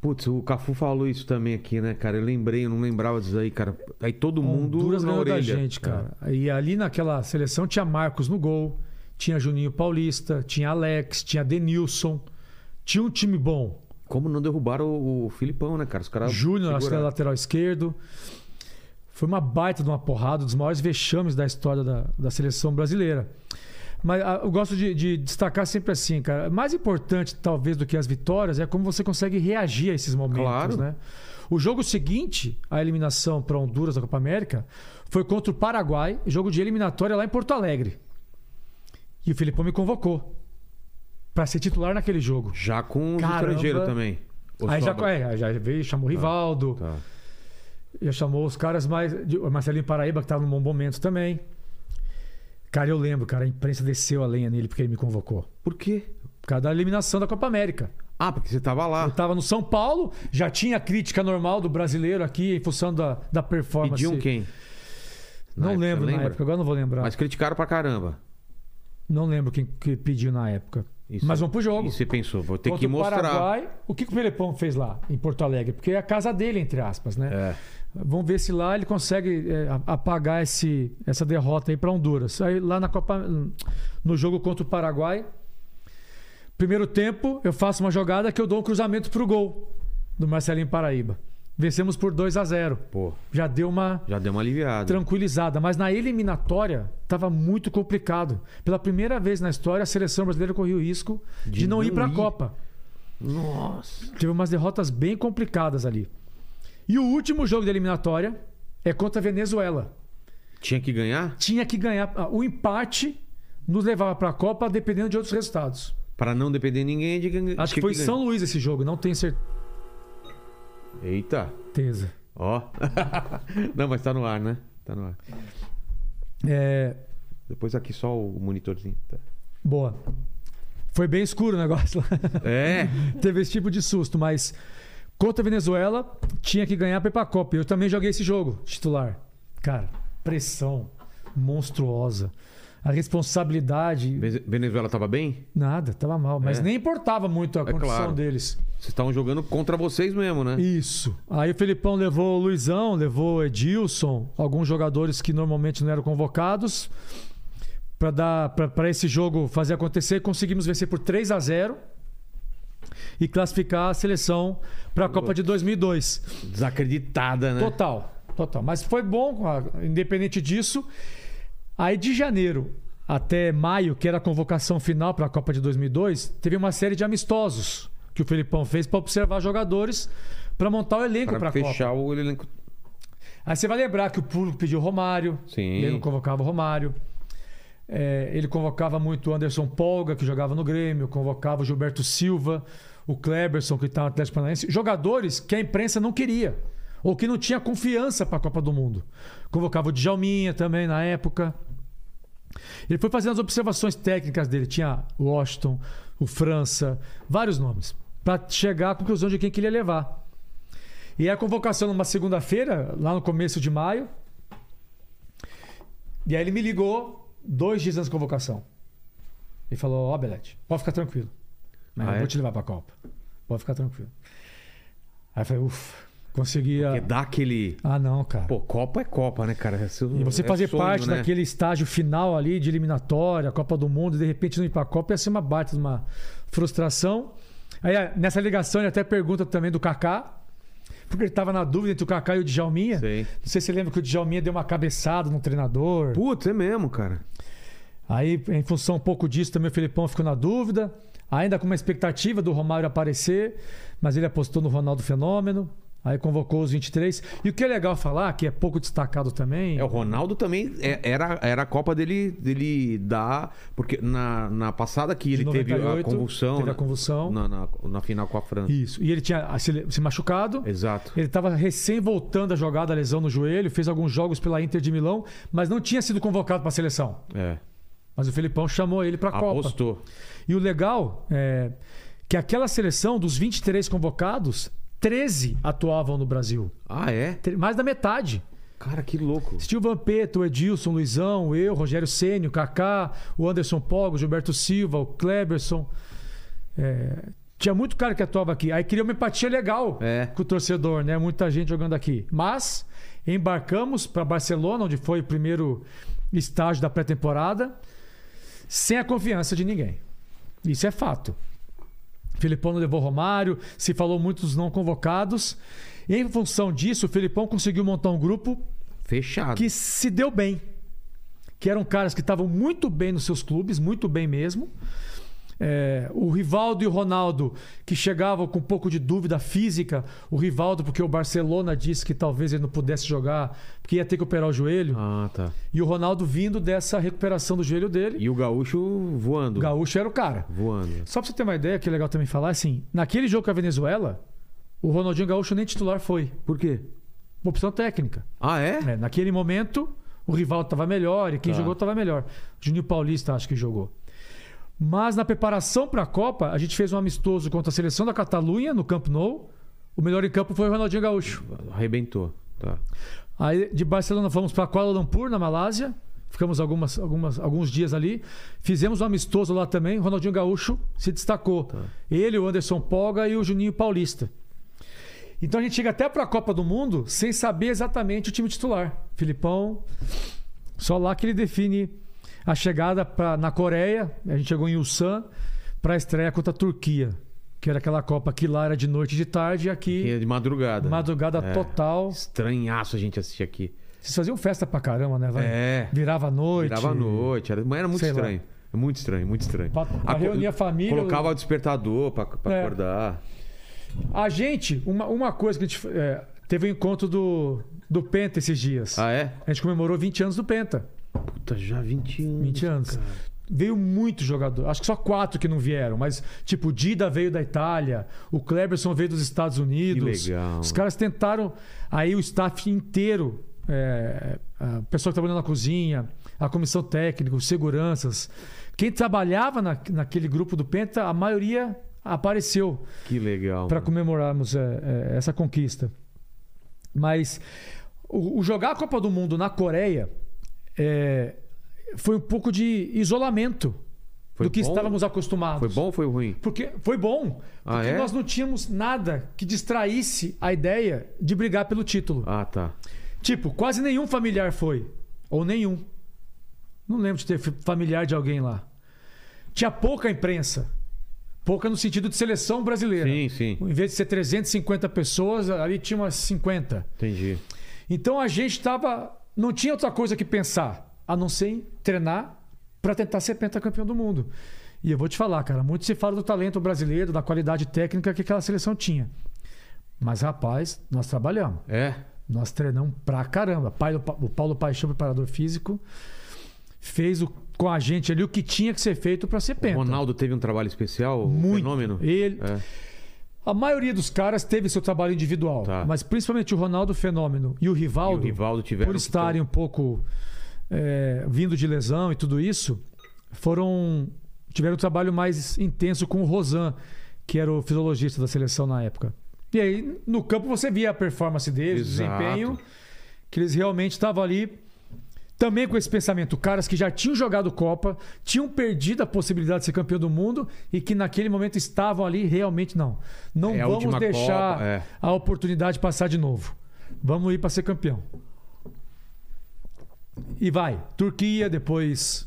A: Putz, o Cafu falou isso também aqui, né, cara? Eu lembrei, eu não lembrava disso aí, cara. Aí todo mundo
C: Honduras
A: na
C: ganhou
A: orelha. É.
C: da gente, cara. E ali naquela seleção tinha Marcos no gol, tinha Juninho Paulista, tinha Alex, tinha Denilson. Tinha um time bom.
A: Como não derrubaram o, o Filipão, né, cara? Os caras.
C: Júnior, acho que era
A: seguraram.
C: lateral esquerdo. Foi uma baita de uma porrada, um dos maiores vexames da história da, da seleção brasileira. Mas ah, eu gosto de, de destacar sempre assim, cara. Mais importante, talvez, do que as vitórias é como você consegue reagir a esses momentos,
A: Claro.
C: né? O jogo seguinte à eliminação para Honduras da Copa América foi contra o Paraguai, jogo de eliminatória lá em Porto Alegre. E o Filipão me convocou para ser titular naquele jogo.
A: Já com o
C: Caramba.
A: estrangeiro também. Ou
C: Aí
A: só
C: já,
A: da-
C: é, já veio, chamou o Rivaldo.
A: Tá.
C: Já chamou os caras mais. de- o Marcelinho Paraíba, que tava num bom momento também. Cara, eu lembro, cara, a imprensa desceu a lenha nele porque ele me convocou.
A: Por quê?
C: Por causa da eliminação da Copa América.
A: Ah, porque você tava
C: Eu
A: lá.
C: tava no São Paulo, já tinha a crítica normal do brasileiro aqui em função da, da performance.
A: Pediam quem?
C: Não
A: Na época,
C: lembro na
A: lembra?
C: época, agora não vou lembrar.
A: Mas criticaram pra caramba.
C: Não lembro quem que pediu na época.
A: Isso.
C: Mas vamos pro jogo.
A: E você pensou, vou ter
C: Contra
A: que
C: o
A: mostrar.
C: Paraguai, o que, que o Pelepão fez lá em Porto Alegre? Porque é a casa dele, entre aspas, né?
A: É.
C: Vamos ver se lá ele consegue é, a- apagar esse, essa derrota aí para Honduras. Aí lá na Copa, no jogo contra o Paraguai, primeiro tempo eu faço uma jogada que eu dou um cruzamento pro gol do Marcelinho Paraíba. Vencemos por 2 a 0.
A: Pô,
C: Já deu uma
A: já deu uma aliviada.
C: tranquilizada, mas na eliminatória estava muito complicado. Pela primeira vez na história a seleção brasileira corria o risco de,
A: De
C: não,
A: não
C: ir para a
A: ir.
C: Copa.
A: Nossa.
C: Teve umas derrotas bem complicadas ali. E o último jogo da eliminatória é contra a Venezuela.
A: Tinha que ganhar
C: Tinha que ganhar. ah, O empate nos levava para a Copa dependendo de outros resultados.
A: Pra não depender de ninguém de quem-
C: Acho que
A: tinha
C: foi em
A: ganhar.
C: São Luís esse jogo, não tenho
A: Eita.
C: certeza.
A: Ó. não, mas tá no ar, né? Tá no ar.
C: É,
A: Depois aqui só o monitorzinho. Tá.
C: boa. Foi bem escuro o negócio lá.
A: É.
C: Teve esse tipo de susto, mas contra a Venezuela tinha que ganhar para ir para a Copa. Eu também joguei esse jogo, titular. Cara, pressão monstruosa. A responsabilidade
A: Vene- Venezuela tava bem?
C: Nada, tava mal. Mas
A: É.
C: nem importava muito a condição
A: claro.
C: deles.
A: Vocês estavam jogando contra vocês mesmo, né?
C: Isso. Aí o Felipão levou o Luizão, levou o Edilson, alguns jogadores que normalmente não eram convocados, para dar para esse jogo fazer acontecer. Conseguimos vencer por 3 a 0 e classificar a seleção para a Copa de 2002.
A: Desacreditada, né?
C: Total, total. Mas foi bom, ah, independente disso. Aí de janeiro até maio, que era a convocação final para a Copa de 2002, teve uma série de amistosos que o Felipão fez para observar jogadores para montar o elenco para
A: Pra
C: a Copa.
A: fechar o elenco.
C: Aí você vai lembrar que o público pediu Romário,
A: Sim.
C: e ele não convocava o Romário. É, ele convocava muito o Anderson Polga, que jogava no Grêmio, convocava o Gilberto Silva, o Kleberson, que está no Atlético Paranaense. Jogadores que a imprensa não queria, ou que não tinha confiança para a Copa do Mundo. Convocava o Djalminha também na época. Ele foi fazendo as observações técnicas dele. Tinha o Washington, o França, vários nomes, para chegar à conclusão de quem que ele ia levar. E a convocação numa segunda-feira, lá no começo de maio. E aí ele me ligou dois dias antes da convocação. Ele falou: Ó, Belete, pode ficar tranquilo. Mas
A: Ah,
C: eu
A: é?
C: vou te levar pra Copa. Pode ficar tranquilo. Aí eu falei: ufa, consegui. a-
A: É dar aquele.
C: Ah, não, cara.
A: Pô, Copa é Copa, né, cara? É seu-
C: E você
A: é
C: fazer
A: sonho,
C: parte
A: né?
C: daquele estágio final ali de eliminatória, Copa do Mundo, e de repente não ir pra Copa, ia ser uma baita de uma frustração. Aí a- nessa ligação ele até pergunta também do Kaká, porque ele tava na dúvida entre o Kaká e o Djalminha.
A: Sei.
C: Não sei se você lembra que o Djalminha deu uma cabeçada no treinador.
A: Putz, é mesmo, cara.
C: Aí, em função um pouco disso, também o Felipão ficou na dúvida, ainda com uma expectativa do Romário aparecer, mas ele apostou no Ronaldo Fenômeno, aí convocou os 23. E o que é legal falar, que é pouco destacado também.
A: É, o Ronaldo também é- era, era a Copa dele, dele dar. Porque na, na passada que
C: De
A: ele teve a
C: 98,
A: convulsão.
C: teve a
A: né?
C: convulsão.
A: Na, na, na final com a França.
C: Isso. E ele tinha se se machucado.
A: Exato.
C: Ele estava recém voltando a jogar da lesão no joelho, fez alguns jogos pela Inter de Milão, mas não tinha sido convocado para a seleção.
A: É.
C: Mas o Felipão chamou ele para a Copa.
A: Apostou.
C: E o legal é que aquela seleção dos 23 convocados, 13 atuavam no Brasil.
A: Ah, é?
C: Tre- Mais da metade.
A: Cara, que louco.
C: Steve Vampeta, o Edilson, o Luizão, eu, Rogério Ceni, o Kaká, o Anderson Pogo, o Gilberto Silva, o Kleberson. É, Tinha muito cara que atuava aqui. Aí criou uma empatia legal
A: É.
C: com o torcedor, né? Muita gente jogando aqui. Mas embarcamos para Barcelona, onde foi o primeiro estágio da pré-temporada, sem a confiança de ninguém. Isso é fato. Filipão não levou Romário, se falou muitos não convocados. Em função disso, o Filipão conseguiu montar um grupo
A: Fechado.
C: que se deu bem. Que eram caras que estavam muito bem nos seus clubes, muito bem mesmo. É, o Rivaldo e o Ronaldo, que chegavam com um pouco de dúvida física. O Rivaldo, porque o Barcelona disse que talvez ele não pudesse jogar, porque ia ter que operar o joelho.
A: Ah, tá.
C: E o Ronaldo vindo dessa recuperação do joelho dele.
A: E o gaúcho voando.
C: O Gaúcho era o cara.
A: Voando.
C: Só pra você ter uma ideia, que é legal também falar, assim, naquele jogo com a Venezuela, o Ronaldinho Gaúcho nem titular foi.
A: Por quê?
C: Uma opção técnica.
A: Ah, é?
C: É, naquele momento, o rival estava melhor e quem
A: Tá.
C: jogou estava melhor. Juninho Paulista, acho que jogou. Mas na preparação para a Copa, a gente fez um amistoso contra a seleção da Catalunha, no Camp Nou. O melhor em campo foi o Ronaldinho Gaúcho.
A: Arrebentou. Tá.
C: Aí de Barcelona fomos para Kuala Lumpur, na Malásia. Ficamos algumas, algumas, alguns dias ali. Fizemos um amistoso lá também. Ronaldinho Gaúcho se destacou.
A: Tá.
C: Ele, o Anderson Polga e o Juninho Paulista. Então a gente chega até para a Copa do Mundo sem saber exatamente o time titular. Filipão, só lá que ele define a chegada pra, na Coreia. A gente chegou em Ulsan para a estreia contra a Turquia, que era aquela Copa que lá era de noite e de tarde e
A: E
C: aqui
A: é de madrugada.
C: madrugada
A: É.
C: total.
A: Estranhaço a gente assistir aqui.
C: Vocês faziam festa pra caramba, né? Vai?
A: É.
C: Virava à noite.
A: Virava à noite. Era, mas era muito
C: Sei lá.
A: estranho. É Muito estranho, muito estranho.
C: Pra- pra reunir a família,
A: Colocava o despertador pra, pra
C: É.
A: acordar.
C: A gente, uma, uma coisa que a gente. é, teve o encontro do, do Penta esses dias.
A: Ah, é?
C: A gente comemorou 20 anos do Penta.
A: Puta, já 20 anos.
C: 20 anos. Veio muito jogador. Acho que só quatro que não vieram, mas tipo, o Dida veio da Itália, o Cleberson veio dos Estados Unidos.
A: Que legal.
C: Os caras tentaram. Aí o staff inteiro, é, a pessoa que trabalhando na cozinha, a comissão técnica, os seguranças. Quem trabalhava na- naquele grupo do Penta, a maioria apareceu
A: Que legal.
C: para
A: mano.
C: comemorarmos é, é, essa conquista. Mas o, o jogar a Copa do Mundo na Coreia é, foi um pouco de isolamento
A: Foi
C: do que
A: bom?
C: estávamos acostumados.
A: Foi bom ou foi ruim?
C: Porque foi bom,
A: Ah,
C: porque
A: é?
C: nós não tínhamos nada que distraísse a ideia de brigar pelo título.
A: Ah, tá.
C: Tipo, quase nenhum familiar foi. Ou nenhum. Não lembro de ter fi- familiar de alguém lá. Tinha pouca imprensa. Pouca no sentido de seleção brasileira.
A: Sim, sim.
C: Em vez de ser 350 pessoas, ali tinha umas 50.
A: Entendi.
C: Então a gente estava. Não tinha outra coisa que pensar a não ser em treinar para tentar ser pentacampeão do mundo. E eu vou te falar, cara, muito se fala do talento brasileiro, da qualidade técnica que aquela seleção tinha. Mas, rapaz, nós trabalhamos.
A: É?
C: Nós treinamos pra caramba. Pai- O Paulo Paixão, preparador físico, fez o- com a gente ali o que tinha que ser feito pra ser
A: O
C: penta.
A: Ronaldo teve um trabalho especial? Um
C: Muito.
A: fenômeno?
C: Ele-
A: É.
C: A maioria dos caras teve seu trabalho individual,
A: Tá.
C: mas principalmente o Ronaldo Fenômeno
A: E
C: e o
A: o
C: Rivaldo,
A: Rivaldo tiveram.
C: por
A: que
C: estarem um pouco é, vindo de lesão e tudo isso, foram tiveram um trabalho mais intenso com o Rosan, que era o fisiologista da seleção na época. E aí, no campo, você via a performance deles,
A: Exato.
C: o desempenho, que eles realmente estavam ali também com esse pensamento. Caras que já tinham jogado Copa, tinham perdido a possibilidade de ser campeão do mundo e que naquele momento estavam ali realmente não. Não
A: É a
C: vamos
A: última
C: deixar
A: Copa, é.
C: a oportunidade passar de novo. Vamos ir para ser campeão. E vai. Turquia, depois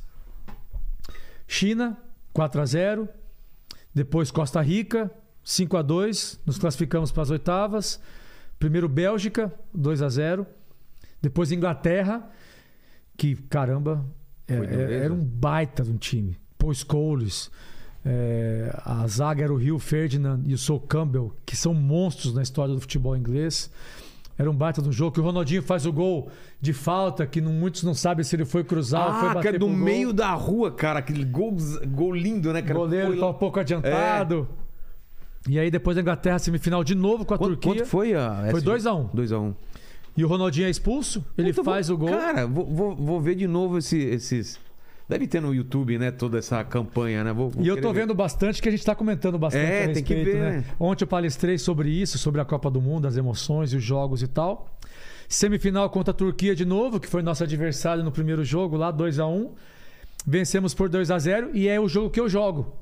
C: China, 4 a 0 Depois Costa Rica, 5 a 2 Nos classificamos para as oitavas. Primeiro Bélgica, 2 a 0 Depois Inglaterra, que, caramba, é-
A: Foi dureza?
C: é- era um baita de um time. Pôs Coles. é, a zaga era o Rio Ferdinand e o Sol Campbell, que são monstros na história do futebol inglês. Era um baita de um jogo. Que o Ronaldinho faz o gol de falta, que não- muitos não sabem se ele foi cruzar ou foi
A: Ah,
C: bater
A: cara,
C: pro
A: do
C: gol.
A: meio da rua, cara. Aquele gol, gol lindo, né,
C: O
A: cara?
C: goleiro
A: Foi
C: tá
A: lá-
C: um pouco adiantado. E aí depois da Inglaterra, semifinal de novo com a
A: Quanto,
C: Turquia.
A: quanto foi a.
C: Foi 2x1.
A: 2x1. Um.
C: E o Ronaldinho é expulso, ele
A: Puta,
C: faz
A: vou-
C: o gol.
A: Cara, vou, vou, vou ver de novo esse- esses. Deve ter no YouTube, né? Toda essa campanha, né? Vou- vou
C: E eu
A: querer
C: tô
A: ver.
C: vendo bastante que a gente tá comentando bastante
A: É,
C: a
A: tem que
C: respeito,
A: ver,
C: né?
A: né?
C: Ontem eu palestrei sobre isso, sobre a Copa do Mundo, as emoções e os jogos e tal. Semifinal contra a Turquia de novo, que foi nosso adversário no primeiro um. jogo lá, 2 a 1. Vencemos por 2 a 0 e é o jogo que eu jogo.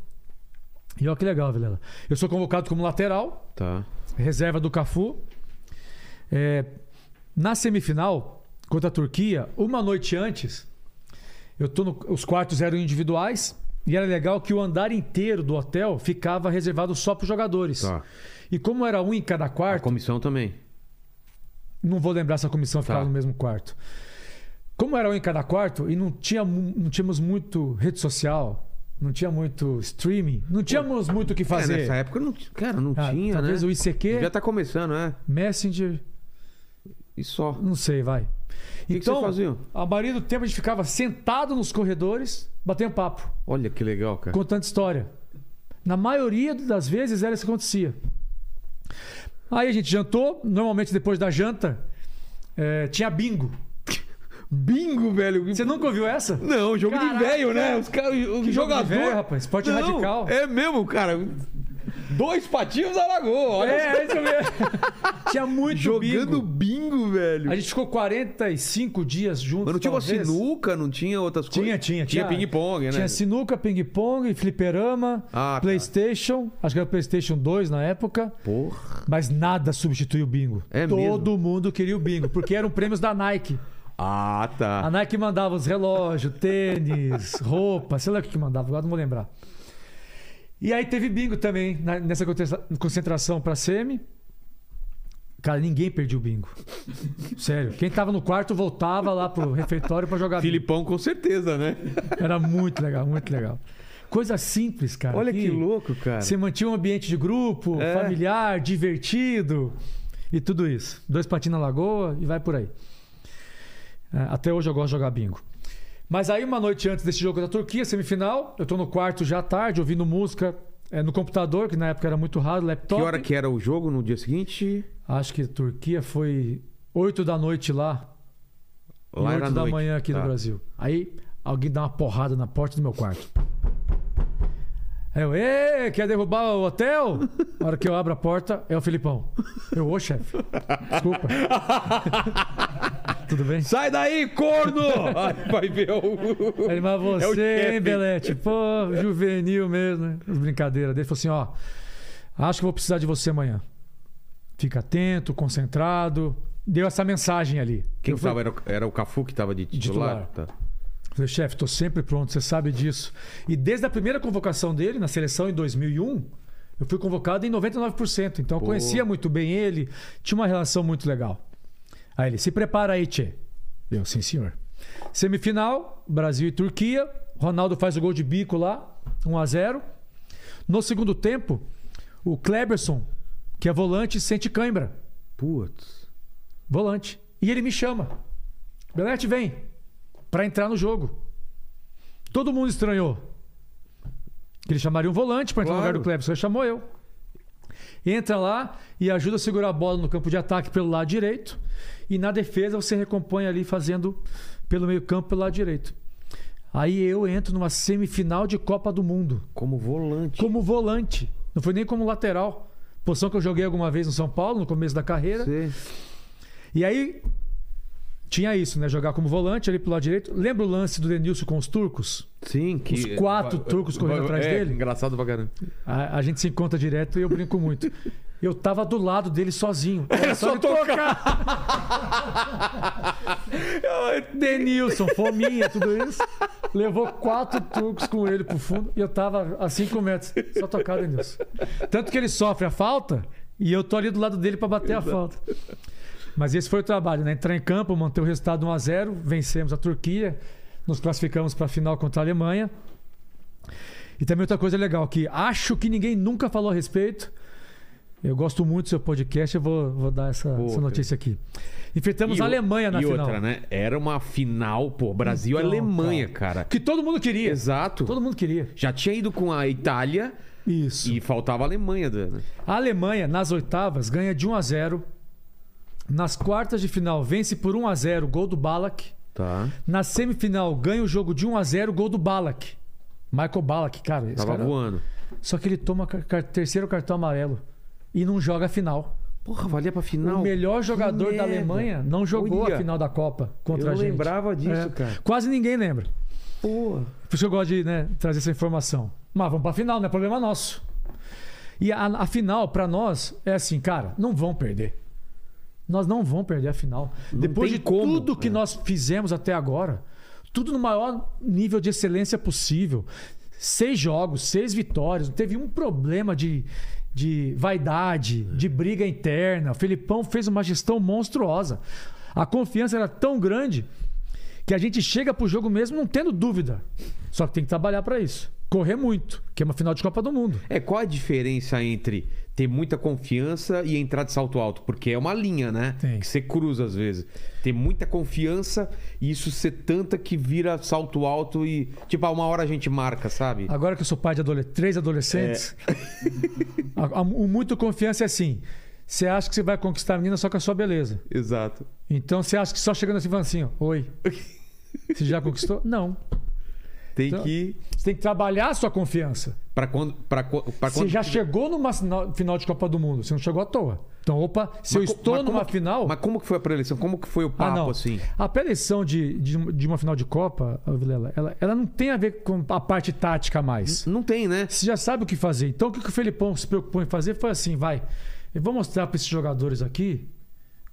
C: E olha que legal, Vilela. Eu sou convocado como lateral,
A: Tá.
C: reserva do Cafu. É, na semifinal, contra a Turquia, uma noite antes, eu tô no- os quartos eram individuais. E era legal que o andar inteiro do hotel ficava reservado só para os jogadores.
A: Tá.
C: E como era um em cada
A: A
C: quarto,
A: comissão também.
C: não vou lembrar se a comissão ficava
A: Tá.
C: no mesmo quarto. Como era um em cada quarto e não, tinha, mu- não tínhamos muito rede social, não tinha muito streaming, não tínhamos muito o que
A: É,
C: fazer.
A: nessa época não, t- cara, não
C: Ah,
A: tinha,
C: talvez
A: né?
C: o ICQ,
A: Já tá começando, é.
C: Messenger,
A: E só. O
C: não sei, vai. Então,
A: que, que você fazia?
C: a maioria do tempo a gente ficava sentado nos corredores, batendo papo,
A: Olha que legal, cara.
C: contando história. Na maioria das vezes era isso que acontecia. Aí a gente jantou, normalmente depois da janta, eh, tinha bingo.
A: Bingo, velho.
C: Você nunca ouviu essa?
A: Não, jogo
C: Caraca.
A: de velho, né? Os caras, o
C: Que jogo de
A: jogador,
C: velho, rapaz, esporte
A: Não,
C: radical.
A: É mesmo, cara. Dois patinhos da lagoa. Olha
C: É, é isso mesmo. Tinha muito
A: jogando
C: bingo.
A: bingo, velho.
C: A gente ficou 45 dias juntos.
A: Mas não tinha uma
C: talvez.
A: sinuca, não tinha outras
C: Tinha,
A: coisas?
C: tinha,
A: Tinha
C: tinha.
A: ping-pong, né?
C: Tinha sinuca, ping-pong, fliperama,
A: Ah, tá.
C: PlayStation. Acho que era PlayStation 2 na época.
A: Porra.
C: Mas nada substitui o bingo.
A: É
C: Todo mundo queria o bingo, porque eram prêmios da Nike.
A: Ah,
C: A
A: tá.
C: Nike mandava os relógios, tênis, roupa, sei lá o que que mandava, agora não vou lembrar. E aí teve bingo também na- nessa contesta- concentração pra semi. Cara, ninguém perdia o bingo. Sério. Quem tava no quarto voltava lá pro refeitório pra jogar bingo.
A: Filipão com certeza, né?
C: Era muito legal, muito legal. Coisa simples, cara.
A: Olha que louco, cara.
C: Você mantinha um ambiente de grupo,
A: É.
C: familiar, divertido e tudo isso. Dois patins na lagoa e vai por aí. É, Até hoje eu gosto de jogar bingo. Mas aí, uma noite antes desse jogo da Turquia, semifinal, eu tô no quarto já à tarde, ouvindo música é, no computador, que na época era muito raro,
A: Que
C: laptop.
A: hora que era o jogo no dia seguinte?
C: Acho que Turquia foi 8 da noite lá, e
A: Lá
C: 8
A: era
C: da
A: noite.
C: manhã aqui
A: Tá.
C: no Brasil. Aí alguém dá uma porrada na porta do meu quarto. Aí eu, ê, quer derrubar o hotel? Na hora que eu abro a porta, é o Filipão. Eu, ô chefe, desculpa. Tudo bem?
A: Sai daí, corno! Ai, vai ver o...
C: Ele, mas
A: É o
C: você,
A: chefe.
C: hein, Belete? Pô, juvenil mesmo, né? As brincadeiras dele. Ele falou assim: ó, acho que vou precisar de você amanhã. Fica atento, concentrado. Deu essa mensagem ali.
A: Quem
C: Eu
A: que tava? Era, o- era o Cafu que tava de titular? Tá.
C: Falei, chefe, tô sempre pronto, você sabe disso. E desde a primeira convocação dele, na seleção em 2001, eu fui convocado em 99%. Então eu
A: Pô.
C: conhecia muito bem ele, tinha uma relação muito legal. Aí ele, se prepara aí, Tchê. Eu, sim, senhor. Semifinal, Brasil e Turquia. Ronaldo faz o gol de bico lá, 1 a 0 No segundo tempo, o Kleberson, que é volante, sente cãibra.
A: Putz.
C: Volante. E ele me chama. Belete, vem. Pra entrar no jogo. Todo mundo estranhou. Que Ele chamaria um volante pra entrar no
A: Claro.
C: lugar do Clebson. Ele chamou eu. Entra lá e ajuda a segurar a bola no campo de ataque pelo lado direito. E na defesa você recompõe ali fazendo pelo meio campo pelo lado direito. Aí eu entro numa semifinal de Copa do Mundo.
A: Como volante.
C: Como volante. Não foi nem como lateral. Posição que eu joguei alguma vez no São Paulo, no começo da carreira.
A: Você-
C: E aí tinha isso, né? Jogar como volante ali pro lado direito. Lembra o lance do Denilson com os turcos?
A: Sim, que...
C: Os quatro turcos correndo atrás
A: É,
C: dele?
A: engraçado pra caramba.
C: A, a gente se encontra direto e eu brinco muito. Eu tava do lado dele sozinho. Era só, ele tocar. Denilson, fominha, tudo isso. Levou quatro turcos com ele pro fundo e eu tava a cinco metros. Só tocar, Denilson. Tanto que ele sofre a falta e eu tô ali do lado dele pra bater a falta. Mas esse foi o trabalho, né? Entrar em campo, manter o resultado 1 a 0 vencemos a Turquia, nos classificamos para a final contra a Alemanha. E também outra coisa legal, que acho que ninguém nunca falou a respeito. Eu gosto muito do seu podcast, eu vou, vou dar essa,
A: Boa,
C: essa notícia aqui. Enfrentamos
A: E
C: a
A: o-
C: Alemanha na
A: e
C: final.
A: outra, né? Era uma final, pô,
C: Então,
A: Brasil-Alemanha, cara.
C: Que todo mundo queria.
A: Exato.
C: Todo mundo queria.
A: Já tinha ido com a Itália
C: Isso.
A: e faltava a Alemanha, né?
C: A Alemanha, nas oitavas, ganha de 1 a 0 Nas quartas de final, vence por 1 a 0 gol do Balak.
A: Tá.
C: Na semifinal, ganha o jogo de 1 a 0 gol do Balak. Michael Balak, cara. Esse
A: Tava
C: cara
A: voando.
C: Só que ele toma car- car- terceiro cartão amarelo e não joga a final.
A: Porra, valia pra final.
C: o melhor jogador
A: merda.
C: da Alemanha não jogou
A: Olha.
C: a final da Copa contra
A: Eu
C: a gente.
A: É. lembrava disso, cara.
C: Quase ninguém lembra.
D: Pô.
C: Por isso que eu gosto de né, trazer essa informação. Mas vamos pra final, não é problema nosso. E a, a final, pra nós, é assim, cara, não vão perder. Nós não vamos perder a final. Depois
A: tem
C: de
A: como,
C: tudo que
A: né?
C: nós fizemos até agora, tudo no maior nível de excelência possível. Seis jogos, seis vitórias, não teve um problema de, de vaidade,
A: É.
C: de briga interna. O Felipão fez uma gestão monstruosa. A confiança era tão grande que a gente chega pro jogo mesmo não tendo dúvida. Só que tem que trabalhar pra isso. Correr muito, que é uma final de Copa do Mundo.
A: É, qual a diferença entre ter muita confiança e entrar de salto alto? Porque é uma linha, né?
C: Tem.
A: Que você cruza às vezes. Ter muita confiança e isso ser tanta que vira salto alto e, tipo, a uma hora a gente marca, sabe?
C: Agora que eu sou pai de adole- três adolescentes,
A: É.
C: a- a- o muito confiança é assim. Você acha que você vai conquistar a menina só com a sua beleza.
A: Exato.
C: Então você acha que só chegando assim, falando assim, ó, oi. Você já conquistou? Não.
A: Tem
C: Então-
A: que.
C: Você tem que trabalhar a sua confiança.
A: Pra quando. Pra, co- pra
C: Você
A: quando
C: já chegou numa sina- final de Copa do Mundo. Você não chegou à toa. Então, opa, se
A: Mas
C: eu
A: co-
C: estou
A: mas como
C: numa
A: que-
C: final.
A: Mas como que foi a preleção? Como que foi o
C: Ah,
A: papo,
C: não.
A: assim?
C: A preleção de, de, de uma final de Copa, ô, Vilela, ela, ela não tem a ver com a parte tática mais.
A: Não tem, né?
C: Você já sabe o que fazer. Então, o que que o Felipão se preocupou em fazer foi assim: vai, eu vou mostrar para esses jogadores aqui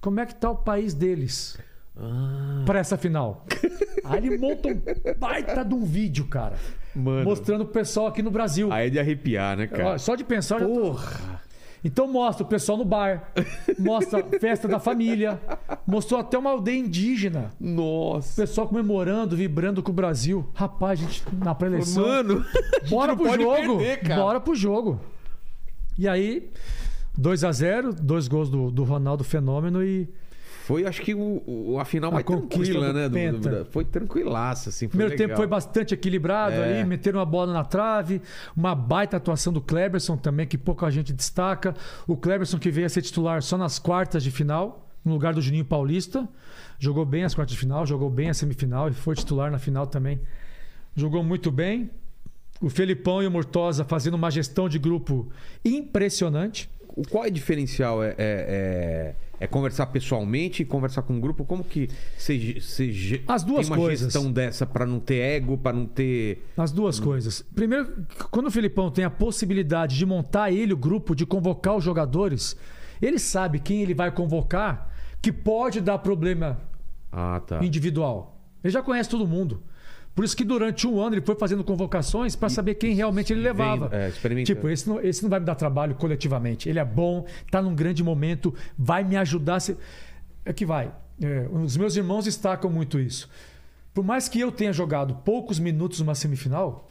C: como é que tá o país deles
A: Ah.
C: para essa final. Aí ele monta um baita de um vídeo, cara,
A: Mano.
C: mostrando o pessoal aqui no Brasil.
A: Aí é de arrepiar, né, cara?
C: Ó, Só de pensar, eu já tô- Então mostra o pessoal no bar, mostra a festa da família, mostrou até uma aldeia indígena. O
A: Nossa.
C: pessoal comemorando, vibrando com o Brasil. Rapaz, gente, na pré-eleição.
A: Mano.
C: bora
A: não
C: pro
A: pode
C: jogo.
A: perder, cara.
C: Bora pro jogo. E aí, 2 a 0 dois gols do, do Ronaldo Fenômeno e.
A: Foi, acho que o, o- a final
C: A
A: mais
C: conquista
A: tranquila,
C: do
A: né? do- do-
C: Penta.
A: foi tranquilaça, assim. Foi
C: Primeiro
A: legal.
C: tempo foi bastante equilibrado
A: É.
C: ali, meteram uma bola na trave, uma baita atuação do Kleberson também, que pouca gente destaca. O Kleberson que veio a ser titular só nas quartas de final, no lugar do Juninho Paulista. Jogou bem as quartas de final, jogou bem a semifinal e foi titular na final também. Jogou muito bem. O Felipão e o Mortosa fazendo uma gestão de grupo impressionante.
A: O qual é o diferencial? É, é, é- é conversar pessoalmente e conversar com um grupo? Como que você, você ge-
C: As duas
A: tem uma
C: coisas.
A: gestão dessa pra não ter ego, pra não ter.
C: As duas coisas. Primeiro, quando o Filipão tem a possibilidade de montar ele o grupo, de convocar os jogadores, ele sabe quem ele vai convocar que pode dar problema
A: Ah, tá.
C: individual. Ele já conhece todo mundo. Por isso que durante um ano ele foi fazendo convocações para saber quem realmente ele levava.
A: vendo, é, experimentando.
C: tipo, esse não, esse não vai me dar trabalho coletivamente. Ele é bom, tá num grande momento, vai me ajudar. a ser- É que vai. É, os meus irmãos destacam muito isso. Por mais que eu tenha jogado poucos minutos numa semifinal,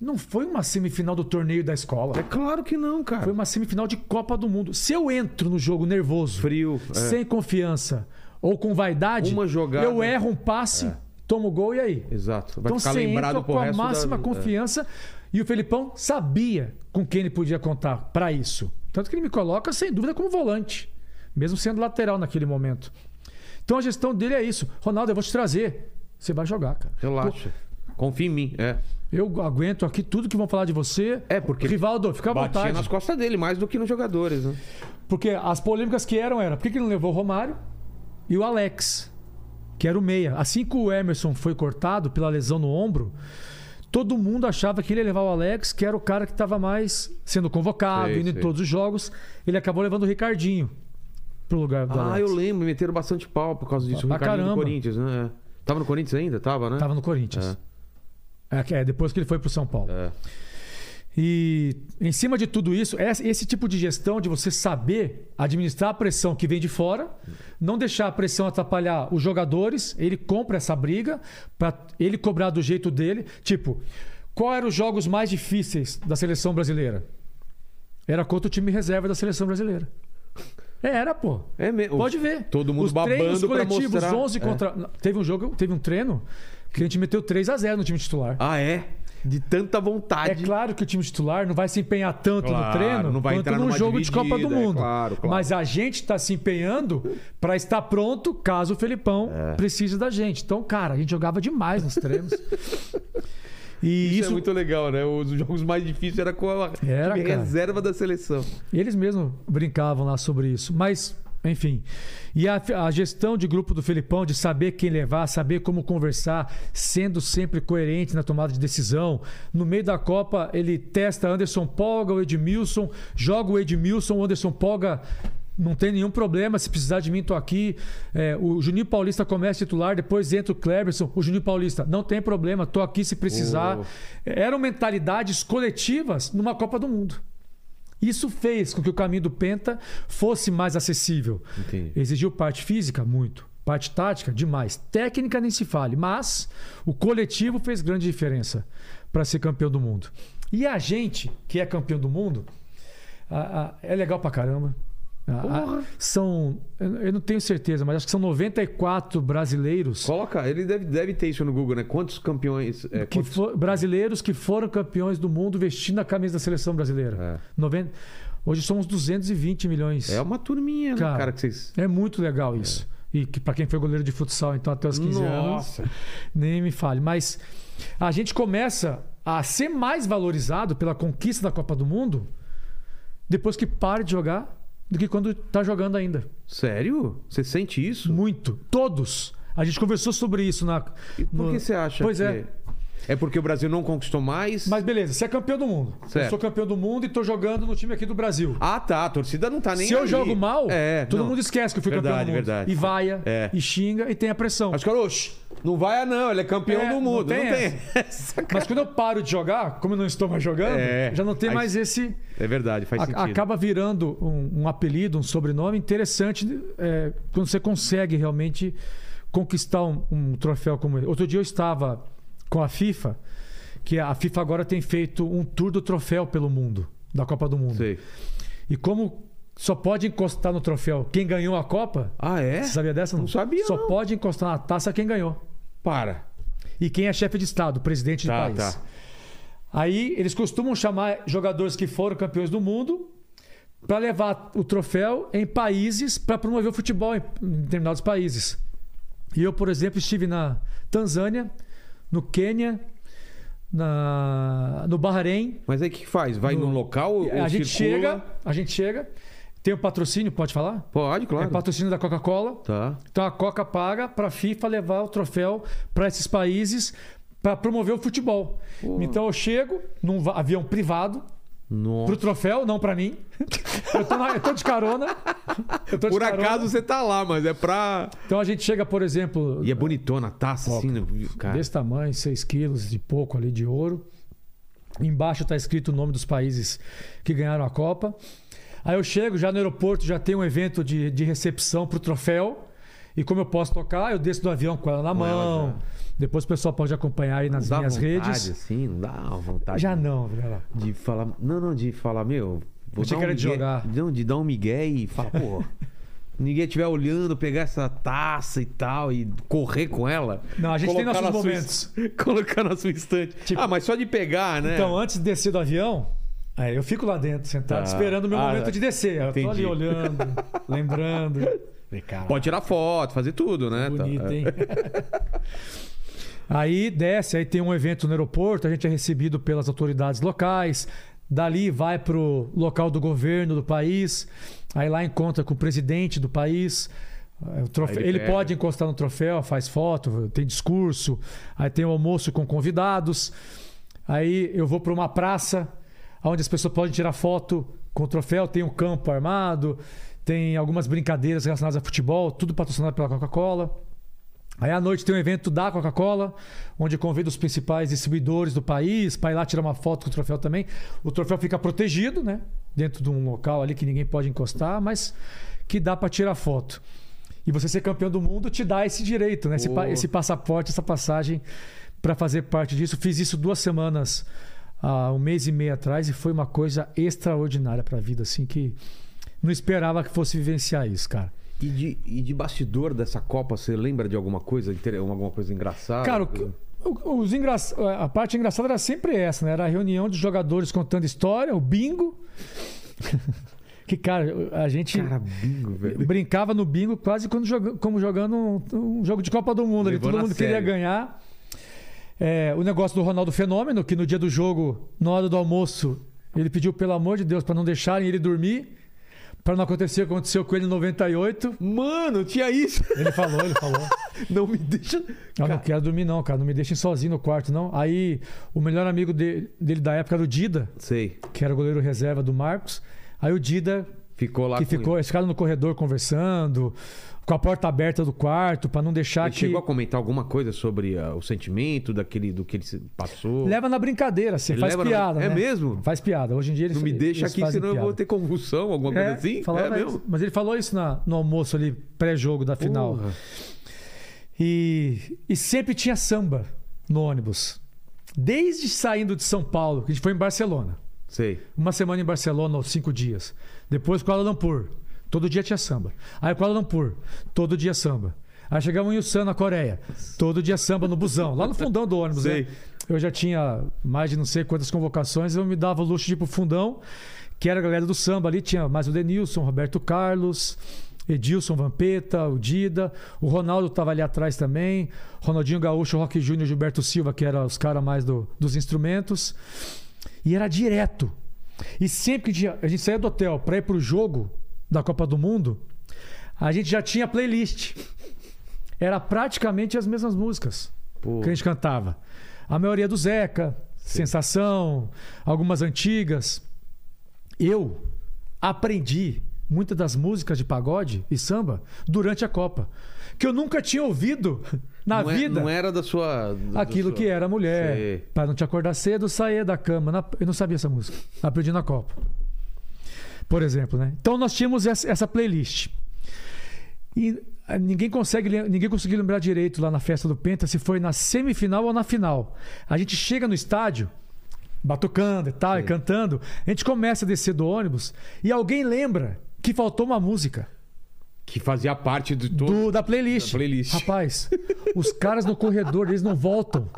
C: não foi uma semifinal do torneio da escola.
A: É claro que não, cara.
C: Foi uma semifinal de Copa do Mundo. Se eu entro no jogo nervoso,
A: Frio, é.
C: sem confiança ou com vaidade,
A: Uma jogada.
C: eu erro um passe, tomo o gol e aí.
A: Exato. Vai
C: então
A: ficar
C: você
A: lembrado
C: entra
A: pro
C: com a
A: resto da-
C: máxima
A: é.
C: confiança e o Felipão sabia com quem ele podia contar pra isso. Tanto que ele me coloca sem dúvida como volante, mesmo sendo lateral naquele momento. Então a gestão dele é isso. Ronaldo, eu vou te trazer. Você vai jogar, cara.
A: Relaxa. Confia em mim. É.
C: Eu aguento aqui tudo que vão falar de você.
A: É, porque
C: Rivaldo, fica à
A: Batia
C: vontade.
A: nas costas dele, mais do que nos jogadores, né?
C: Porque as polêmicas que eram era por que, que ele não levou o Romário e o Alex, que era o meia. Assim que o Emerson foi cortado pela lesão no ombro, todo mundo achava que ele ia levar o Alex, que era o cara que estava mais sendo convocado,
A: Sei,
C: indo
A: sei.
C: em todos os jogos. Ele acabou levando o Ricardinho pro lugar do
A: Ah,
C: Alex.
A: eu lembro, meteram bastante pau por causa disso.
C: Pra
A: o Ricardinho do
C: caramba.
A: Corinthians, né? É. Tava no Corinthians ainda? Tava, né?
C: Tava no Corinthians. É. que- é, depois que ele foi pro São Paulo.
A: É.
C: E em cima de tudo isso, essa- esse tipo de gestão de você saber administrar a pressão que vem de fora, não deixar a pressão atrapalhar os jogadores, ele compra essa briga para ele cobrar do jeito dele. Tipo, qual eram os jogos mais difíceis da seleção brasileira? Era contra o time reserva da seleção brasileira. É, Era, pô.
A: É mesmo.
C: Pode ver.
A: Todo mundo
C: os treinos
A: babando pra
C: coletivos,
A: mostrar. É.
C: 11 contra. Teve um jogo, teve um treino que a gente meteu 3 a 0 no time titular.
A: Ah, é? De tanta
C: É
A: vontade.
C: claro que o time titular não vai se empenhar tanto
A: Claro,
C: no treino
A: não vai
C: quanto
A: entrar
C: num
A: numa
C: jogo de Copa do
A: dividida, é
C: Mundo.
A: claro, claro.
C: Mas a gente está se empenhando para estar pronto caso o Felipão
A: É.
C: precise da gente. Então, cara, a gente jogava demais nos treinos. E isso,
A: Isso, é muito legal, né? Os jogos mais difíceis era com a
C: Era,
A: time
C: cara.
A: reserva da seleção.
C: eles mesmos brincavam lá sobre isso. Mas Enfim. E a, a gestão de grupo do Felipão, de saber quem levar, saber como conversar, sendo sempre coerente na tomada de decisão. No meio da Copa, ele testa Anderson Polga, o Edmilson, joga o Edmilson, o Anderson Polga. Não tem nenhum problema, se precisar de mim, tô aqui. É, o Juninho Paulista começa titular, depois entra o Cleberson. O Juninho Paulista, não tem problema, tô aqui se precisar.
A: Oh.
C: Eram mentalidades coletivas numa Copa do Mundo. Isso fez com que o caminho do Penta fosse mais acessível.
A: Entendi.
C: Exigiu parte física? Muito. Parte tática? Demais. Técnica nem se fale. Mas o coletivo fez grande diferença para ser campeão do mundo. E a gente, que é campeão do mundo, a- a- é legal pra caramba. A- a- são, eu eu não tenho certeza, mas acho que são 94 brasileiros
A: Coloca, ele deve, deve ter isso no Google, né? Quantos campeões. É,
C: que
A: quantos-
C: fo- brasileiros que foram campeões do mundo vestindo a camisa da seleção brasileira.
A: É.
C: 90 Hoje somos 220 milhões.
A: é uma turminha, né,
C: Cara,
A: cara, que vocês.
C: É muito legal isso. E que para quem foi goleiro de futsal, então até os 15 anos,
A: É. Nossa,
C: nem me fale. Mas a gente começa a ser mais valorizado pela conquista da Copa do Mundo depois que para de jogar do que quando tá jogando ainda.
A: sério? Você sente isso?
C: Muito. Todos. A gente conversou sobre isso na.
A: E por
C: no-
A: que você acha
C: Pois
A: que.
C: é.
A: É porque o Brasil não conquistou mais?
C: Mas beleza, você é campeão do mundo. Eu
A: Certo.
C: sou campeão do mundo e tô jogando no time aqui do Brasil.
A: Ah, tá. A torcida não tá nem.
C: Se eu
A: aí.
C: jogo mal,
A: É,
C: todo
A: não.
C: mundo esquece que eu fui campeão
A: Verdade,
C: do mundo.
A: verdade.
C: E vaia,
A: É.
C: e xinga, e tem a pressão.
A: Acho que, oxe, não vai, não. Ele é campeão
C: É,
A: do
C: não
A: mundo. Não
C: tem
A: tem.
C: essa. Mas quando eu paro de jogar, como eu não estou mais jogando,
A: É.
C: já não tem
A: Aí-
C: mais esse.
A: É verdade, faz
C: a-
A: sentido.
C: acaba virando um, um apelido, um sobrenome interessante é, quando você consegue realmente conquistar um, um troféu como esse. Outro dia eu estava com a FIFA, que a FIFA agora tem feito um tour do troféu pelo mundo, da Copa do Mundo.
A: Sei.
C: E como só pode encostar no troféu quem ganhou a Copa,
A: Ah, é?
C: você sabia dessa?
A: Não sabia,
C: Só
A: não.
C: pode encostar na taça quem ganhou.
A: Para.
C: E quem é chefe de Estado, presidente
A: Tá,
C: de país.
A: tá.
C: Aí eles costumam chamar jogadores que foram campeões do mundo para levar o troféu em países para promover o futebol em, em determinados países. E eu, por exemplo, estive na Tanzânia, no Quênia, na, no Bahrein.
A: Mas aí o que que faz? Vai
C: No-
A: num local ou
C: a gente
A: circula?
C: chega, a gente chega, tem o patrocínio, pode falar?
A: Pode, claro.
C: É patrocínio da Coca-Cola.
A: Tá.
C: Então a Coca paga para a FIFA levar o troféu para esses países para promover o futebol. Então eu chego num va- avião privado
A: Nossa.
C: pro troféu, não para mim. Eu tô, na- eu tô de carona. Eu tô de
A: Por
C: carona.
A: acaso você tá lá, mas é pra.
C: Então a gente chega, por exemplo,
A: E é bonitona a taça, assim, né? cara.
C: desse tamanho, 6 quilos e pouco ali de ouro. Embaixo está escrito o nome dos países que ganharam a Copa. Aí eu chego já no aeroporto, já tem um evento de, de recepção para o troféu. E como eu posso tocar, eu desço do avião com ela na
A: Com ela
C: mão.
A: já.
C: Depois o pessoal pode acompanhar aí nas
A: dá
C: minhas
A: vontade,
C: redes.
A: assim, não dá uma vontade.
C: Já não, Vilela.
A: De falar. Não, não, de falar, meu. Vou dar
C: Achei que
A: um
C: era de
A: migué-
C: jogar.
A: Não, de dar um migué e falar, pô. Ninguém estiver olhando, pegar essa taça e tal, e correr com ela.
C: Não, a gente tem
A: colocar
C: nossos
A: na sua- colocar na sua estante.
C: Tipo-
A: ah, mas só de pegar, né?
C: Então, antes de descer do avião, aí eu fico lá dentro, sentado,
A: Tá.
C: esperando o meu
A: Ah,
C: momento de descer. Eu tô ali
A: entendi.
C: olhando, lembrando.
A: Pode tirar foto, fazer tudo, né?
C: Bonito,
A: Tá.
C: hein? aí desce, aí tem um evento no aeroporto, a gente é recebido pelas autoridades locais. Dali vai pro local do governo do país, aí lá encontra com o presidente do país. eh, o troféu-
A: Aí ele
C: ele
A: pega.
C: pode encostar no troféu, faz foto, tem discurso, aí tem o almoço com convidados. Aí eu vou para uma praça onde as pessoas podem tirar foto com o troféu, tem um campo armado, tem algumas brincadeiras relacionadas a futebol, tudo patrocinado pela Coca-Cola. Aí à noite tem um evento da Coca-Cola, onde convida os principais distribuidores do país para ir lá tirar uma foto com o troféu também. O troféu fica protegido, né? Dentro de um local ali que ninguém pode encostar, mas que dá para tirar foto. E você ser campeão do mundo te dá esse direito, né? Esse, pa-
A: Pô.
C: esse passaporte, essa passagem para fazer parte disso. Fiz isso duas semanas, ah, um mês e meio atrás, e foi uma coisa extraordinária para a vida, assim, que não esperava que fosse vivenciar isso, cara.
A: E de, e de bastidor dessa Copa, você lembra de alguma coisa, inter- alguma coisa engraçada?
C: Cara, o que- o- os engra- a parte engraçada era sempre essa, né? Era a reunião de jogadores contando história, o bingo. que, cara, a gente
A: Cara, bingo, velho.
C: brincava no bingo quase quando joga- como jogando um, um jogo de Copa do Mundo. Ali.
A: Levando
C: Todo
A: a
C: mundo queria
A: sério.
C: ganhar. É, o negócio do Ronaldo Fenômeno, que no dia do jogo, na hora do almoço, ele pediu, pelo amor de Deus, para não deixarem ele dormir. Pra não acontecer o que aconteceu com ele em 98.
A: Mano, tinha isso.
C: Ele falou, ele falou.
A: Não me deixa.
C: Eu não
A: Cara,
C: quero dormir, não, cara. Não me deixem sozinho no quarto, não. Aí o melhor amigo de- dele da época era o Dida,
A: Sei.
C: que era o goleiro reserva do Marcos. Aí o Dida,
A: Ficou lá
C: que
A: com
C: ficou, eles ficaram no corredor conversando, com a porta aberta do quarto, pra não deixar
A: Ele
C: Tá que.
A: chegou a comentar alguma coisa sobre ah, o sentimento daquele, do que ele se passou.
C: Leva na brincadeira, assim,
A: Ele
C: faz
A: leva na-
C: piada.
A: É
C: né?
A: mesmo?
C: Faz piada. Hoje em dia eles
A: Não me deixa
C: eles
A: aqui,
C: fazem
A: senão eu vou
C: piada.
A: ter convulsão, alguma coisa
C: É,
A: assim? É
C: falava
A: mesmo?
C: isso. Mas ele falou isso na- no almoço ali, pré-jogo da final.
A: Porra.
C: E, e sempre tinha samba no ônibus. Desde saindo de São Paulo, que a gente foi em Barcelona.
A: Sei.
C: Uma semana em Barcelona, ou cinco dias. Depois Kuala Lumpur. Todo dia tinha samba. Aí Kuala Lumpur. Todo dia samba. Aí chegamos em Ulsan, na Coreia. Todo dia samba no busão. Lá no fundão do ônibus,
A: Sei.
C: né? Eu já tinha mais de não sei quantas convocações. Eu me dava o luxo de ir pro fundão, que era a galera do samba ali. Tinha mais o Denilson, Roberto Carlos... Edilson Vampeta, o Dida, o Ronaldo estava ali atrás também, Ronaldinho Gaúcho, Rock Júnior, Gilberto Silva, que eram os caras mais do- dos instrumentos. E era direto. E sempre que tinha- a gente saía do hotel pra ir pro jogo da Copa do Mundo, a gente já tinha playlist. Era praticamente as mesmas músicas
A: Pô.
C: que a gente cantava. A maioria do Zeca, Sensação, algumas antigas. Eu aprendi muitas das músicas de pagode e samba durante a Copa, que eu nunca tinha ouvido na
A: não é-
C: vida
A: não era da sua. do- do
C: aquilo
A: seu-
C: que era
A: Sei.
C: mulher. Pra não te acordar cedo, saia da cama. na- Eu não sabia essa música. Aprendi na Copa. Por exemplo, né? Então nós tínhamos essa essa playlist. E ah, ninguém consegue, lem- ninguém conseguiu lembrar direito lá na festa do Penta se foi na semifinal ou na final. A gente chega no estádio, batucando e tal, e cantando. A gente começa a descer do ônibus e alguém lembra que faltou uma música
A: Que fazia parte de todo.
C: do- da playlist.
A: Da playlist.
C: Rapaz, os caras no corredor, eles não voltam.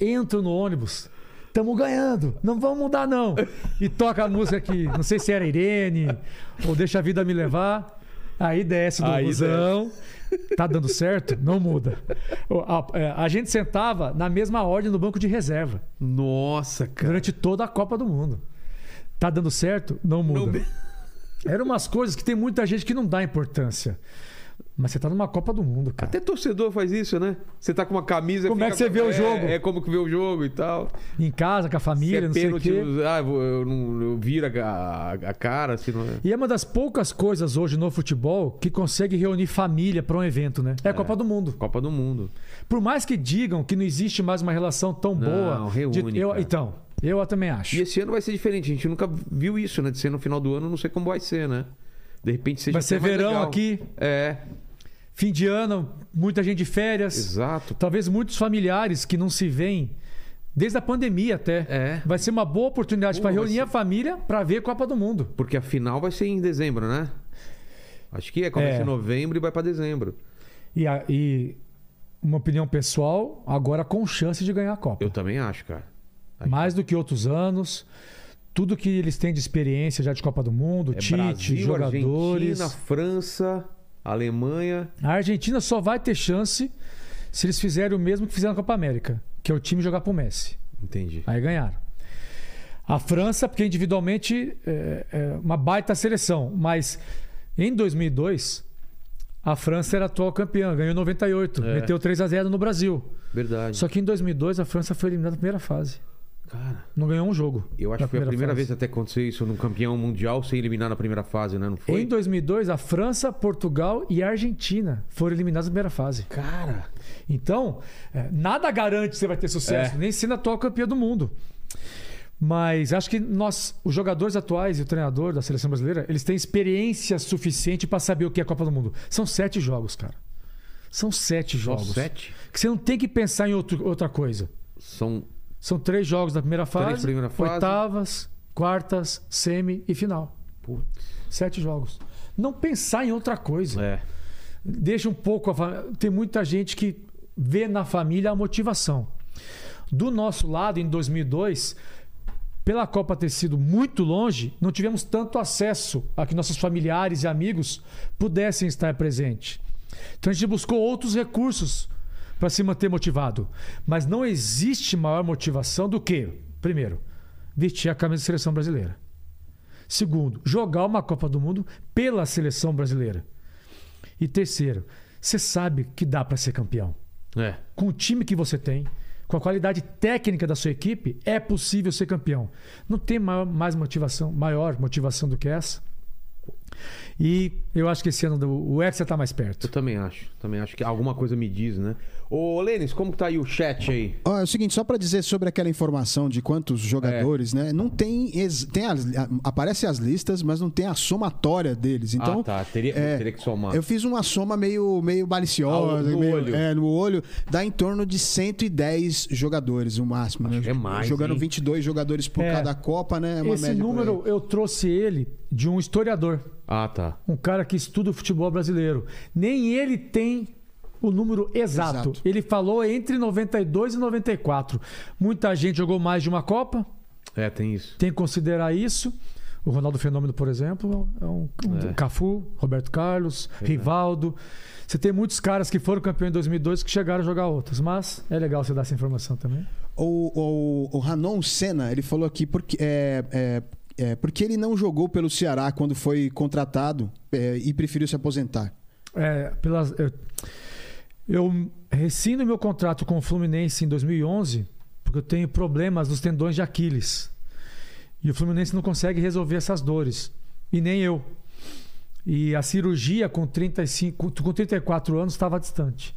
C: Entram no ônibus. Tamo ganhando, não vamos mudar não. E toca a música que, não sei se era Irene ou Deixa a Vida Me Levar. Aí desce do
A: Aí
C: busão. Tá dando certo? Não muda. O- A, é, a gente sentava na mesma ordem no banco de reserva
A: Nossa, cara.
C: durante toda a Copa do Mundo. Tá dando certo? Não muda. Eram umas coisas que tem muita gente que não dá importância. Mas você tá numa Copa do Mundo, cara.
A: Até torcedor faz isso, né? Você tá com uma camisa.
C: Como é
A: fica
C: que você
A: com-
C: vê o
A: é,
C: jogo?
A: É como que vê o jogo e tal.
C: Em casa, com a
A: Se
C: família,
A: é
C: não sei o
A: pênalti,
C: quê.
A: ah, eu, vou- eu não, eu viro a, a- a cara, assim, não é?
C: E é uma das poucas coisas hoje no futebol que consegue reunir família pra um evento, né? É a Copa do Mundo.
A: Copa do Mundo.
C: Por mais que digam que não existe mais uma relação tão
A: Não,
C: boa.
A: reúne,
C: eu,
A: cara.
C: então, eu também
A: E
C: acho.
A: esse ano vai ser diferente. A gente nunca viu isso, né? De ser no final do ano, não sei como vai ser, né? De repente seja
C: Vai ser
A: até mais
C: verão
A: legal.
C: aqui,
A: É,
C: fim de ano, muita gente de férias.
A: exato.
C: Talvez muitos familiares que não se veem desde a pandemia até.
A: É.
C: Vai ser uma boa oportunidade
A: Pô,
C: para
A: vai
C: reunir
A: ser-
C: a família para ver a Copa do Mundo.
A: Porque a final vai ser em dezembro, né? Acho que é. Começa
C: É.
A: em novembro e vai pra dezembro.
C: E, a- e uma opinião pessoal, agora com chance de ganhar a Copa.
A: Eu também acho, cara.
C: Mais do que outros anos. Tudo que eles têm de experiência já de Copa do Mundo,
A: É
C: Tite,
A: Brasil,
C: jogadores.
A: Argentina, França, Alemanha.
C: A Argentina só vai ter chance se eles fizerem o mesmo que fizeram na Copa América, que é o time jogar pro Messi.
A: Entendi.
C: Aí ganharam. A França, porque individualmente é, é uma baita seleção, mas em 2002 a França era atual campeã, ganhou 98,
A: É.
C: meteu 3 a 0 no Brasil.
A: Verdade.
C: Só que em 2002 a França foi eliminada na primeira fase,
A: Cara,
C: não ganhou um jogo.
A: eu acho
C: na
A: que foi a primeira
C: fase.
A: vez até que aconteceu isso num campeão mundial ser eliminar na primeira fase, né? Não foi?
C: Em 2002 a França, Portugal e a Argentina foram eliminadas na primeira fase.
A: Cara,
C: Então, é, nada garante que você vai ter
A: É.
C: sucesso, nem sendo a atual campeã do mundo. Mas acho que nós, os jogadores atuais e o treinador da seleção brasileira, eles têm experiência suficiente para saber o que é a Copa do Mundo. São sete jogos, cara. São sete
A: só
C: jogos.
A: sete?
C: Que você não tem que pensar em outro- outra coisa.
A: São
C: São três jogos da primeira fase,
A: primeira fase.
C: oitavas, quartas, semi e final.
A: Putz.
C: Sete jogos. Não pensar em outra coisa
A: É.
C: deixa um pouco a fa- tem muita gente que vê na família a motivação. Do nosso lado, em 2002, pela Copa ter sido muito longe, não tivemos tanto acesso a que nossos familiares e amigos pudessem estar presentes. Então a gente buscou outros recursos para se manter motivado. Mas não existe maior motivação do que, primeiro, vestir a camisa da seleção brasileira. Segundo, jogar uma Copa do Mundo pela seleção brasileira. E terceiro, você sabe que dá para ser campeão.
A: É.
C: Com o time que você tem, com a qualidade técnica da sua equipe, é possível ser campeão. Não tem ma- mais motivação, maior motivação do que essa. E eu acho que esse ano do- o Hexa está mais perto.
A: Eu também acho. Também acho que alguma coisa me diz, né? Ô, Lênis, como que tá aí o chat aí?
B: Ó, é o seguinte, só pra dizer sobre aquela informação de quantos
A: É.
B: jogadores, né? Não tem, ex- tem as, a- aparece as listas, mas não tem a somatória deles. Então,
A: ah, tá. Teria,
B: é,
A: teria que somar.
B: eu fiz uma soma meio meio maliciosa,
A: Ah, no
B: meio-
A: olho.
B: é, no olho, dá em torno de 110 jogadores o máximo, né?
A: que é mais,
B: Jogando
A: hein?
B: 22 jogadores por
C: É.
B: cada copa, né? É uma
C: Esse
B: média por aí.
C: número eu trouxe ele de um historiador,
A: Ah, tá.
C: um cara que estuda o futebol brasileiro. Nem ele tem o número exato.
B: Exato.
C: Ele falou entre 92 e 94. Muita gente jogou mais de uma Copa,
A: É, tem isso.
C: tem que considerar isso. O Ronaldo Fenômeno, por exemplo, é um, um
A: É.
C: Cafu, Roberto Carlos, Rivaldo. Você tem muitos caras que foram campeão em 2002 que chegaram a jogar outros, mas é legal você dar essa informação também.
B: O, o, o Hanon Senna, ele falou aqui porque, é, é, é, porque ele não jogou pelo Ceará quando foi contratado é, e preferiu se aposentar.
C: É, pelas, eu, eu rescindo meu contrato com o Fluminense em 2011 porque eu tenho problemas nos tendões de Aquiles. E o Fluminense não consegue resolver essas dores. E nem eu. E a cirurgia com 35, com 34 anos estava distante.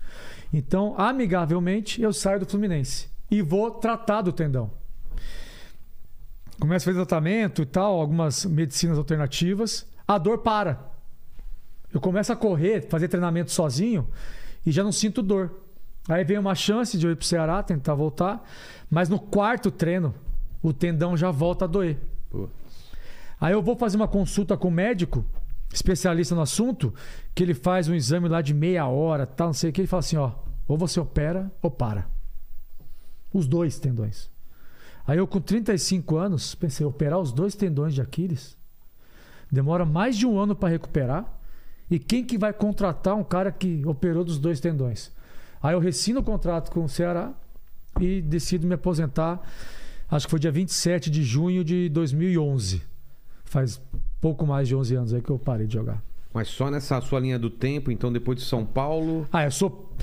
C: Então, amigavelmente, eu saio do Fluminense e vou tratar do tendão. Começo a fazer tratamento e tal, algumas medicinas alternativas. A dor para. Eu começo a correr, fazer treinamento sozinho e já não sinto dor. Aí vem uma chance de eu ir pro Ceará, tentar voltar, mas no quarto treino o tendão já volta a doer.
A: Pô.
C: Aí eu vou fazer uma consulta com o médico, especialista no assunto, que ele faz um exame lá de meia hora, tal, não sei o que, ele fala assim, ó, ou você opera ou para. Os dois tendões. Aí eu com 35 anos, pensei, operar os dois tendões de Aquiles? Demora mais de um ano para recuperar. E quem que vai contratar um cara que operou dos dois tendões? Aí eu rescino o contrato com o Ceará e decido me aposentar. Acho que foi dia 27 de junho de 2011. Faz pouco mais de 11 anos aí que eu parei de jogar.
A: Mas só nessa sua linha do tempo, então depois de São Paulo.
C: Ah, eu sou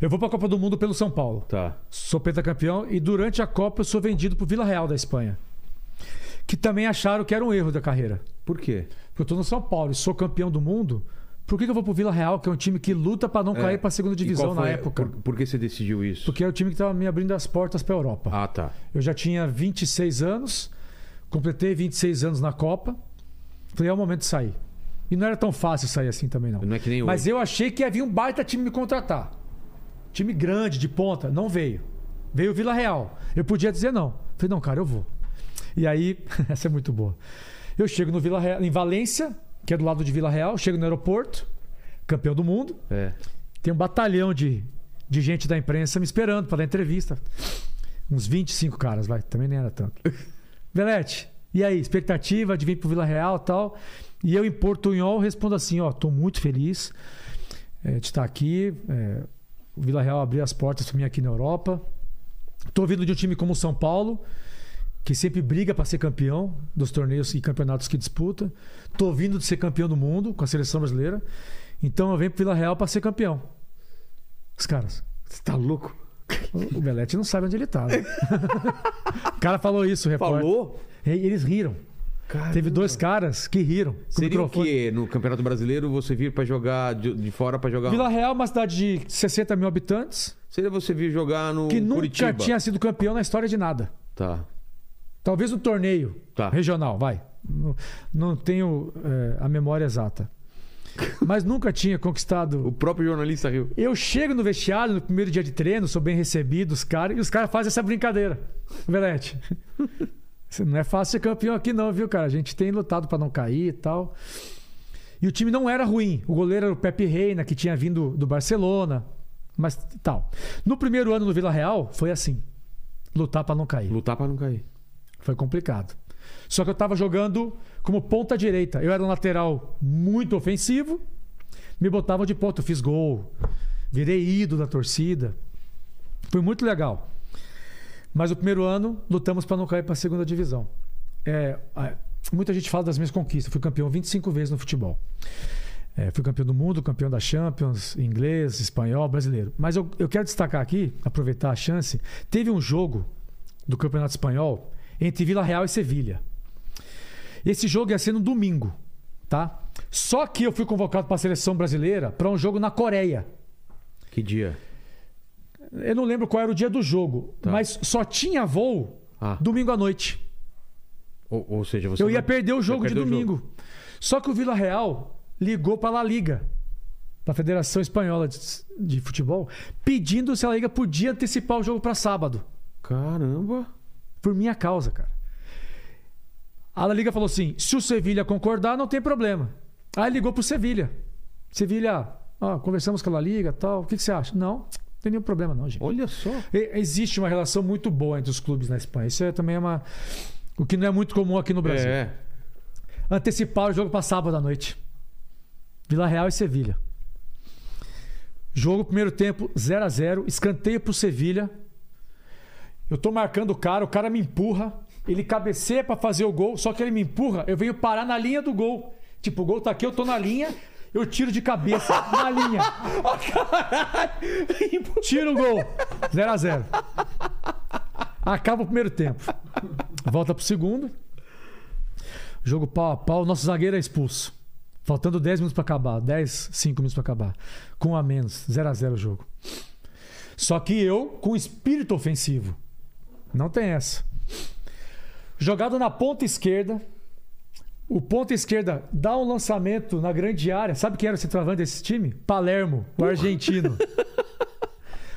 C: eu vou para a Copa do Mundo pelo São Paulo.
A: Tá.
C: Sou pentacampeão e durante a Copa eu sou vendido pro Vila Real da Espanha. Que também acharam que era um erro da carreira.
A: Por quê?
C: Porque eu tô no São Paulo e sou campeão do mundo. Por que, que eu vou pro Vila Real, que é um time que luta para não
A: É.
C: cair para a segunda
A: E
C: divisão
A: qual
C: na
A: foi-
C: época?
A: Por, por que você decidiu isso?
C: Porque é o time que estava me abrindo as portas para a Europa.
A: Ah, tá.
C: Eu já tinha 26 anos, completei 26 anos na Copa. Falei, é o momento de sair. E não era tão fácil sair assim também, não.
A: Não é que nem
C: Mas
A: hoje.
C: eu achei que ia vir um baita time me contratar. Time grande, de ponta. Não veio. Veio o Vila Real. Eu podia dizer não. Falei, não, cara, eu vou. E aí, essa é muito boa. Eu chego no Vila Real, em Valência, que é do lado de Vila Real, chego no aeroporto, campeão do mundo.
A: É.
C: Tem um batalhão de, de gente da imprensa me esperando para dar entrevista. Uns 25 caras, vai. Também nem era tanto. Belete, e aí? Expectativa de vir pro Vila Real e tal. E eu, em portunhol, respondo assim, ó, tô muito feliz eh, de estar aqui. eh, o Vila Real abriu as portas para mim aqui na Europa. Tô vindo de um time como o São Paulo, que sempre briga para ser campeão dos torneios e campeonatos que disputa. Tô vindo de ser campeão do mundo com a seleção brasileira. Então eu venho pro Vila Real para ser campeão. Os caras, você tá louco? O o Belete não sabe onde ele tá. né? o cara falou isso, o repórter.
A: Falou?
C: E eles riram. Teve dois caras que riram. com
A: Seria o
C: microfone.
A: quê? No Campeonato Brasileiro você vir pra jogar de, de fora pra jogar. um-
C: Vila Real, é uma cidade de 60 mil habitantes,
A: Seria você vir jogar no
C: que nunca
A: Curitiba.
C: tinha sido campeão na história de nada.
A: Tá.
C: Talvez um torneio
A: Tá.
C: regional, vai. Não, não tenho eh, a memória exata. Mas nunca tinha
A: O
C: conquistado.
A: próprio jornalista riu.
C: Eu chego no vestiário no primeiro dia de treino, sou bem recebido, os caras, e os caras fazem essa brincadeira. Velete, você não é fácil ser campeão aqui, não, viu, cara? A gente tem lutado pra não cair e tal. E o time não era ruim. O goleiro era o Pepe Reina, que tinha vindo do Barcelona, mas tal. No primeiro ano no Vila Real, foi assim: lutar pra não cair.
A: Lutar pra não cair.
C: Foi complicado. Só que eu tava jogando como ponta direita. Eu era um lateral muito ofensivo. Me botavam de ponta, eu fiz gol. Virei ídolo da torcida. Foi muito legal. Mas o primeiro ano lutamos para não cair para a segunda divisão. É, a- muita gente fala das minhas conquistas. Fui campeão 25 vezes no futebol. É, fui campeão do mundo, campeão da Champions, inglês, espanhol, brasileiro. Mas eu, eu quero destacar aqui, aproveitar a chance. Teve um jogo do Campeonato Espanhol entre Vila Real e Sevilha. Esse jogo ia ser no domingo, tá? Só que eu fui convocado para a seleção brasileira para um jogo na Coreia.
A: Que dia?
C: Eu não lembro qual era o dia do jogo,
A: Tá.
C: mas só tinha voo
A: Ah.
C: domingo à noite.
A: Ou, ou seja, você.
C: eu
A: não-
C: ia perder o
A: você
C: jogo de
A: perdeu o
C: domingo. Só que o Vila Real ligou para a La Liga, para a Federação Espanhola de, de Futebol, pedindo se a La Liga podia antecipar o jogo para sábado.
A: Caramba.
C: Por minha causa, cara. A La Liga falou assim: se o Sevilha concordar, não tem problema. Aí ligou pro Sevilha. Sevilha, ó, conversamos com a La Liga tal. O que, que você acha? Não, não tem nenhum problema, não, gente.
A: Olha só.
C: E- Existe uma relação muito boa entre os clubes na Espanha. Isso é também uma. O que não é muito comum aqui no Brasil.
A: É.
C: Antecipar o jogo para sábado à noite. Vila Real e Sevilha. Jogo, primeiro tempo, 0 a 0 Escanteio pro Sevilha. Eu tô marcando o cara, o cara me empurra. Ele cabeceia para fazer o gol, só que ele me empurra, eu venho parar na linha do gol. Tipo, o gol tá aqui, eu tô na linha, eu tiro de cabeça na linha. Tiro o gol. 0 a 0 Acaba o primeiro tempo. Volta pro segundo. Jogo pau a pau. Nosso zagueiro é expulso. Faltando 10 minutos pra acabar. 10, 5 minutos pra acabar. Com um a menos. 0 a 0 o jogo. Só que eu com espírito ofensivo. Não tem essa. Jogada na ponta esquerda. O ponta esquerda dá um lançamento na grande área. Sabe quem era o centroavante desse time? Palermo, o argentino.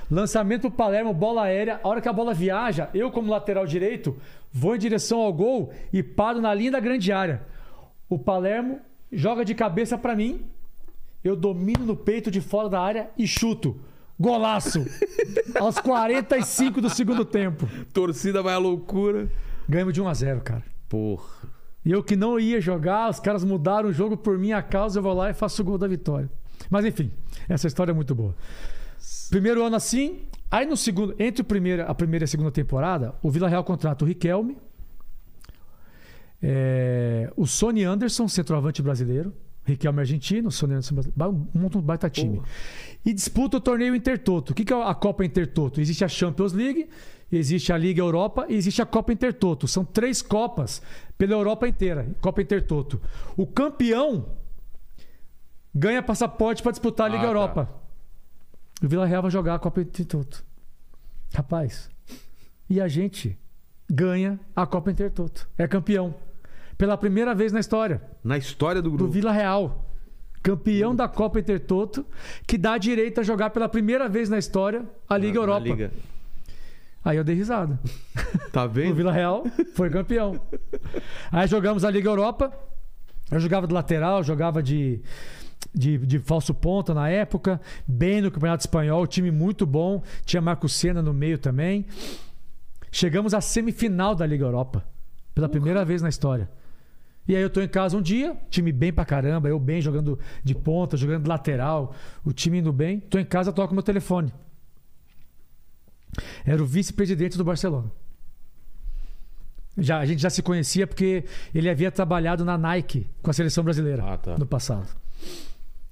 C: Lançamento Palermo, bola aérea. A hora que a bola viaja, eu, como lateral direito, vou em direção ao gol e paro na linha da grande área. O Palermo joga de cabeça pra mim. Eu domino no peito de fora da área e chuto. Golaço! Aos 45 do segundo tempo.
A: Torcida vai à loucura.
C: Ganhamos de 1 a 0, cara.
A: Porra.
C: E eu que não ia jogar, os caras mudaram o jogo por minha causa, eu vou lá e faço o gol da vitória. Mas enfim, essa história é muito boa. Primeiro ano assim, aí no segundo, entre o primeiro, a primeira e a segunda temporada, o Vila Real contrata o Riquelme, é, o Sony Anderson, centroavante brasileiro, Riquelme argentino, Sony Anderson brasileiro, ba- um monte- um baita time. E disputa o torneio Intertoto. O que que é a Copa Intertoto? Existe a Champions League, existe a Liga Europa e existe a Copa Intertoto. São três copas pela Europa inteira, Copa Intertoto. O campeão ganha passaporte para disputar a Liga
A: Ah, tá.
C: Europa. E o Vila Real vai jogar a Copa Intertoto. Rapaz, e a gente ganha a Copa Intertoto. É campeão. Pela primeira vez na história
A: Na história do
C: do
A: grupo.
C: Vila Real. Campeão da Copa Intertoto, que dá direito a jogar pela primeira vez na história a Liga
A: Na- na
C: Europa.
A: Liga.
C: Aí eu dei risada.
A: Tá
C: O
A: vendo?
C: Vila Real foi campeão. Aí jogamos a Liga Europa. Eu jogava de lateral, jogava de, de, de falso ponta na época. Bem no Campeonato Espanhol, time muito bom. Tinha Marco Senna no meio também. Chegamos à semifinal da Liga Europa. Pela primeira vez na história. E aí eu tô em casa um dia, time bem pra caramba, eu bem jogando de ponta, jogando de lateral, o time indo bem. Tô em casa, toco meu telefone. Era o vice-presidente do Barcelona. Já, a gente já se conhecia porque ele havia trabalhado na Nike com a seleção brasileira
A: Ah, tá.
C: no passado.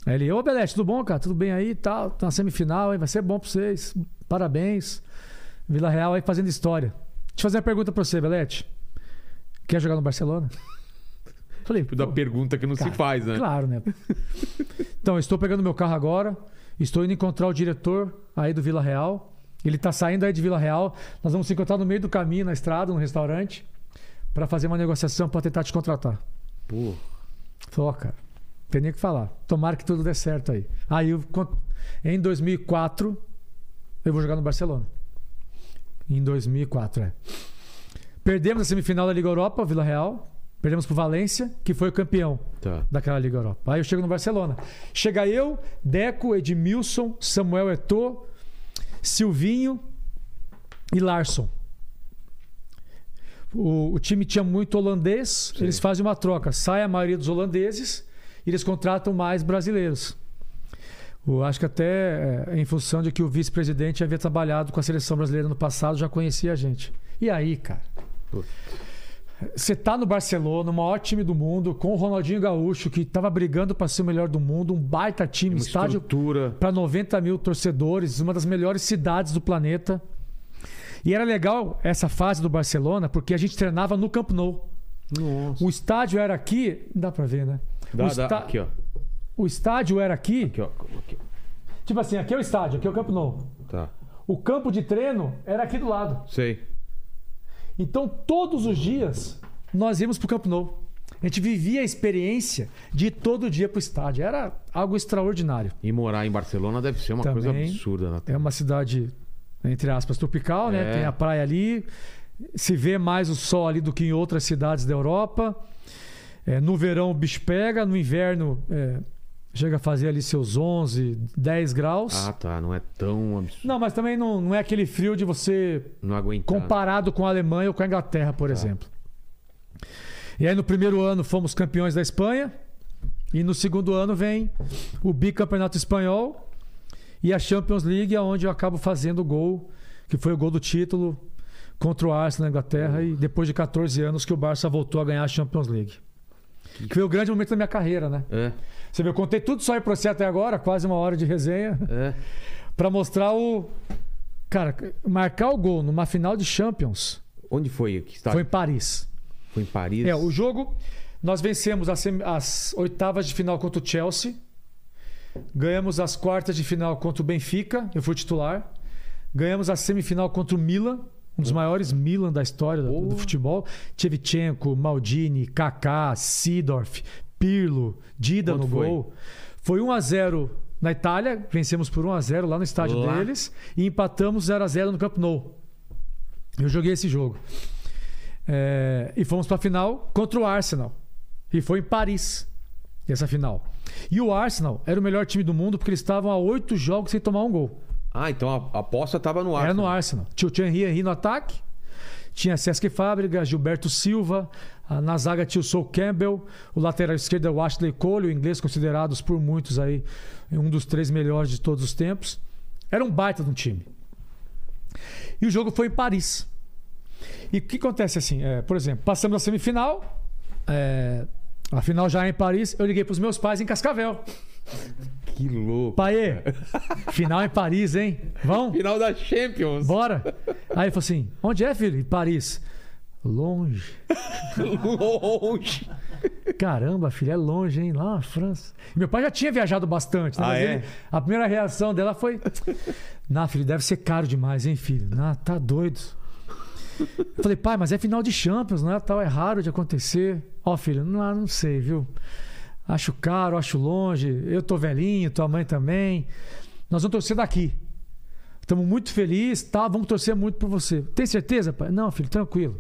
C: Aí ele, ô Belete, tudo bom, cara? Tudo bem aí? Tá, tá na semifinal, hein? vai ser bom pra vocês. Parabéns. Vila Real aí fazendo história. Deixa eu fazer uma pergunta pra você, Belete. Quer jogar no Barcelona? Falei,
A: Da
C: "Pô,
A: pergunta que não
C: Cara,
A: se faz, né?
C: Claro, né? Então, eu estou pegando meu carro agora, estou indo encontrar o diretor aí do Vila Real. Ele está saindo aí de Vila Real. Nós vamos se encontrar no meio do caminho, na estrada, no restaurante, para fazer uma negociação para tentar te contratar.
A: Porra.
C: Falei, ó, cara, não tem nem o que falar. Tomara que tudo dê certo aí. Aí, eu, con- em 2004, eu vou jogar no Barcelona. Em 2004, é. Perdemos a semifinal da Liga Europa, Vila Real. Perdemos pro Valência, que foi o campeão
A: Tá.
C: daquela Liga Europa. Aí eu chego no Barcelona. Chega eu, Deco, Edmilson, Samuel Eto'o, Silvinho e Larson. O, o time tinha muito holandês, eles fazem uma troca. Sai a maioria dos holandeses e eles contratam mais brasileiros. Eu acho que até é, em função de que o vice-presidente havia trabalhado com a seleção brasileira no passado, já conhecia a gente. E aí, cara? Você tá no Barcelona, o maior time do mundo, com o Ronaldinho Gaúcho, que tava brigando para ser o melhor do mundo, um baita time,
A: É Uma
C: estádio
A: estrutura.
C: para 90 mil torcedores, uma das melhores cidades do planeta. E era legal essa fase do Barcelona, porque a gente treinava no Camp Nou.
A: Nossa.
C: O estádio era aqui, dá pra ver, né?
A: Dá,
C: o,
A: dá.
C: está-
A: Aqui, ó.
C: o estádio era aqui,
A: Aqui, ó. Aqui.
C: tipo assim, aqui é o estádio, aqui é o Camp Nou.
A: Tá.
C: O campo de treino era aqui do lado.
A: Sei.
C: Então, todos os dias, nós íamos pro Camp Nou. A gente vivia a experiência de ir todo dia pro estádio. Era algo extraordinário.
A: E morar em Barcelona deve ser uma
C: Também.
A: coisa absurda, né?
C: É uma cidade, entre aspas, tropical, né?
A: É.
C: Tem a praia ali. Se vê mais o sol ali do que em outras cidades da Europa. É, no verão o bicho pega, no inverno é, chega a fazer ali seus 11, 10 graus.
A: Ah, tá. Não é tão absurdo.
C: Não, mas também não, não é aquele frio de você
A: Não aguentar.
C: comparado com a Alemanha ou com a Inglaterra, por exemplo. E aí no primeiro ano fomos campeões da Espanha e no segundo ano vem o bicampeonato espanhol e a Champions League, onde eu acabo fazendo o gol, que foi o gol do título contra o Arsenal na Inglaterra e depois de 14 anos que o Barça voltou a ganhar a Champions League. Que foi o grande momento da minha carreira, né?
A: É,
C: Você vê, eu contei tudo só aí pra você até agora, quase uma hora de resenha.
A: é.
C: Pra mostrar o. Cara, marcar o gol numa final de Champions
A: Onde foi que está?
C: foi em Paris.
A: Foi em Paris.
C: É, o jogo. Nós vencemos as, semi- as oitavas de final contra o Chelsea. Ganhamos as quartas de final contra o Benfica. Eu fui titular. Ganhamos a semifinal contra o Milan. Um dos maiores Milan da história do, do futebol. Tchevchenko, Maldini, Kaká, Sidorf, Pirlo, Dida
A: Quanto
C: no
A: foi?
C: gol. Foi 1 a 0 na Itália. Vencemos por 1 a 0 lá no estádio
A: Lá.
C: deles. E empatamos 0 a 0 no Camp Nou. Eu joguei esse jogo. É, e fomos para a final contra o Arsenal. E foi em Paris essa final. E o Arsenal era o melhor time do mundo porque eles estavam a oito jogos sem tomar um gol.
A: Ah, então a a aposta tava no ar. né?
C: Era no Arsenal. Tinha o Thierry Henry no ataque, tinha Sesc Fábrica, Gilberto Silva, a- na zaga tinha o Sol Campbell, o lateral esquerdo é o Ashley Cole, o inglês considerados por muitos aí um dos três melhores de todos os tempos. Era um baita de um time. E o jogo foi em Paris. E o que acontece assim? é, por exemplo, passamos a semifinal, é, a final já é em Paris, eu liguei para os meus pais em Cascavel.
A: Que louco.
C: Paê, final em Paris, hein? Vão?
A: Final da Champions.
C: Bora! Aí ele falou assim: onde é, filho? Em Paris. Longe.
A: Longe.
C: Caramba, filho, é longe, hein? Lá na França. E meu pai já tinha viajado bastante, né?
A: Ah,
C: Mas
A: é?
C: ele- a primeira reação dela foi: Nah, filho, deve ser caro demais, hein, filho? Nah, tá doido. Eu falei, pai, mas é final de Champions, né? Tal, é raro de acontecer. Ó, filho, não, não sei, viu? Acho caro, acho longe. Eu tô velhinho, tua mãe também. Nós vamos torcer daqui. Estamos muito felizes, tá? Vamos torcer muito por você. Tem certeza, pai? Não, filho, tranquilo.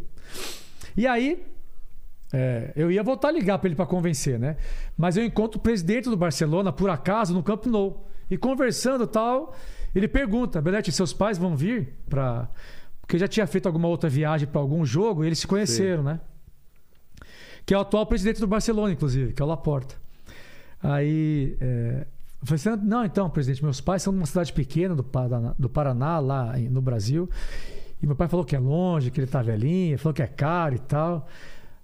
C: E aí, é, eu ia voltar a ligar para ele para convencer, né? Mas eu encontro o presidente do Barcelona, por acaso, no Camp Nou. E conversando e tal, ele pergunta: Belete, seus pais vão vir para. Porque já tinha feito alguma outra viagem para algum jogo e eles se conheceram, né? Que é o atual presidente do Barcelona, inclusive, que é o Laporta. Aí. É... eu falei assim, não, então, presidente, meus pais são de uma cidade pequena do Paraná, do Paraná lá em- no Brasil. E meu pai falou que é longe, que ele tá velhinho, falou que é caro e tal.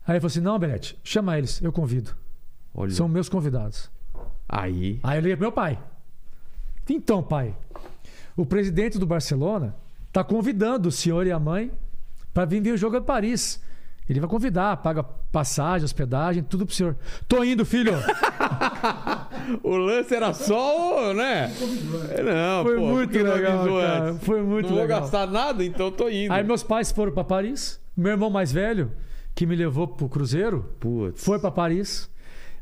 C: Aí ele falou assim: não, Belete, chama eles, eu convido.
A: Olha.
C: São meus convidados.
A: Aí.
C: Aí eu liguei pro meu pai. Então, pai, o presidente do Barcelona tá convidando o senhor e a mãe para vir ver o jogo em Paris. Ele vai convidar, paga passagem, hospedagem, tudo pro senhor. Tô indo, filho.
A: O lance era só, o, né? Não,
C: Foi
A: pô, por
C: muito
A: que não
C: legal,
A: avisou
C: cara.
A: antes?
C: Foi muito
A: não
C: legal.
A: vou gastar nada, então tô indo.
C: Aí meus pais foram para Paris. Meu irmão mais velho, que me levou pro Cruzeiro,
A: Putz.
C: foi para Paris.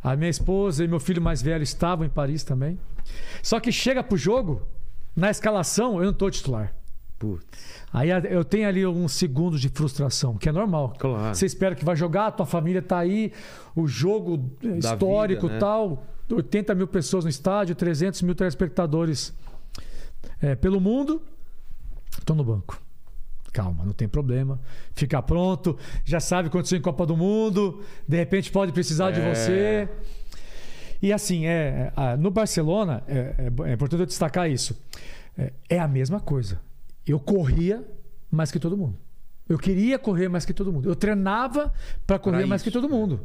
C: A minha esposa e meu filho mais velho estavam em Paris também. Só que chega pro jogo, na escalação, eu não tô titular.
A: Putz.
C: Aí a- eu tenho ali alguns segundos de frustração, que é normal.
A: Claro.
C: Você espera que vai jogar, tua família tá aí, o jogo é,
A: Da
C: histórico
A: vida, né?
C: tal, 80 mil pessoas no estádio, 300 mil telespectadores é, pelo mundo. Tô no banco. Calma, não tem problema. Fica pronto, já sabe o que aconteceu em Copa do Mundo, de repente pode precisar de
A: É.
C: você. E assim, é, a- no Barcelona, é, é bo- é importante eu destacar isso. É, é a mesma coisa. Eu corria mais que todo mundo. Eu queria correr mais que todo mundo. Eu treinava para correr mais que
A: isso,
C: todo mundo.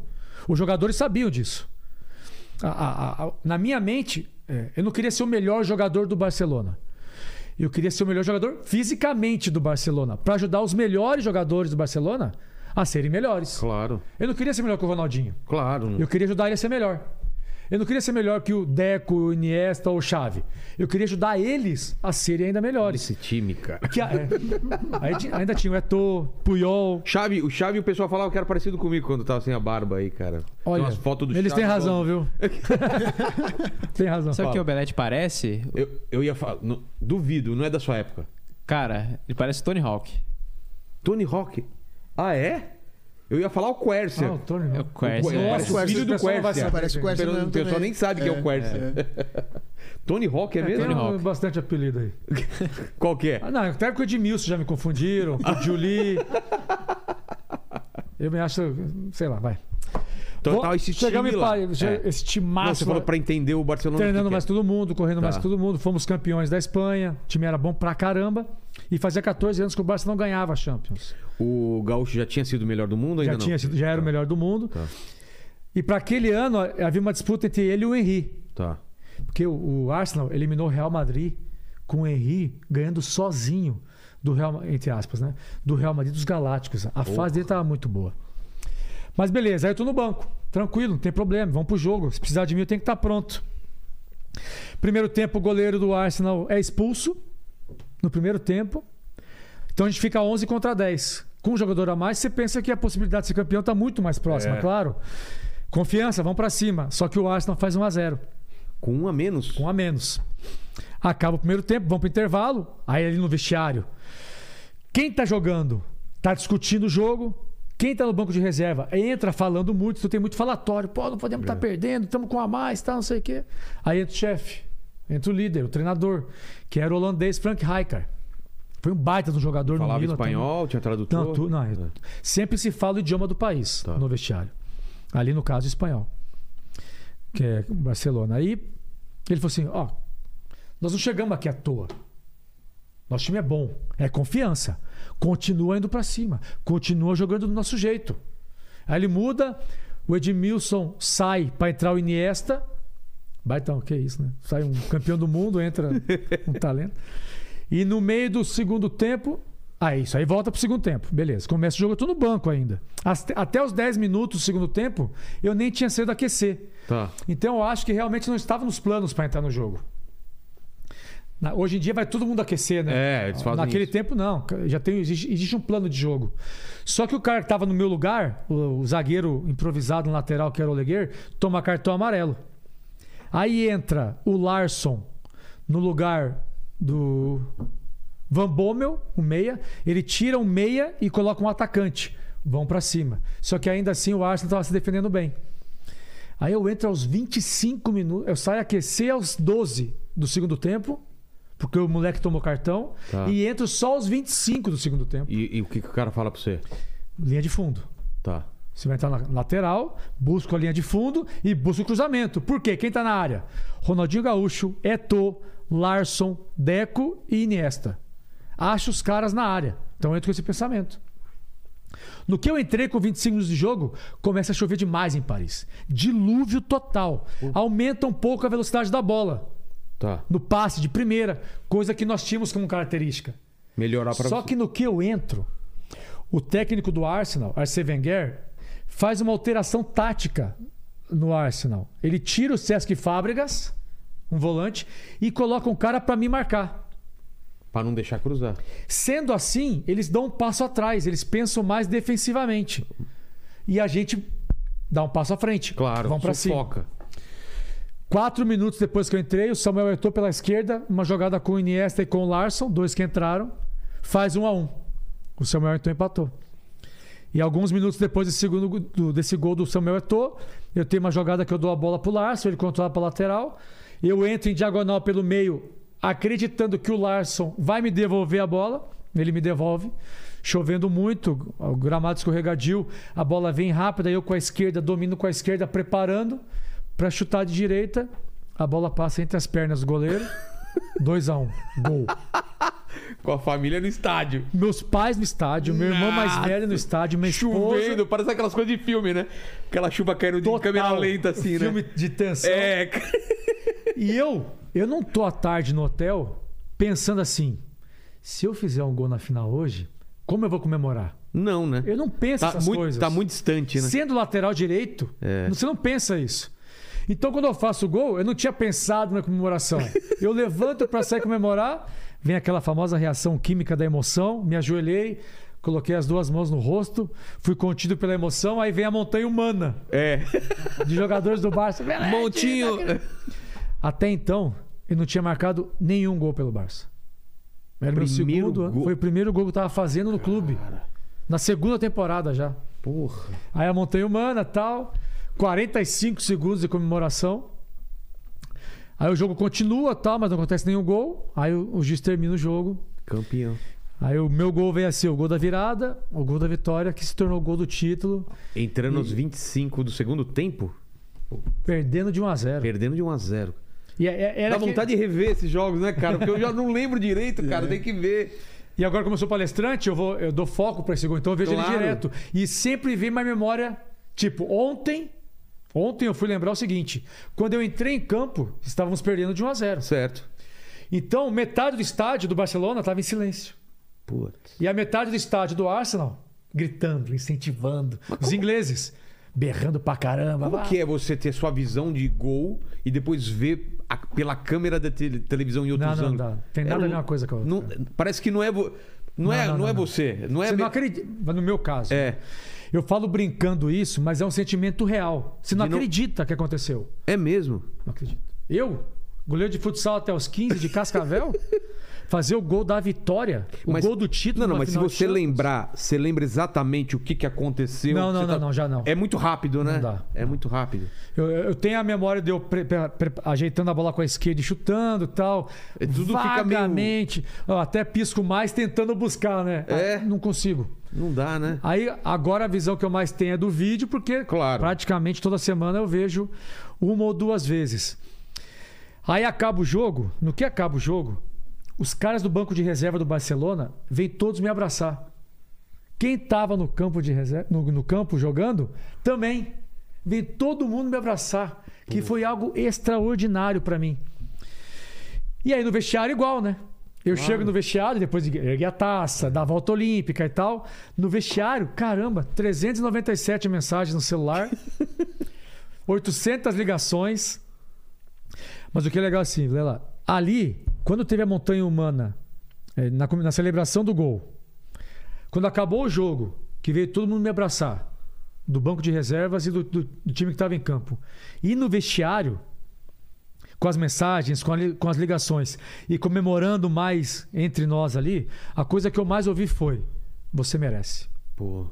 C: Os jogadores sabiam disso. A- a- a- a- na minha mente, é, eu não queria ser o melhor jogador do Barcelona. Eu queria ser o melhor jogador fisicamente do Barcelona, para ajudar os melhores jogadores do Barcelona a serem melhores.
A: Claro,
C: Eu não queria ser melhor que o Ronaldinho.
A: claro.
C: Eu queria ajudar ele a ser melhor. Eu não queria ser melhor que o Deco, o Iniesta ou o Xavi. Eu queria ajudar eles a serem ainda melhores.
A: Esse time, cara.
C: Que a- é. Aí ti- ainda tinha o Eto'o, Puyol.
A: Chave, o Chave, o pessoal falava que era parecido comigo quando tava sem a barba aí, cara. Tem
C: Olha,
A: umas fotos do
C: eles
A: Xavi
C: têm razão,
A: todo-
C: viu? Tem razão.
D: Sabe o que o
C: Fala.
D: Belete parece?
A: Eu, eu ia falar, não- duvido, não é da sua época.
D: Cara, ele parece Tony Hawk.
A: Tony Hawk. Ah, é? Eu ia falar o Quercia.
C: Ah, o Tony.
D: É o Quercia.
A: Nossa,
D: Parece-
A: o filho do
C: pessoal não vai
A: Quercia.
C: saber.
B: Parece o Quercia
A: Pelo-
B: mesmo
A: O pessoal
B: também.
A: nem sabe quem é o
B: É,
A: Quercia. Tony Hawk é
C: É, tem
A: mesmo?
D: Tony
C: um-
D: Hawk.
C: bastante apelido aí.
A: Qual que é?
C: Ah, não, até com o Edmilson já me confundiram, com
A: Ah.
C: o Julie. Eu me acho, sei lá, vai.
A: Então, tá, esse time
C: Chegamos em
A: lá.
C: Paris,
A: É.
C: esse
A: Não,
C: timaço.
A: você falou pra entender o Barcelona.
C: Treinando
A: que é.
C: mais todo mundo, correndo mais
A: Tá.
C: todo mundo. Fomos campeões da Espanha. O time era bom pra caramba. E fazia 14 anos que o Barça não ganhava a Champions.
A: quer. O Gaúcho já tinha sido o melhor do mundo ainda
C: Já,
A: não? Tá.
C: tinha, sido- já era o melhor do mundo. E pra aquele ano ó, havia uma disputa entre ele e o Henry.
A: Tá.
C: Porque o, o Arsenal eliminou o Real Madrid com o Henry ganhando sozinho do Real, Ma- entre aspas, né? Do Real Madrid dos Galácticos. A fase dele tava muito boa. Mas beleza, aí eu tô no banco. Tranquilo, não tem problema. Vamos pro jogo. Se precisar de mim, eu tenho que estar pronto. Primeiro tempo, o goleiro do Arsenal é expulso. No primeiro tempo. Então a gente fica 11 contra 10. Com um jogador a mais, você pensa que a possibilidade de ser campeão tá muito mais próxima,
A: É.
C: claro. Confiança, vamos pra cima. Só que o Arsenal faz 1 a 0
A: Com um a menos.
C: com um a menos. Acaba o primeiro tempo, vão pro intervalo, aí ali no vestiário. Quem tá jogando tá discutindo o jogo. Quem tá no banco de reserva entra falando muito, tu tem muito falatório, pô, não podemos
A: É.
C: estar perdendo, estamos com um a mais, tá, não sei o quê. Aí entra o chefe, entra o líder, o treinador, que era o holandês Frank Rijkaard. Foi um baita do jogador um no
A: Falava
C: Milan. também.
A: espanhol, tinha tradutor. É.
C: Não, tu, não, eu- Sempre se fala o idioma do país
A: Tá.
C: no vestiário. Ali, no caso, espanhol. Que é Barcelona. Aí ele falou assim: ó, nós não chegamos aqui à toa. Nosso time é bom, é confiança. Continua indo pra cima, continua jogando do nosso jeito. Aí ele muda, o Edmilson sai pra entrar o Iniesta. Baitão, que isso, né? Sai um campeão do mundo, entra um talento. E no meio do segundo tempo. Ah, isso. Aí volta pro segundo tempo. Beleza. Começa o jogo, eu tô no banco ainda. As- Até os 10 minutos do segundo tempo, eu nem tinha sido aquecer.
A: Tá.
C: Então eu acho que realmente não estava nos planos para entrar no jogo. Na- hoje em dia vai todo mundo aquecer, né?
A: É, eles fazem
C: Naquele
A: isso.
C: tempo não, ca- já tem existe, existe um plano de jogo. Só que o cara que estava no meu lugar, o, o zagueiro improvisado no lateral que era o Oleguer, toma cartão amarelo. Aí entra o Larson no lugar do Van Bommel, o meia, ele tira um meia e coloca um atacante. Vão pra cima. Só que ainda assim o Arsenal estava se defendendo bem. Aí eu entro aos 25 minutos, eu saio aquecer aos 12 do segundo tempo, porque o moleque tomou cartão,
A: Tá.
C: e entro só aos 25 do segundo tempo.
A: E, e o que, que o cara fala pra você?
C: Linha de fundo.
A: Tá.
C: Você vai entrar na lateral, busca a linha de fundo e busca o cruzamento. Por quê? Quem tá na área? Ronaldinho Gaúcho, Eto, Larson, Deco e Iniesta. Acho os caras na área. Então eu entro com esse pensamento. No que eu entrei com 25 minutos de jogo, começa a chover demais em Paris. Dilúvio total. Aumenta um pouco a velocidade da bola.
A: Tá.
C: No passe de primeira, coisa que nós tínhamos como característica.
A: Melhorar pra
C: Só
A: você.
C: que no que eu entro, o técnico do Arsenal, Arsene Wenger, faz uma alteração tática no Arsenal. Ele tira o Sesc Fábregas, um volante, e coloca um cara pra me marcar.
A: Pra não deixar cruzar.
C: Sendo assim, eles dão um passo atrás, eles pensam mais defensivamente. E a gente dá um passo à frente.
A: Claro,
C: vão para cima.
A: sufoca.
C: Quatro minutos depois que eu entrei, o Samuel Eto'o pela esquerda, uma jogada com o Iniesta e com o Larson, dois que entraram, faz um a um. O Samuel Eto'o empatou. E alguns minutos depois desse, segundo, go- do- desse gol do Samuel Eto'o, eu tenho uma jogada que eu dou a bola pro Larson, ele controla pra lateral, eu entro em diagonal pelo meio, acreditando que o Larson vai me devolver a bola, ele me devolve. Chovendo muito, o gramado escorregadio, a bola vem rápida, eu com a esquerda, domino com a esquerda, preparando pra chutar de direita, a bola passa entre as pernas do goleiro. 2 a 1 um, gol.
A: Com a família no estádio.
C: Meus pais no estádio, meu irmão mais
A: Nossa.
C: velho no estádio, minha esposa.
A: Chovendo, parece aquelas coisas de filme, né? Aquela chuva caindo de
C: Total.
A: câmera lenta, assim, né?
C: Filme de tensão.
A: É, cara.
C: E eu, eu não tô à tarde no hotel pensando assim: se eu fizer um gol na final hoje, como eu vou comemorar?
A: Não, né?
C: Eu não penso
A: Tá
C: essas
A: muito,
C: coisas.
A: tá muito distante, né?
C: Sendo lateral direito,
A: É.
C: você não pensa isso. Então, quando eu faço o gol, eu não tinha pensado na comemoração. Eu levanto pra sair comemorar, vem aquela famosa reação química da emoção, me ajoelhei, coloquei as duas mãos no rosto, fui contido pela emoção, aí vem a montanha humana
A: É.
C: de jogadores do Barça. Belete,
A: Montinho.
C: tá até então, eu não tinha marcado nenhum gol pelo Barça. Era o meu
A: Primeiro
C: segundo, ano.
A: gol.
C: foi o primeiro gol que eu tava fazendo no clube. Na segunda temporada já.
A: Porra.
C: Aí a montanha humana, tal, 45 segundos de comemoração. Aí o jogo continua, tal, mas não acontece nenhum gol. Aí o, o juiz termina o jogo.
A: Campeão.
C: Aí o meu gol vem a ser o gol da virada, o gol da vitória, que se tornou o gol do título,
A: Entrando aos 25 do segundo tempo,
C: perdendo de 1 a 0.
A: perdendo de 1 a 0
C: E, é- é- era
A: Dá
C: que-
A: vontade de rever esses jogos, né, cara? Porque eu já não lembro direito, cara. Tem que ver.
C: E agora, como eu sou palestrante, eu, vou, eu dou foco para esse gol, então eu vejo
A: Claro.
C: ele direto. E sempre vem minha memória, tipo, ontem. Ontem eu fui lembrar o seguinte: quando eu entrei em campo, estávamos perdendo de 1 a 0.
A: Certo.
C: Então, metade do estádio do Barcelona estava em silêncio.
A: Putz.
C: E a metade do estádio do Arsenal gritando, incentivando. Os ingleses berrando pra caramba.
A: Como que é você ter sua visão de gol e depois ver a- pela câmera da tele- televisão em outros
C: Não, não,
A: ângulos?
C: não. Tem
A: É
C: nada a
A: um-
C: ver uma coisa com a outra.
A: não- parece que não é, vo- não é, não,
C: não,
A: é
C: não, não.
A: você. Não é,
C: Você
A: me-
C: não acredita. Mas no meu caso.
A: É.
C: Eu falo brincando isso, mas é um sentimento real. Você não
A: De não-
C: acredita que aconteceu.
A: é mesmo.
C: Não acredito. Eu, goleiro de futsal até os 15 de Cascavel, fazer o gol da vitória, o
A: Mas-
C: gol do título.
A: Não, não,
C: numa
A: mas se
C: final de
A: você
C: Champions.
A: lembrar, você lembra exatamente o que, que aconteceu.
C: Não,
A: você
C: não, não, não, já não.
A: É muito rápido, né?
C: dá.
A: É muito rápido.
C: Eu, eu tenho a memória de eu pre- pre- pre- ajeitando a bola com a esquerda e chutando e tal.
A: É, tudo fica meio-
C: vagamente. Eu até pisco mais tentando buscar, né?
A: É.
C: Ah, Não consigo.
A: Não dá, né?
C: Aí, agora a visão que eu mais tenho é do vídeo, porque
A: Claro.
C: praticamente toda semana eu vejo uma ou duas vezes. Aí acaba o jogo, no que acaba o jogo, os caras do banco de reserva do Barcelona vêm todos me abraçar. Quem tava no campo de reserva, no, no campo jogando, também vem todo mundo me abraçar, que foi algo extraordinário para mim. E aí no vestiário igual, né? Eu chego no vestiário, depois de erguer a taça, dar a volta olímpica e tal. No vestiário, caramba, 397 mensagens no celular, 800 ligações. Mas o que é legal assim, Lela, ali, quando teve a montanha humana, eh, na, com- na celebração do gol, quando acabou o jogo, que veio todo mundo me abraçar, do banco de reservas e do, do- do time que estava em campo, e no vestiário, com as mensagens, com, a li- com as ligações e comemorando mais entre nós ali, a coisa que eu mais ouvi foi: você merece.
A: Pô.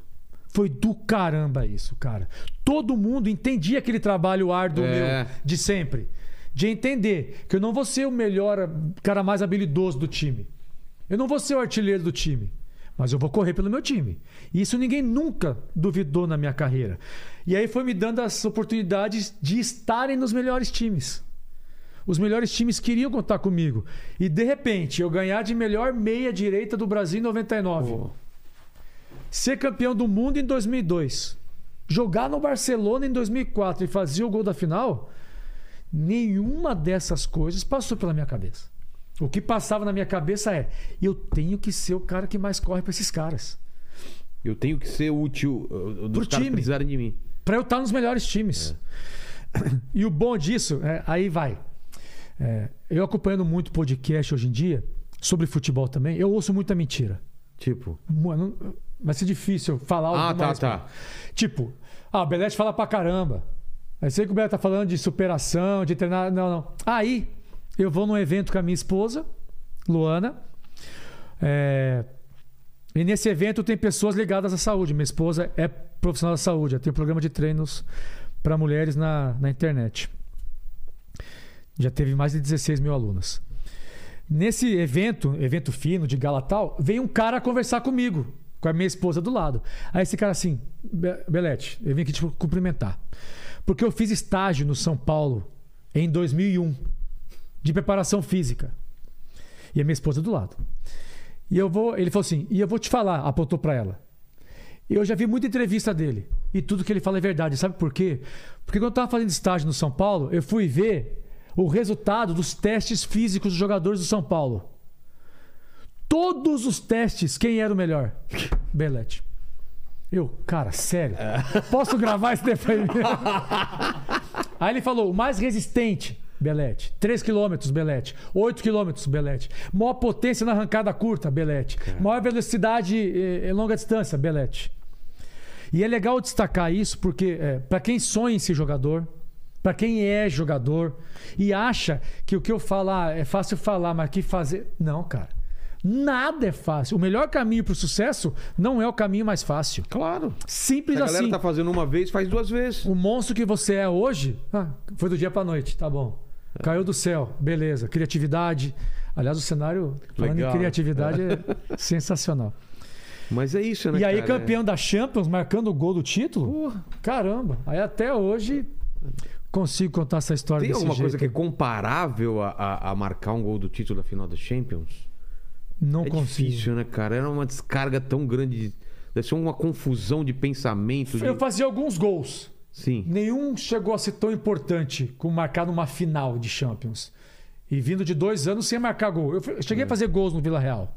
C: Foi do caramba isso, cara. Todo mundo entendia aquele trabalho árduo
A: É.
C: meu de sempre. De entender que eu não vou ser o melhor, cara mais habilidoso do time. Eu não vou ser o artilheiro do time. Mas eu vou correr pelo meu time. E Isso ninguém nunca duvidou na minha carreira. E aí foi me dando as oportunidades de estarem nos melhores times. Os melhores times queriam contar comigo. E de repente, eu ganhar de melhor meia direita do Brasil em 99
A: Pô.
C: ser campeão do mundo em 2002, jogar no Barcelona em 2004 e fazer o gol da final, nenhuma dessas coisas passou pela minha cabeça. O que passava na minha cabeça é: eu tenho que ser o cara que mais corre para esses caras,
A: Eu tenho que ser útil uh, dos
C: Pro
A: caras que
C: time.
A: precisarem de mim.
C: para eu estar nos melhores times. E o bom disso, é, aí vai. É, eu acompanhando muito podcast hoje em dia sobre futebol também, eu ouço muita mentira.
A: Tipo.
C: Mano, vai ser difícil eu falar
A: Ah,
C: alguma
A: tá,
C: resposta.
A: tá.
C: Tipo, ah, o Belete fala pra caramba. Eu sei que o Belete tá falando de superação, de treinar. Não, não. Aí, eu vou num evento com a minha esposa, Luana. É, E nesse evento tem pessoas ligadas à saúde. Minha esposa é profissional da saúde. Ela tem um programa de treinos para mulheres na, na internet. Já teve mais de 16 mil alunas. Nesse evento, evento fino de gala tal, veio um cara conversar comigo, com a minha esposa do lado. Aí esse cara assim, "Be- Belete, eu vim aqui te cumprimentar. Porque eu fiz estágio no São Paulo em 2001, de preparação física. E a minha esposa do lado. E eu vou, ele falou assim, e eu vou te falar, apontou para ela. Eu já vi muita entrevista dele e tudo que ele fala é verdade. Sabe por quê? Porque quando eu estava fazendo estágio no São Paulo, eu fui ver o resultado dos testes físicos dos jogadores do São Paulo. Todos os testes, quem era o melhor? Belete. Eu, cara, sério? Posso gravar esse depoimento? Aí ele falou, o mais resistente, Belete. 3 km, Belete. 8 km, Belete. Maior potência na arrancada curta, Belete.
A: É.
C: Maior velocidade eh, em longa distância, Belete. E é legal destacar isso porque, para quem sonha em ser jogador, para quem é jogador e acha que o que eu falar é fácil falar, mas que fazer. Não, cara. Nada é fácil. O melhor caminho para o sucesso não é o caminho mais fácil.
A: Claro.
C: Simples
A: Se a galera
C: assim.
A: tá fazendo uma vez, faz duas vezes.
C: O monstro que você é hoje ah, foi do dia pra noite, tá bom. Caiu do céu, beleza. Criatividade. Aliás, o cenário, falando
A: Legal.
C: em criatividade, é sensacional.
A: Mas é isso, né? Uh.
C: E aí,
A: cara? É-
C: campeão da Champions, marcando o gol do título. Caramba. Aí até hoje consigo contar essa história
A: Tem
C: desse
A: alguma coisa que é
C: jeito.
A: comparável a, a- a marcar um gol do título da final da Champions?
C: não
A: é
C: consigo.
A: difícil, né, cara? Era uma descarga tão grande. De... Deve ser uma confusão de pensamento. de-
C: Eu fazia alguns gols.
A: Sim.
C: Nenhum chegou a ser tão importante como marcar numa final de Champions. E vindo de dois anos sem marcar gol. Eu fui- cheguei a fazer gols no Vila Real.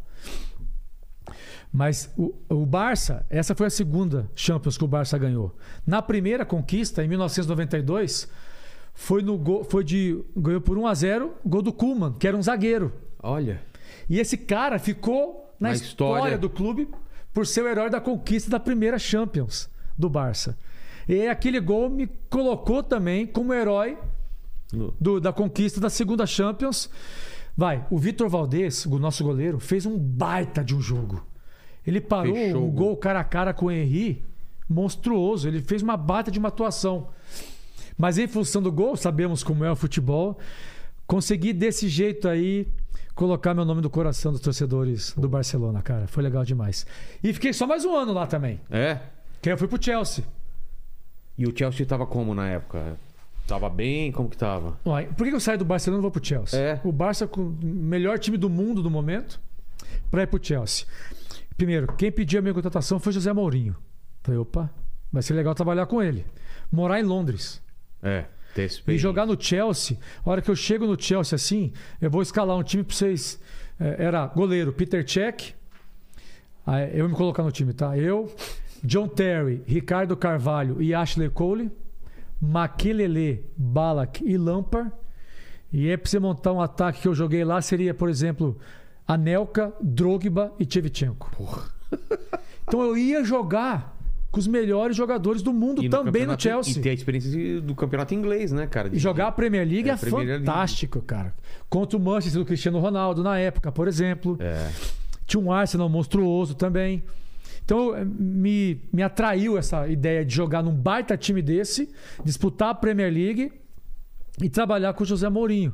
C: Mas o, o Barça, essa foi a segunda Champions que o Barça ganhou. Na primeira conquista, em 1992, foi no gol, foi de ganhou por 1 a 0, gol do Kuman, que era um zagueiro.
A: Olha.
C: E esse cara ficou na,
A: Na
C: história.
A: história.
C: do clube por ser o herói da conquista da primeira Champions do Barça. E aquele gol me colocou também como herói
A: No-
C: do- da conquista da segunda Champions. Vai, o Vitor Valdez, o nosso goleiro, fez um baita de um jogo. Ele parou
A: Fechou
C: um
A: o gol.
C: gol cara a cara com o Henry, monstruoso. Ele fez uma baita de uma atuação. Mas em função do gol, sabemos como é o futebol, consegui desse jeito aí colocar meu nome no coração dos torcedores do Barcelona, cara. Foi legal demais. E fiquei só mais um ano lá também,
A: É.
C: que aí eu fui pro Chelsea.
A: E o Chelsea tava como na época? Tava bem? Como que tava?
C: Uai, Por que que eu saio do Barcelona e vou pro Chelsea?
A: É.
C: O Barça com o melhor time do mundo no momento pra ir pro Chelsea. Primeiro, quem pediu a minha contratação foi José Mourinho. Falei, opa, vai ser legal trabalhar com ele. Morar em Londres.
A: É. Ter
C: E
A: experiência.
C: jogar no Chelsea, a hora que eu chego no Chelsea assim, eu vou escalar um time pra vocês. É, Era goleiro Peter Cech. Aí Eu me colocar no time, tá? Eu, John Terry, Ricardo Carvalho e Ashley Cole, Makelele, Balak e Lampard. E aí, pra você montar um ataque que eu joguei lá, seria, por exemplo, Anelka, Drogba e Tchevchenko. Então eu ia jogar com os melhores jogadores do mundo
A: E
C: também no
A: campeonato-
C: Chelsea.
A: E ter a experiência de- do campeonato inglês, né, cara?
C: E
A: De-
C: jogar a Premier League é,
A: É, a Premier League.
C: fantástico, cara. Contra o Manchester do Cristiano Ronaldo na época, por exemplo.
A: É.
C: Tinha um Arsenal monstruoso também. Então eh, me, me atraiu essa ideia de jogar num baita time desse, disputar a Premier League e trabalhar com o José Mourinho.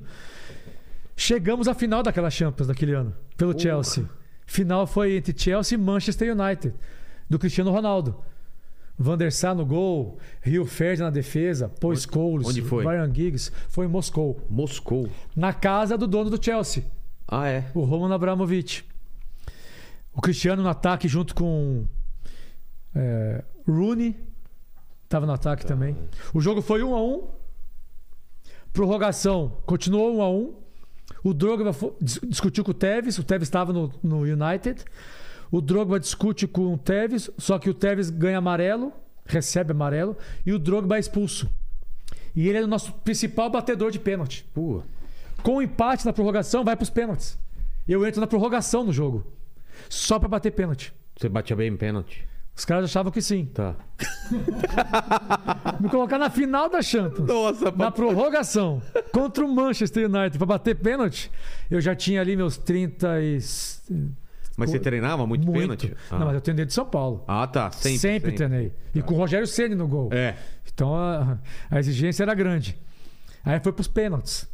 C: Chegamos à final daquela Champions daquele ano, pelo Chelsea. Final foi entre Chelsea e Manchester United, do Cristiano Ronaldo. Van der Sar no gol, Rio Ferd na defesa, Paul Scholes,
A: onde foi?
C: Brian Giggs, foi em Moscou.
A: Moscou.
C: Na casa do dono do Chelsea,
A: Ah, é.
C: o Roman Abramovich. O Cristiano no ataque junto com é, Rooney. Tava no ataque também. O jogo foi 1 a 1 Prorrogação. Continuou 1 a 1 O Drogba fo- dis- discutiu com o Tevez. O Tevez estava no, no United. O Drogba discute com o Tevez. Só que o Tevez ganha amarelo. Recebe amarelo. E o Drogba é expulso. E ele é o nosso principal batedor de pênalti.
A: Pô.
C: Com o empate na prorrogação, vai pros pênaltis. Eu entro na prorrogação no jogo. Só pra bater pênalti.
A: Você batia bem em pênalti.
C: Os caras achavam que sim.
A: Tá.
C: Me colocar na final da Champions.
A: Nossa,
C: Na prorrogação, contra o Manchester United, pra bater pênalti, eu já tinha ali meus 30 e...
A: Mas você treinava muito, pênalti? Ah.
C: Não, mas eu treinei de São Paulo.
A: Ah, tá. Sempre, Tá.
C: Sempre, treinei. E com o Rogério Ceni no gol.
A: É.
C: Então a, a exigência era grande. Aí foi pros pênaltis.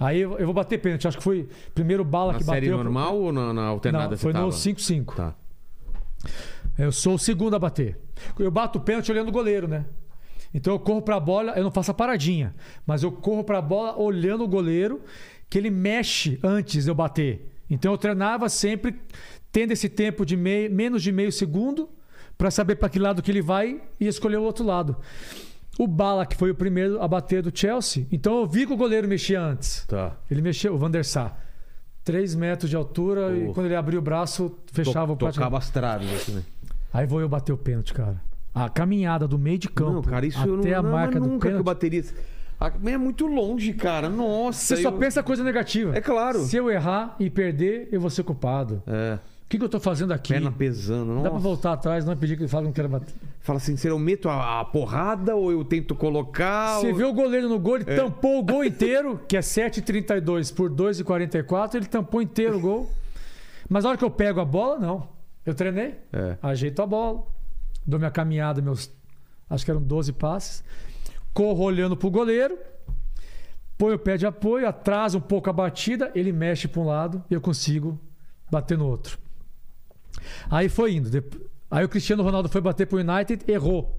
C: Aí eu, eu vou bater pênalti. Acho que foi primeiro bala
A: Na
C: que
A: série
C: bateu.
A: normal ou na, na alternada
C: Não,
A: você
C: foi no
A: tava?
C: 5-5.
A: Tá.
C: Eu sou o segundo a bater. Eu bato o pênalti olhando o goleiro, né? Então eu corro pra bola, eu não faço a paradinha, mas eu corro pra bola olhando o goleiro, que ele mexe antes de eu bater. Então eu treinava sempre tendo esse tempo de mei- menos de meio segundo para saber para que lado que ele vai e escolher o outro lado. O Bala, que foi o primeiro a bater do Chelsea, então eu vi que o goleiro mexia antes.
A: Tá.
C: Ele mexeu, o Van der Sar. 3 metros de altura e
A: Porra.
C: quando ele abriu o braço, fechava o
A: to
C: praticamente.
A: Tocava as traves, assim, né?
C: Aí vou eu bater o pênalti, cara. A caminhada do meio de campo
A: não, cara, isso
C: até
A: eu não,
C: a
A: não, mas
C: marca do
A: nunca que
C: pênalti.
A: eu bateria. Ah, mas É muito longe, cara. Nossa.
C: Você só
A: eu-
C: pensa coisa negativa.
A: É claro.
C: Se eu errar e perder, eu vou ser culpado.
A: É,
C: O que, que eu tô fazendo aqui?
A: perna pesando.
C: Dá pra
A: Nossa.
C: voltar atrás, não é pedir que ele fale que não quero bater.
A: Fala assim, se eu meto a, a porrada ou eu tento colocar.
C: Você
A: ou-
C: vê o goleiro no gol,
A: É.
C: ele tampou o gol inteiro, que é 7,32 por 2,44, ele tampou inteiro o gol. Mas na hora que eu pego a bola, não. Eu treinei,
A: É.
C: ajeito a bola, dou minha caminhada, meus. Acho que eram 12 passes. Corro olhando pro goleiro, põe o pé de apoio, atrasa um pouco a batida, ele mexe para um lado e eu consigo bater no outro. Aí foi indo. Dep- Aí o Cristiano Ronaldo foi bater pro United, errou.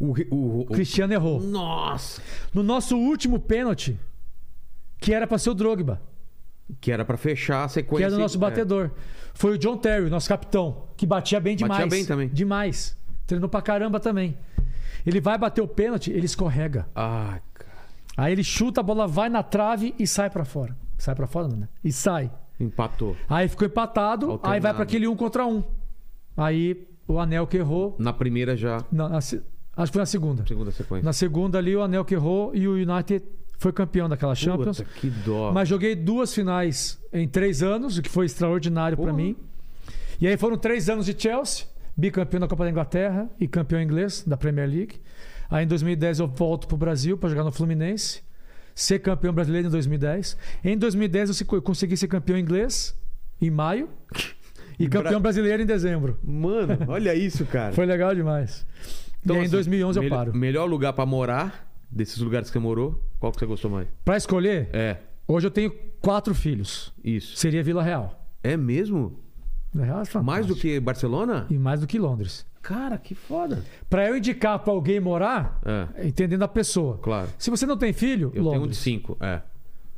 A: O, re- o- o-
C: O Cristiano errou.
A: Nossa!
C: No nosso último pênalti, que era pra ser o Drogba,
A: Que era pra fechar a
C: que
A: sequência.
C: era o nosso
A: É.
C: batedor. Foi o John Terry, nosso capitão, que batia bem
A: Batia
C: demais.
A: bem também.
C: Demais. Treinou pra caramba também. Ele vai bater o pênalti, ele escorrega.
A: Ah, cara.
C: Aí ele chuta, a bola vai na trave e sai pra fora. Sai pra fora, não, né? E sai.
A: Empatou.
C: Aí ficou empatado, aí vai
A: Alternado.
C: pra aquele um contra um. Aí o Anel que errou.
A: Na primeira já,
C: na- na se- acho que foi na segunda.
A: segunda sequência.
C: Na segunda ali, o Anel que errou e o United foi campeão daquela Champions.
A: Puta, que dó.
C: Mas joguei duas finais em três anos, o que foi extraordinário pra
A: Porra.
C: mim. E aí foram três anos de Chelsea, bicampeão da Copa da Inglaterra e campeão inglês da Premier League. Aí em 2010 eu volto pro Brasil pra jogar no Fluminense, ser campeão brasileiro em 2010. Em 2010 eu se- eu consegui ser campeão inglês em maio e
A: Bra-
C: campeão brasileiro em dezembro.
A: Mano, olha isso, cara.
C: Foi legal demais. e aí, em
A: assim,
C: 2011 eu
A: melhor-
C: paro.
A: Melhor lugar pra morar, desses lugares que você morou, qual que você gostou mais?
C: Pra escolher,
A: É,
C: hoje eu tenho quatro filhos.
A: isso.
C: Seria Vila Real.
A: É mesmo?
C: Vila Real é fantástico.
A: Mais do que Barcelona?
C: e mais do que Londres.
A: Cara, que foda.
C: Pra eu indicar pra alguém morar,
A: É,
C: entendendo a pessoa.
A: claro.
C: Se você não tem filho,
A: Eu tenho um de
C: Londres.
A: cinco, é.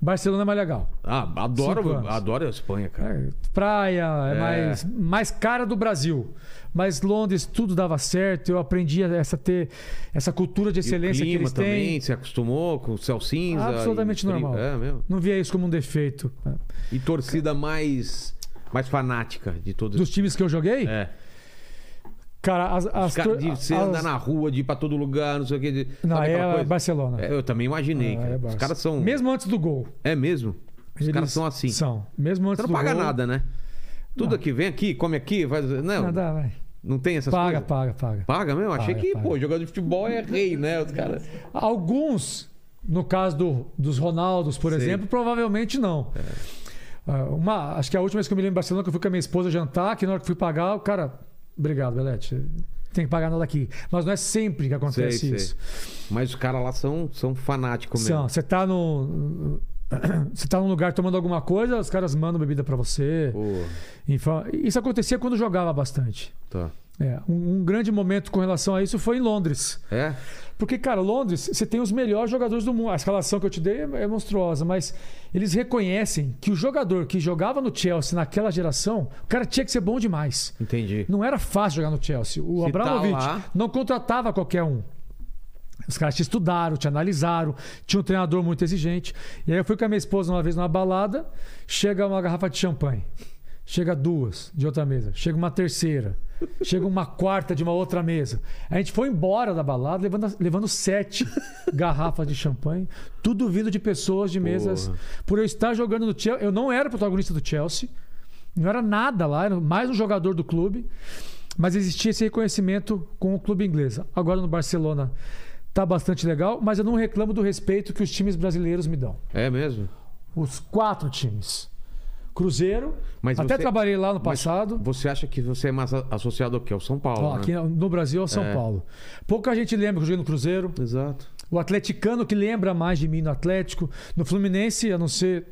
C: Barcelona é mais legal.
A: Ah,
C: Cinco
A: adoro,
C: anos.
A: adoro a Espanha, cara.
C: É, praia, é,
A: É.
C: Mais, mais cara do Brasil. Mas Londres tudo dava certo. Eu aprendi essa ter essa cultura
A: E o
C: de excelência que
A: clima
C: eles
A: também,
C: têm.
A: se acostumou com o céu cinza.
C: Absolutamente
A: e frio.
C: normal.
A: É mesmo.
C: Não via isso como um defeito.
A: E torcida mais, mais fanática de todos.
C: Dos times que eu joguei,
A: É.
C: cara, as, as
A: Ca-
C: tor-
A: de você
C: as-
A: andar na rua, de ir pra todo lugar, não sei o que. de-
C: Não,
A: sabe
C: é
A: aquela coisa?
C: Barcelona.
A: É, eu também imaginei,
C: Ah,
A: cara.
C: é
A: Os
C: Barça.
A: caras são.
C: Mesmo antes do gol.
A: É mesmo? Os
C: eles
A: caras são assim.
C: São. Mesmo antes
A: Você não
C: do
A: paga
C: gol.
A: nada, né? Tudo aqui, vem aqui, come aqui, faz. Não,
C: Nada, vai.
A: não tem essas
C: Paga,
A: coisas.
C: paga, paga.
A: Paga mesmo? Achei
C: Paga,
A: que,
C: paga.
A: pô, jogador de futebol é rei, né? Os caras.
C: Alguns, no caso do- dos Ronaldos, por
A: Sim. É.
C: exemplo, provavelmente não. Ah, Uma, acho que a última vez que eu me lembro em Barcelona, que eu fui com a minha esposa jantar, que na hora que fui pagar, o cara. Obrigado, Belete. Tem que pagar nada aqui. Mas não é sempre que
A: Sei,
C: acontece
A: sei.
C: isso.
A: Mas os caras lá são, são fanáticos mesmo.
C: São, você tá no. Você tá num lugar tomando alguma coisa, os caras mandam bebida pra você.
A: Pô,
C: Infa- Isso acontecia quando eu jogava bastante.
A: tá.
C: É, um, um grande momento com relação a isso foi em Londres.
A: É?
C: Porque, cara, Londres, você tem os melhores jogadores do mundo. A escalação que eu te dei é é monstruosa, mas eles reconhecem que o jogador que jogava no Chelsea naquela geração, o cara tinha que ser bom demais.
A: Entendi.
C: Não era fácil jogar no Chelsea. O
A: Se tá
C: Abramovich
A: lá-
C: não contratava qualquer um. Os caras te estudaram, te analisaram, tinha um treinador muito exigente. E aí eu fui com a minha esposa uma vez numa balada, chega uma garrafa de champanhe. Chega duas de outra mesa, chega uma terceira, chega uma quarta de uma outra mesa. A gente foi embora da balada levando, levando sete garrafas de champanhe, tudo vindo de pessoas de mesas.
A: Porra.
C: Por eu estar jogando no Chelsea, eu não era protagonista do Chelsea, não era nada lá, era mais um jogador do clube, mas existia esse reconhecimento com o clube inglês. Agora no Barcelona tá bastante legal, mas eu não reclamo do respeito que os times brasileiros me dão.
A: É mesmo?
C: Os quatro times. Cruzeiro,
A: Mas
C: até
A: você-
C: trabalhei lá no passado.
A: Você acha que você é mais a- associado ao quê? Ao São Paulo?
C: Ó,
A: né?
C: aqui no Brasil é o São
A: É.
C: Paulo. Pouca gente lembra que eu joguei no Cruzeiro.
A: Exato.
C: O atleticano que lembra mais de mim no Atlético. No Fluminense, a não ser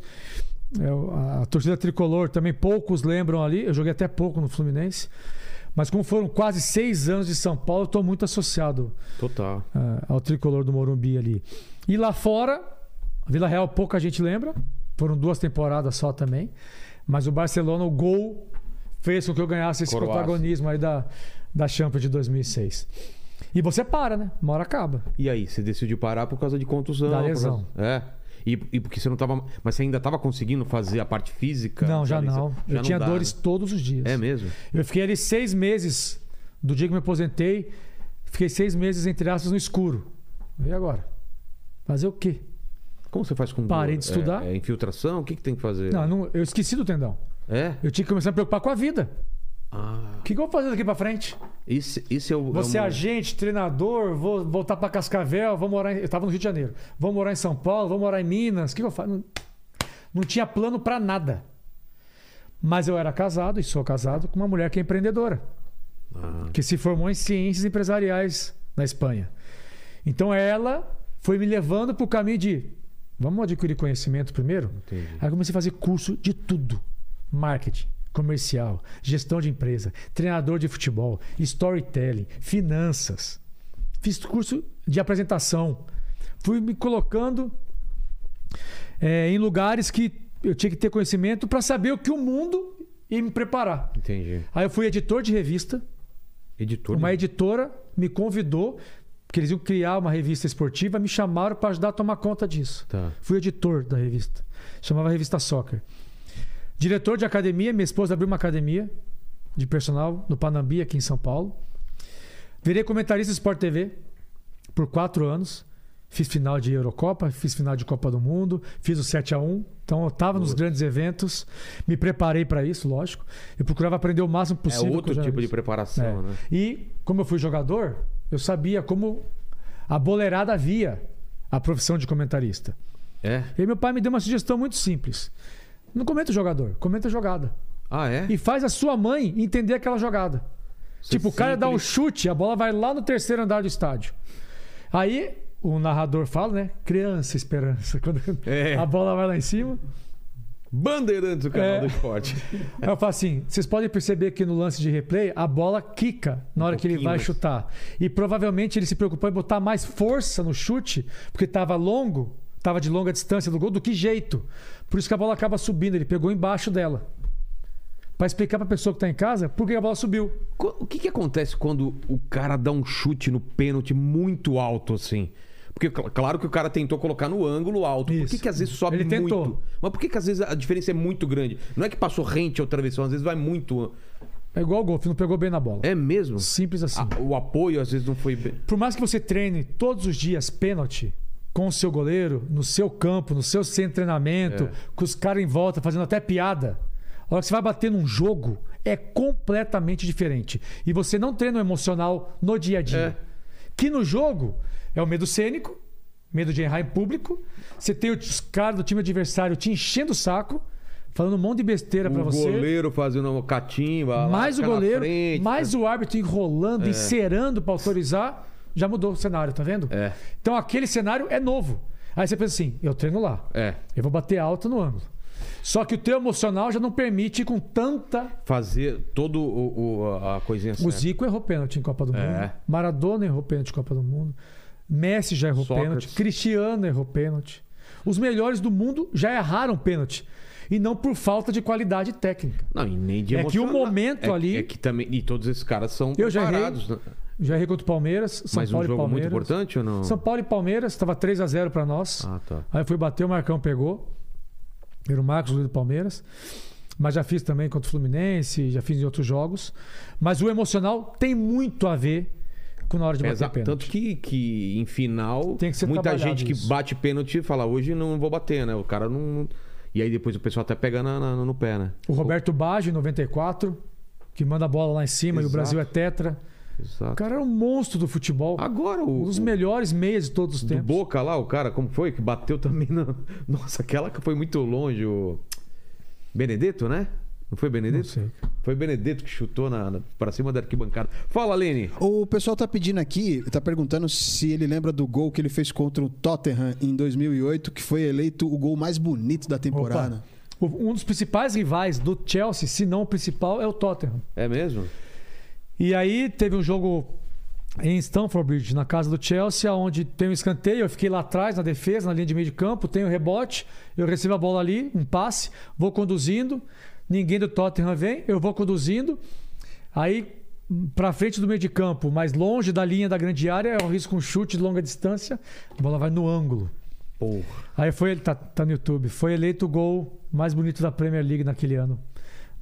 C: é, o- a, a torcida tricolor, também poucos lembram ali. Eu joguei até pouco no Fluminense. Mas como foram quase seis anos de São Paulo, eu estou muito associado
A: Total.
C: ah, ao tricolor do Morumbi ali. E lá fora, a Vila Real pouca gente lembra. Foram duas temporadas só também. Mas o Barcelona, o gol, fez com que eu ganhasse esse
A: Coroaço.
C: protagonismo aí da, da Champions de 2006. E você para, né? Uma hora acaba.
A: E aí, você decidiu parar por causa de contusão.
C: Da
A: por
C: lesão.
A: causa- É. E, e porque você não tava. Mas você ainda tava conseguindo fazer a parte física?
C: não, já
A: sabe?
C: não.
A: Já
C: eu tinha
A: dá,
C: dores
A: né?
C: todos os dias.
A: É mesmo?
C: Eu fiquei ali seis meses, do dia que me aposentei, fiquei seis meses, entre aspas, no escuro. E agora? Fazer o quê?
A: Como você faz com
C: Parei
A: dor?
C: de estudar.
A: É, é infiltração? O que, que tem que fazer?
C: Não, eu não- eu esqueci do tendão.
A: É?
C: Eu tinha que começar a me preocupar com a vida.
A: Ah,
C: O que, que eu vou fazer daqui pra frente?
A: isso, isso é o.
C: Você
A: é
C: é
A: uma-
C: agente, treinador, vou voltar pra Cascavel, vou morar. Em... Eu tava no Rio de Janeiro. Vou morar em São Paulo, vou morar em Minas. O que, que eu faço? Não, não tinha plano pra nada. Mas eu era casado e sou casado com uma mulher que é empreendedora,
A: Ah,
C: que se formou em ciências empresariais na Espanha. Então ela foi me levando pro caminho de vamos adquirir conhecimento primeiro.
A: entendi.
C: Aí eu comecei a fazer curso de tudo: marketing, comercial, gestão de empresa, treinador de futebol, storytelling, finanças. Fiz curso de apresentação. Fui me colocando eh, em lugares que eu tinha que ter conhecimento para saber o que o mundo e me preparar.
A: Entendi.
C: Aí eu fui editor de revista.
A: Editor.
C: Uma
A: né?
C: editora me convidou, porque eles iam criar uma revista esportiva, me chamaram para ajudar a tomar conta disso.
A: Tá.
C: Fui editor da revista. Chamava Revista Soccer. Diretor de academia, minha esposa abriu uma academia de personal no Panambi, aqui em São Paulo. Virei comentarista do Sport TV por quatro anos. Fiz final de Eurocopa, fiz final de Copa do Mundo, fiz o 7 a 1 Então eu estava nos grandes eventos, me preparei para isso, lógico. Eu procurava aprender o máximo
A: É
C: possível. com o
A: outro tipo de
C: jornalismo.
A: preparação,
C: É.
A: né?
C: E como eu fui jogador, eu sabia como a boleirada via a profissão de comentarista.
A: É.
C: E aí meu pai me deu uma sugestão muito simples. Não comenta o jogador, comenta a jogada.
A: Ah, é?
C: E faz a sua mãe entender aquela jogada.
A: Você
C: tipo, o cara dá um
A: sempre-
C: chute, a bola vai lá no terceiro andar do estádio. Aí o narrador fala, né? Criança esperança. Quando
A: É.
C: a bola vai lá em cima.
A: Bandeirantes, o canal
C: É.
A: do esporte.
C: Aí eu falo assim: vocês podem perceber que no lance de replay a bola quica na hora que ele
A: Um pouquinho,
C: vai
A: mas-
C: chutar. E provavelmente ele se preocupou em botar mais força no chute, porque estava longo, estava de longa distância do gol, do que jeito. Por isso que a bola acaba subindo, ele pegou embaixo dela. Pra explicar pra pessoa que tá em casa por que a bola subiu.
A: Co- O que, que acontece quando o cara dá um chute no pênalti muito alto assim? Porque, cl- claro que o cara tentou colocar no ângulo alto. Por que,
C: Isso.
A: que às vezes sobe
C: Ele tentou.
A: muito? Mas por que, que às vezes a diferença é muito grande? Não é que passou rente ou travessão, às vezes vai muito.
C: É igual o golfe, não pegou bem na bola.
A: É mesmo?
C: Simples assim.
A: A- o apoio às vezes não foi bem.
C: Por mais que você treine todos os dias pênalti com o seu goleiro, no seu campo, no seu centro de treinamento,
A: É.
C: com os caras em volta fazendo até piada, a hora que você vai bater num jogo é completamente diferente. E você não treina o emocional no dia a dia. Que no jogo é o medo cênico, medo de errar em público. Você tem os caras do time adversário te enchendo o saco, falando um monte de besteira pra
A: o
C: você.
A: goleiro fazendo uma catimba. lá,
C: mais o
A: fica na
C: goleiro,
A: frente. né? É.
C: mais o árbitro enrolando, encerando pra autorizar, já mudou o cenário, tá vendo?
A: É.
C: Então aquele cenário é novo. Aí você pensa assim, eu treino lá,
A: É.
C: eu vou bater alto no ângulo. Só que o teu emocional já não permite ir com tanta...
A: Fazer todo o, o- a a coisinha
C: O
A: certa.
C: Zico errou pênalti em Copa do
A: É.
C: Mundo, Maradona errou pênalti em Copa do Mundo, Messi já errou
A: Sócrates.
C: pênalti, Cristiano errou pênalti. Os melhores do mundo já erraram pênalti. E não por falta de qualidade técnica.
A: Não, e nem de
C: É que o
A: emocionar.
C: momento
A: É-
C: ali-
A: É que também. E todos esses caras são
C: Eu já errei.
A: preparados. né?
C: Já errei contra o Palmeiras, São
A: Mas um
C: Paulo
A: jogo
C: e Palmeiras.
A: muito importante ou não?
C: São Paulo e Palmeiras, estava 3 a 0 para nós.
A: Ah, tá.
C: Aí eu fui bater, o Marcão pegou. Era o Marcos Luiz do Palmeiras. Mas já fiz também contra o Fluminense, já fiz em outros jogos. Mas o emocional tem muito a ver com na hora de
A: Pesa-
C: bater pênalti.
A: Tanto que, que em final,
C: Tem que ser
A: muita
C: trabalhado
A: gente que
C: isso.
A: bate pênalti fala, hoje não vou bater, né? O cara não. E aí depois o pessoal até pega na, na- no pé, né?
C: O Roberto Baggio, em 94, que manda a bola lá em cima e o
A: Exato.
C: Brasil é tetra. O
A: Exato.
C: cara era um monstro do futebol.
A: Agora o.
C: Um dos
A: o-
C: melhores meias de todos os
A: do
C: tempos.
A: Boca lá, o cara, como foi? Que bateu também na. Nossa, aquela que foi muito longe, o. Benedetto, né? Não foi Benedetto?
C: Não sei.
A: Foi Benedetto que chutou na, na, pra cima da arquibancada. Fala, Lene.
B: O pessoal tá pedindo aqui, tá perguntando se ele lembra do gol que ele fez contra o Tottenham em 2008, que foi eleito o gol mais bonito da temporada.
C: Opa. O- Um dos principais rivais do Chelsea, se não o principal, é o Tottenham.
A: É mesmo?
C: E aí teve um jogo em Stamford Bridge, na casa do Chelsea, onde tem um escanteio, eu fiquei lá atrás na defesa, na linha de meio de campo, tem o rebote, eu recebo a bola ali, um passe, vou um conduzindo, Ninguém do Tottenham vem, eu vou conduzindo. Aí, pra frente do meio de campo, mais longe da linha da grande área, eu risco um chute de longa distância, a bola vai no ângulo.
A: Porra.
C: Aí foi ele, tá, tá no YouTube, foi eleito o gol mais bonito da Premier League naquele ano,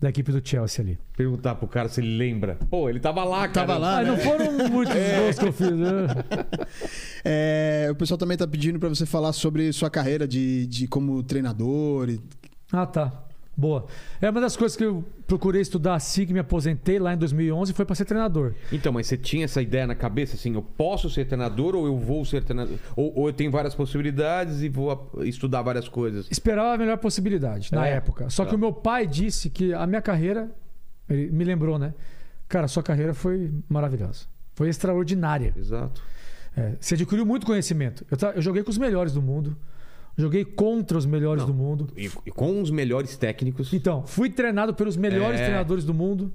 C: da equipe do Chelsea ali.
A: Perguntar pro cara se ele lembra. Pô, ele tava lá, cara.
B: Tava lá,
C: Mas
B: né?
C: Ah, não foram muitos
A: É.
C: gols que eu fiz. né?
B: É, o pessoal também tá pedindo pra você falar sobre sua carreira de, de como treinador. e-
C: Ah, tá. Boa. É uma das coisas que eu procurei estudar assim que me aposentei lá em 2011 foi para ser treinador.
A: Então, mas você tinha essa ideia na cabeça, assim, eu posso ser treinador ou eu vou ser treinador? Ou, ou eu tenho várias possibilidades e vou a- estudar várias coisas?
C: Esperava a melhor possibilidade na
A: É?
C: época. Só que
A: Tá.
C: o meu pai disse que a minha carreira, ele me lembrou, né? Cara, sua carreira foi maravilhosa. Foi extraordinária.
A: Exato.
C: É, você adquiriu muito conhecimento. Eu, tra- eu joguei com os melhores do mundo. Joguei contra os melhores do mundo.
A: E, e com os melhores técnicos.
C: Então, fui treinado pelos melhores
A: É.
C: treinadores do mundo.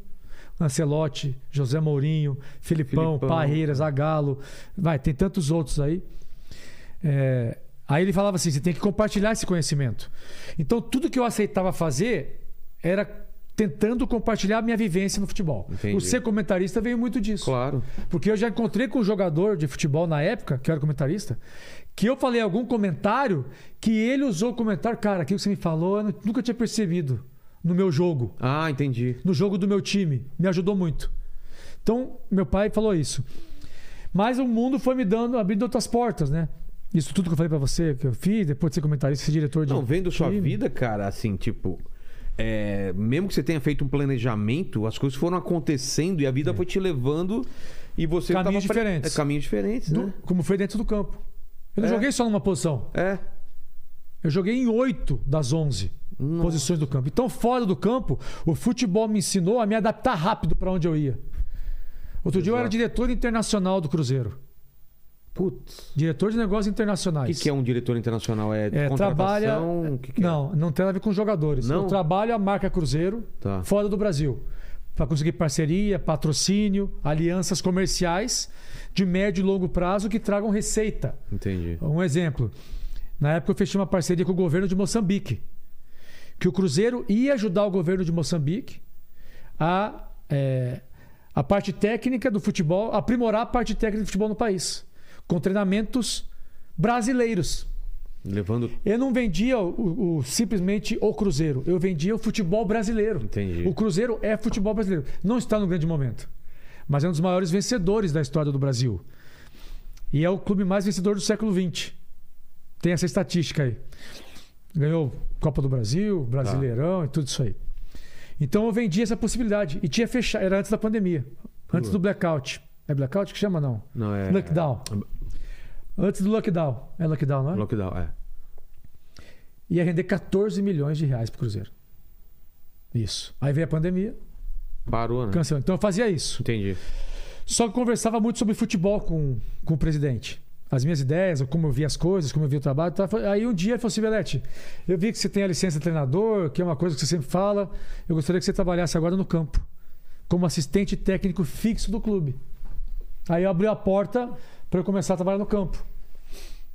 C: Ancelotti, José Mourinho, Filipão,
A: Filipão.
C: Parreira, Zagallo. Vai, tem tantos outros aí. É, Aí ele falava assim, você tem que compartilhar esse conhecimento. Então, tudo que eu aceitava fazer era tentando compartilhar a minha vivência no futebol.
A: Entendi.
C: O ser comentarista veio muito disso.
A: Claro.
C: Porque eu já encontrei com um jogador de futebol na época, que eu era comentarista, que eu falei algum comentário que ele usou o comentário. Cara, aquilo que você me falou, eu nu- nunca tinha percebido no meu jogo,
A: Ah, entendi.
C: no jogo do meu time. Me ajudou muito. Então, meu pai falou isso. Mas o mundo foi me dando, abrindo outras portas, né? Isso tudo que eu falei pra você, que eu fiz, depois de ser comentarista, ser diretor de.
A: Não, vendo sua
C: time.
A: vida, cara, assim, tipo. é, mesmo que você tenha feito um planejamento, as coisas foram acontecendo e a vida foi te levando e você
C: É. Caminhos
A: tava pre-
C: diferentes.
A: É, caminhos diferentes,
C: Do-
A: né?
C: como foi dentro do campo. Eu não
A: É.
C: joguei só numa posição.
A: É.
C: Eu joguei em oito das 11 posições do campo. Então, fora do campo, o futebol me ensinou a me adaptar rápido para onde eu ia. Outro dia eu era
A: Exato.
C: diretor internacional do Cruzeiro.
A: Putz.
C: Diretor de negócios
A: O que,
C: internacionais.
A: que é um diretor internacional? É,
C: É, trabalha.
A: contratação? O que que é?
C: Não, não tem nada a ver com jogadores.
A: Não?
C: Eu trabalho a marca Cruzeiro
A: Tá.
C: fora do Brasil. Para conseguir parceria, patrocínio, alianças comerciais de médio e longo prazo que tragam receita.
A: Entendi.
C: Um exemplo. Na época eu fechei uma parceria com o governo de Moçambique. Que o Cruzeiro ia ajudar o governo de Moçambique a, eh, a parte técnica do futebol, aprimorar a parte técnica do futebol no país. Com treinamentos brasileiros.
A: Levando.
C: Eu não vendia o- o- simplesmente o Cruzeiro, eu vendia o futebol brasileiro.
A: Entendi.
C: O Cruzeiro é futebol brasileiro. Não está no grande momento, mas é um dos maiores vencedores da história do Brasil. E é o clube mais vencedor do século XX. Tem essa estatística aí. Ganhou Copa do Brasil,
A: Tá.
C: Brasileirão e tudo isso aí. Então eu vendi essa possibilidade. E tinha fechado, era antes da pandemia, antes do blackout. É blackout que chama, não?
A: Não, é.
C: Lockdown. Antes do lockdown. É lockdown, não é?
A: Lockdown, é.
C: ia render 14 milhões de reais pro Cruzeiro. Isso. Aí veio a pandemia,
A: Parou, né?
C: cancelou. Então eu fazia isso.
A: Entendi.
C: Só que eu conversava muito sobre futebol com, com o presidente. As minhas ideias, como eu via as coisas, como eu via o trabalho. tá? Aí um dia ele falou assim, Belete, eu vi que você tem a licença de treinador, que é uma coisa que você sempre fala. Eu gostaria que você trabalhasse agora no campo, como assistente técnico fixo do clube. Aí eu abri a porta para eu começar a trabalhar no campo.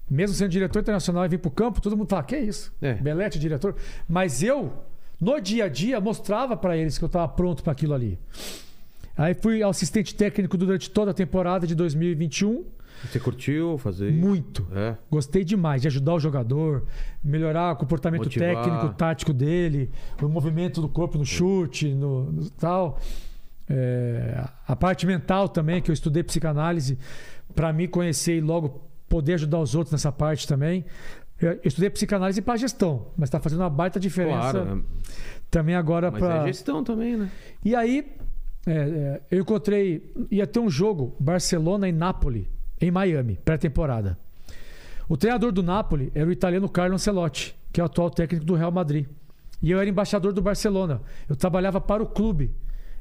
C: Mesmo sendo diretor internacional e vim para o campo, todo mundo fala, que isso?
A: É.
C: Belete, diretor. Mas eu, no dia a dia, mostrava para eles que eu estava pronto para aquilo ali. Aí fui assistente técnico durante toda a temporada de 2021.
A: Você curtiu fazer?
C: Muito.
A: É.
C: Gostei demais de ajudar o jogador, melhorar o comportamento
A: Motivar.
C: técnico, tático dele, o movimento do corpo no chute, no, no tal. É, a parte mental também, que eu estudei psicanálise, para me conhecer e logo poder ajudar os outros nessa parte também. Eu eu estudei psicanálise para gestão, mas está fazendo uma baita diferença
A: Claro. né?
C: também agora
A: Mas
C: para
A: é gestão também, né?
C: e aí, é, é, eu encontrei. Ia ter um jogo Barcelona e Nápoles, em Miami, pré-temporada. O treinador do Nápoles era o italiano Carlo Ancelotti, que é o atual técnico do Real Madrid. E eu era embaixador do Barcelona. Eu trabalhava para o clube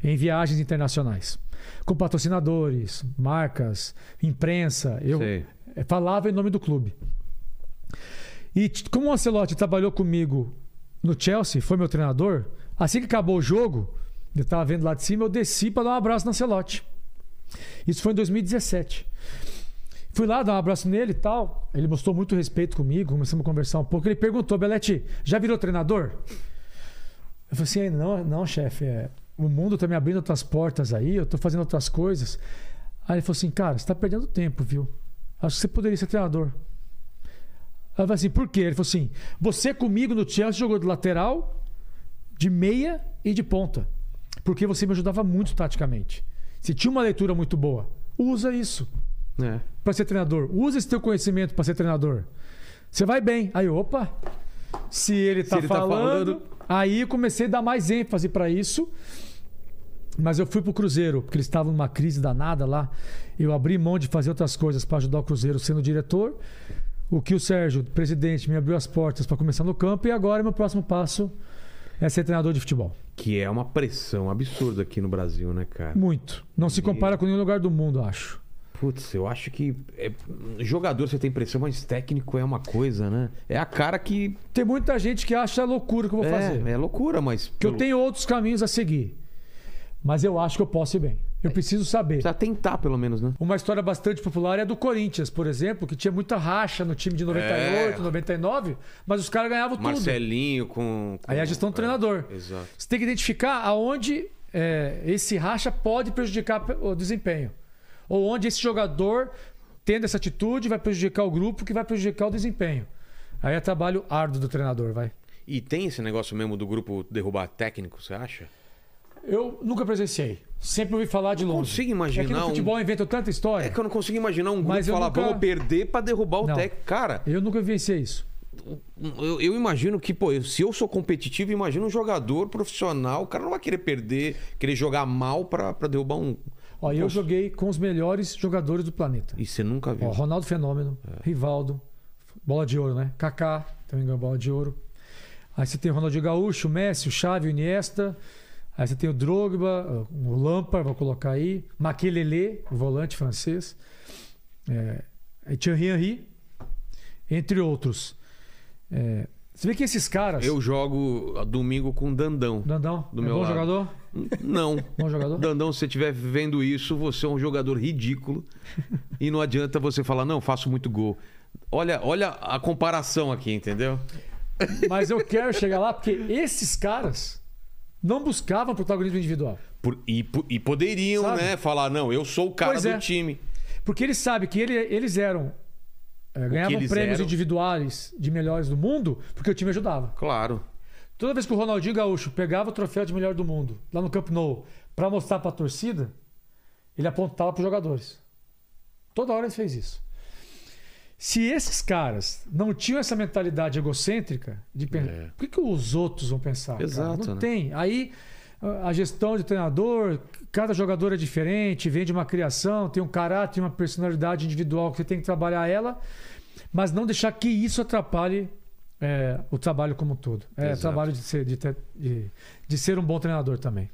C: em viagens internacionais, com patrocinadores, marcas, imprensa. Eu
A: Sei.
C: eh, falava em nome do clube. E t- como o Ancelotti trabalhou comigo no Chelsea, foi meu treinador, assim que acabou o jogo, eu estava vendo lá de cima, eu desci para dar um abraço no Ancelotti. Isso foi em 2017. Fui lá dar um abraço nele e tal. Ele mostrou muito respeito comigo, começamos a conversar um pouco. Ele perguntou, Belete, já virou treinador? Eu falei assim, não, não chefe, é, o mundo tá me abrindo outras portas aí, eu tô fazendo outras coisas. Aí ele falou assim, cara, você tá perdendo tempo, viu? Acho que você poderia ser treinador. Aí eu falei assim, por quê? Ele falou assim, você comigo no Chelsea jogou de lateral, de meia e de ponta. Porque você me ajudava muito taticamente. Você tinha uma leitura muito boa. Usa isso
D: É.
C: para ser treinador. Usa esse teu conhecimento para ser treinador. Você vai bem. Aí, opa. Se ele tá,
A: ele tá
C: falando,
A: falando-
C: aí comecei a dar mais ênfase para isso. Mas eu fui pro Cruzeiro, porque eles estavam numa crise danada lá. Eu abri mão de fazer outras coisas para ajudar o Cruzeiro sendo diretor. O que o Sérgio, presidente, me abriu as portas para começar no campo e agora meu próximo passo é ser treinador de futebol.
A: Que é uma pressão absurda aqui no Brasil, né, cara?
C: Muito. Não se compara com nenhum lugar do mundo, acho.
A: Putz, eu acho que. é- jogador você tem pressão, mas técnico é uma coisa, né? É a cara que.
C: Tem muita gente que acha loucura o que eu vou fazer.
A: É, é loucura, mas.
C: que eu tenho outros caminhos a seguir. Mas eu acho que eu posso ir bem. Eu preciso saber.
A: Precisa tentar, pelo menos, né?
C: Uma história bastante popular é a do Corinthians, por exemplo, que tinha muita racha no time de 98,
A: É.
C: 99, mas os caras ganhavam tudo.
A: Marcelinho com. é,
C: Aí a gestão do treinador.
A: Exato.
C: Você tem que identificar aonde é, esse racha pode prejudicar o desempenho. Ou onde esse jogador, tendo essa atitude, vai prejudicar o grupo, que vai prejudicar o desempenho. Aí é trabalho árduo do treinador, vai.
A: E tem esse negócio mesmo do grupo derrubar técnico, você acha?
C: Eu nunca presenciei. Sempre ouvi falar de longe.
A: consigo
C: É que
A: imaginar
C: no
A: um-
C: futebol inventam tanta história.
A: É que eu não consigo imaginar um grupo
C: Mas eu
A: falar,
C: nunca-
A: vamos perder pra derrubar o
C: Não.
A: técnico. Cara,
C: Eu nunca vivenciei isso.
A: eu, eu imagino que, pô, eu- se eu sou competitivo, imagina um jogador profissional, o cara não vai querer perder, querer jogar mal pra, pra derrubar um.
C: Ó, eu joguei com os melhores jogadores do planeta.
A: E você nunca viu.
C: Ó, Ronaldo Fenômeno,
A: É.
C: Rivaldo, bola de ouro, né? Kaká, também ganhou bola de ouro. Aí você tem o Ronaldinho Gaúcho, o Messi, o Xavi, o Iniesta. Aí você tem o Drogba, o Lampard, vou colocar aí. Maquelele, o volante francês. É, e Thierry Henry, entre outros. É, você vê que esses caras...
A: Eu jogo domingo com o Dandão.
C: Dandão,
A: Do
C: é
A: meu
C: bom
A: lado.
C: jogador?
A: Não.
C: Bom jogador?
A: Dandão, se você estiver vendo isso, você é um jogador ridículo. E não adianta você falar, não, faço muito gol. Olha, olha a comparação aqui, entendeu?
C: Mas eu quero chegar lá porque esses caras não buscavam protagonismo individual.
A: Por- e, po- e poderiam,
C: Sabe?
A: né, falar, não, eu sou o cara
C: Pois
A: do
C: é.
A: time.
C: Porque eles sabem que ele- eles eram. é, ganhavam
A: eles
C: prêmios
A: eram.
C: individuais de melhores do mundo porque o time ajudava.
A: Claro.
C: Toda vez que o Ronaldinho Gaúcho pegava o troféu de melhor do mundo lá no Camp Nou pra mostrar pra torcida, ele apontava pros jogadores. Toda hora ele fez isso. Se esses caras não tinham essa mentalidade egocêntrica de pensar,
A: É.
C: por que, que os outros vão pensar? cara?
A: Exato,
C: Não
A: né?
C: tem. Aí a a gestão de treinador, cada jogador é diferente, vem de uma criação, tem um caráter, uma personalidade individual que você tem que trabalhar ela, mas não deixar que isso atrapalhe é, o trabalho como um todo. É,
A: Exato.
C: trabalho de ser, de, ter- de- de ser um bom treinador também.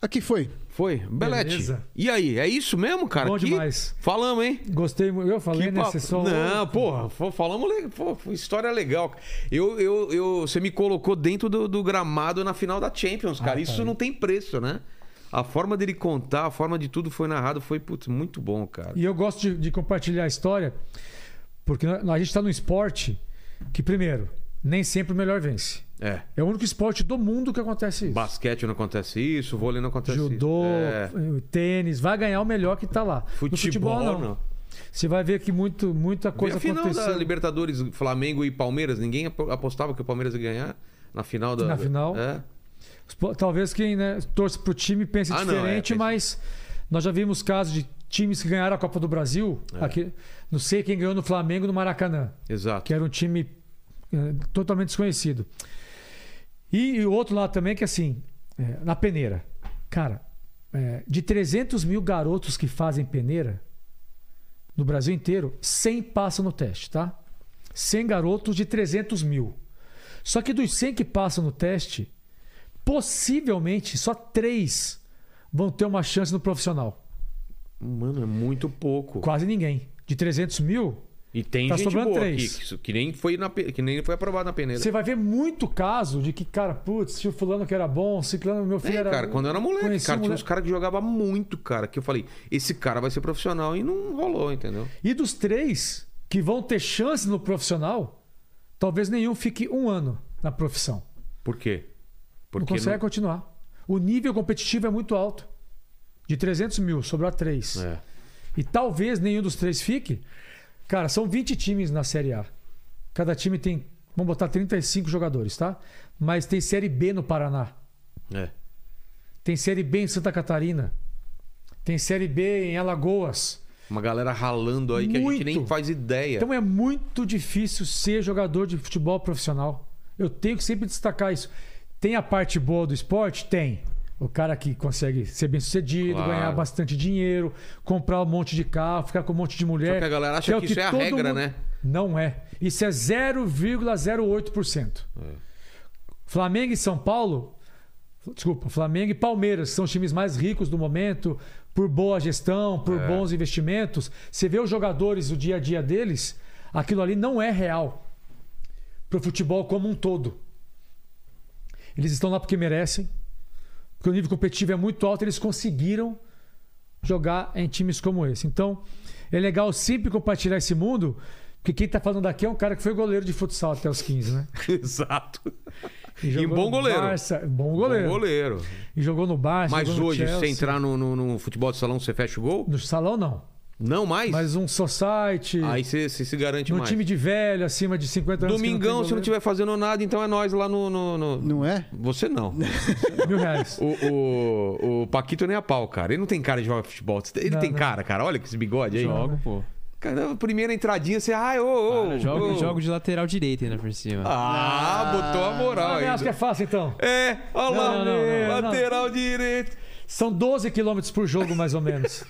B: Aqui foi.
A: Foi. Belete.
C: Beleza.
A: E aí, é isso mesmo, cara?
C: bom
A: Que-
C: demais.
A: Falamos, hein?
C: Gostei, mu- eu falei,
A: Que
C: né?
A: papo-
C: Você só...
A: Não, porra, fo- falamos le- pô, foi história legal. Eu, eu, eu, você me colocou dentro do, do gramado na final da Champions,
C: Ah, tá.
A: cara. Isso não tem preço, né? A forma dele contar, a forma de tudo foi narrado, foi putz, muito bom, cara.
C: E eu gosto de, de compartilhar a história, porque a a gente está num esporte que, primeiro, nem sempre o melhor vence.
A: É.
C: É o único esporte do mundo que acontece isso.
A: Basquete não acontece isso, vôlei não acontece
C: Judô,
A: isso. Tá assim. É.
C: eh, tênis, vai ganhar o melhor que tá lá. No
A: Futebol, não.
C: Você vai ver que muito, muita
A: Vê
C: coisa
A: A final
C: aconteceu
A: da Libertadores, Flamengo e Palmeiras, ninguém apo- apostava que o Palmeiras ia ganhar na final da.
C: Na final.
A: É.
C: Os po- Talvez quem né, torce pro time pense
A: Ah, não, é,
C: diferente,
A: pense-
C: mas nós já vimos casos de times que ganharam a Copa do Brasil.
A: É.
C: Aqui, não sei quem ganhou no Flamengo no Maracanã,
A: Exato.
C: que era um time eh, totalmente desconhecido. E, e o outro lado também que assim, eh, na peneira. Cara, eh, de 300 mil garotos que fazem peneira no Brasil inteiro, 100 passam no teste, tá? 100 garotos de 300 mil. Só que dos 100 que passam no teste, possivelmente só 3 vão ter uma chance no profissional.
A: Mano, é muito pouco.
C: Quase ninguém. De 300 mil,
A: E tem
C: Tá
A: gente
C: sobrando
A: boa
C: três.
A: aqui, que, que nem foi na pe- que nem foi aprovado na peneira.
C: você vai ver muito caso de que, cara, putz, tinha o fulano que era bom, o ciclano, meu filho
A: É,
C: era...
A: cara, quando eu era moleque,
C: conheci
A: cara,
C: um
A: tinha
C: moleque-
A: uns caras que jogavam muito, cara, que eu falei, esse cara vai ser profissional e não rolou, entendeu?
C: E dos três que vão ter chance no profissional, talvez nenhum fique um ano na profissão.
A: Por quê? Porque
C: não consegue continuar. O nível competitivo é muito alto. De 300 mil, sobrar três.
A: não- é.
C: E talvez nenhum dos três fique. Cara, são 20 times na Série A. Cada time tem, vamos botar 35 jogadores, tá? Mas tem Série B no Paraná.
A: É.
C: Tem Série B em Santa Catarina. Tem Série B em Alagoas.
A: Uma galera ralando aí que a gente
C: Muito.
A: nem faz ideia.
C: Então é muito difícil ser jogador de futebol profissional. Eu tenho que sempre destacar isso. Tem a parte boa do esporte? Tem. O cara que consegue ser bem sucedido,
A: Claro.
C: ganhar bastante dinheiro, comprar um monte de carro, ficar com um monte de mulher.
A: Só que a galera acha
C: o
A: que isso é a
C: todo
A: regra, né?
C: Não é. Isso é 0,08%.
A: É.
C: Flamengo e São Paulo, desculpa, Flamengo e Palmeiras, que são os times mais ricos do momento, por boa gestão, por
A: É.
C: bons investimentos. Você vê os jogadores, o dia a dia deles, aquilo ali não é real pro futebol como um todo. Eles estão lá porque merecem, porque o nível competitivo é muito alto, eles conseguiram jogar em times como esse. Então, é legal sempre compartilhar esse mundo, porque quem tá falando daqui é um cara que foi goleiro de futsal até os 15, né?
A: Exato.
C: E,
A: um
C: jogou
A: bom
C: no
A: goleiro.
C: Barça, bom goleiro.
A: Bom goleiro.
C: E jogou no Barça,
A: Mas
C: jogou no
A: hoje, se
C: Chelsea.
A: entrar no, no- no futebol de salão, você fecha o gol?
C: No salão, não.
A: Não mais?
C: Mas um society,
A: Aí você, você se garante
C: num
A: mais.
C: time de velho, acima de 50 anos. que não tem
A: Domingão, se não
C: goleiro.
A: estiver fazendo nada, então é nós lá no. no- no-
B: Não é?
A: Você não.
C: Mil reais.
A: O, o, o Paquito nem a pau, cara. Ele não tem cara de jogar futebol. Ele
C: Não,
A: tem
C: não.
A: cara, cara. Olha que esse bigode aí.
D: Jogo, pô.
A: Cara, a primeira entradinha você. Ai, ô, ô.
D: Cara, jogo,
A: ô.
D: jogo de lateral direito ainda por cima.
A: Ah, botou a moral
C: Ah,
A: ainda.
C: acho que é fácil, então.
A: É, olha lá.
D: Não, não, não,
C: não.
A: lateral direito.
C: São 12 quilômetros por jogo, mais ou menos.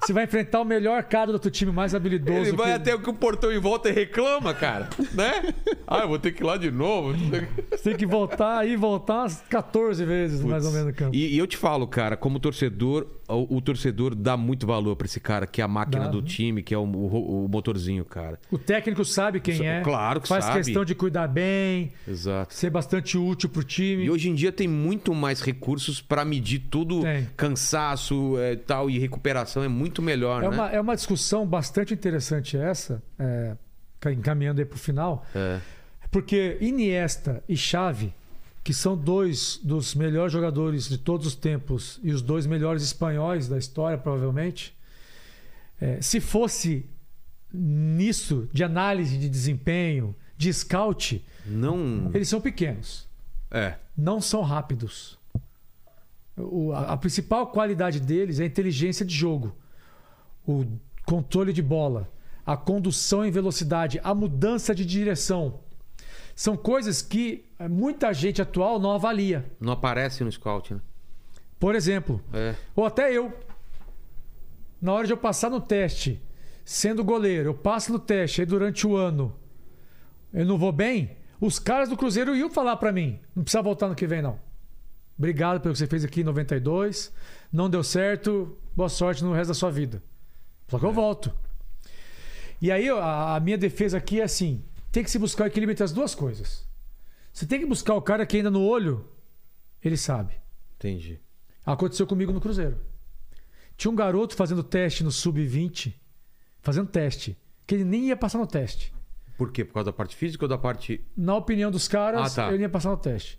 C: Você vai enfrentar o melhor cara do outro time, mais habilidoso.
A: Ele vai
C: que-
A: até o que o portão em volta e reclama, cara. né? Ah, eu vou ter que ir lá de novo.
C: Você tem que voltar e voltar umas 14 vezes, mais ou menos, no campo.
A: E, e eu te falo, cara, como torcedor, o, o torcedor dá muito valor pra esse cara que é a máquina
C: Dá. né?
A: do time, que é o, o- o motorzinho, cara.
C: O técnico sabe quem é.
A: Claro que
C: Faz
A: sabe.
C: questão de cuidar bem,
A: Exato.
C: ser bastante útil pro time.
A: E hoje em dia tem muito mais recursos pra medir tudo,
C: Tem.
A: cansaço é, tal e recuperação é muito melhor,
C: É
A: né?
C: uma, é uma discussão bastante interessante essa, é, encaminhando aí pro final,
A: É.
C: porque Iniesta e Xavi, que são dois dos melhores jogadores de todos os tempos e os dois melhores espanhóis da história, provavelmente, é, se fosse nisso de análise de desempenho, de scout,
A: Não.
C: eles são pequenos,
A: É.
C: não são rápidos. O- a- a principal qualidade deles é a inteligência de jogo o controle de bola, a condução em velocidade, a mudança de direção. São coisas que eh, muita gente atual não avalia.
A: Não aparece no scout, né?
C: Por exemplo,
A: É.
C: ou até eu. Na hora de eu passar no teste, sendo goleiro, eu passo no teste aí durante o ano, eu não vou bem, os caras do Cruzeiro iam falar pra mim, não precisa voltar no que vem não. Obrigado pelo que você fez aqui em 92, não deu certo, boa sorte no resto da sua vida. Só que eu volto. E aí ó, a, a minha defesa aqui é assim, tem que se buscar o equilíbrio entre as duas coisas. Você tem que buscar o cara que ainda no olho, ele sabe.
A: Entendi.
C: Aconteceu comigo no Cruzeiro. Tinha um garoto fazendo teste no sub-20, fazendo teste, que ele nem ia passar no teste.
A: Por quê? Por causa da parte física ou da parte.
C: Na opinião dos caras,
A: Ah, tá.
C: eu nem ia passar no teste.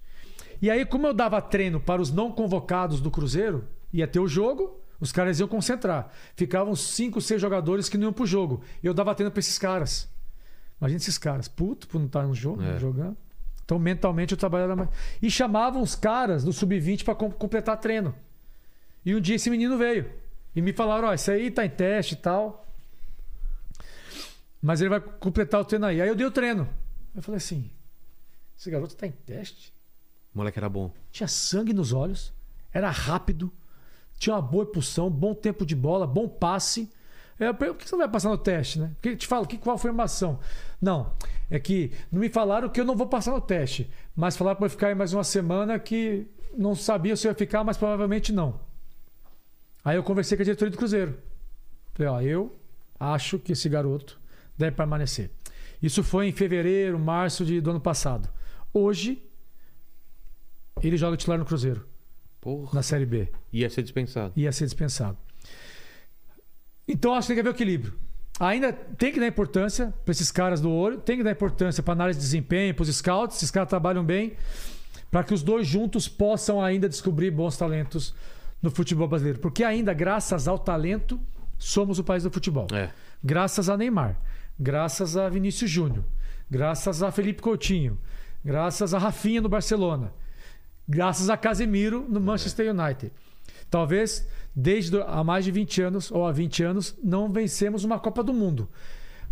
C: E aí, como eu dava treino para os não convocados do Cruzeiro, ia ter o jogo, os caras iam concentrar. Ficavam cinco, seis jogadores que não iam pro jogo. Eu dava treino para esses caras. Imagina esses caras, puto por não estar no jogo,
A: É.
C: jogando. Então, mentalmente, eu trabalhava mais. E chamavam os caras do sub-20 para completar treino. E um dia esse menino veio. E me falaram: Ó, isso aí tá em teste e tal. Mas ele vai completar o treino aí. Aí eu dei o treino. Eu falei assim: esse garoto tá em teste?
A: O moleque era bom.
C: Tinha sangue nos olhos, era rápido, tinha uma boa impulsão, bom tempo de bola, bom passe. Aí Eu pergunto, por que você não vai passar no teste, né? Porque eu te falo, que, qual foi a informação? Não, é que não me falaram que eu não vou passar no teste, mas falaram para ficar aí mais uma semana que não sabia se eu ia ficar, mas provavelmente não. Aí eu conversei com a diretoria do Cruzeiro. Falei, ó, eu acho que esse garoto deve permanecer. Isso foi em fevereiro, março de, do ano passado. Hoje, ele joga titular no Cruzeiro,
A: Porra.
C: na Série B.
A: Ia ser dispensado.
C: Ia ser dispensado. Então acho que tem que haver o equilíbrio. Ainda tem que dar importância para esses caras do olho, tem que dar importância para análise de desempenho, para os scouts, esses caras trabalham bem. para que os dois juntos possam ainda descobrir bons talentos no futebol brasileiro. Porque ainda, graças ao talento, somos o país do futebol.
E: É.
C: Graças a Neymar, graças a Vinícius Júnior, graças a Felipe Coutinho, graças a Rafinha no Barcelona, graças a Casemiro no Manchester United. Talvez desde do- há mais de 20 anos ou há 20 anos não vencemos uma Copa do Mundo.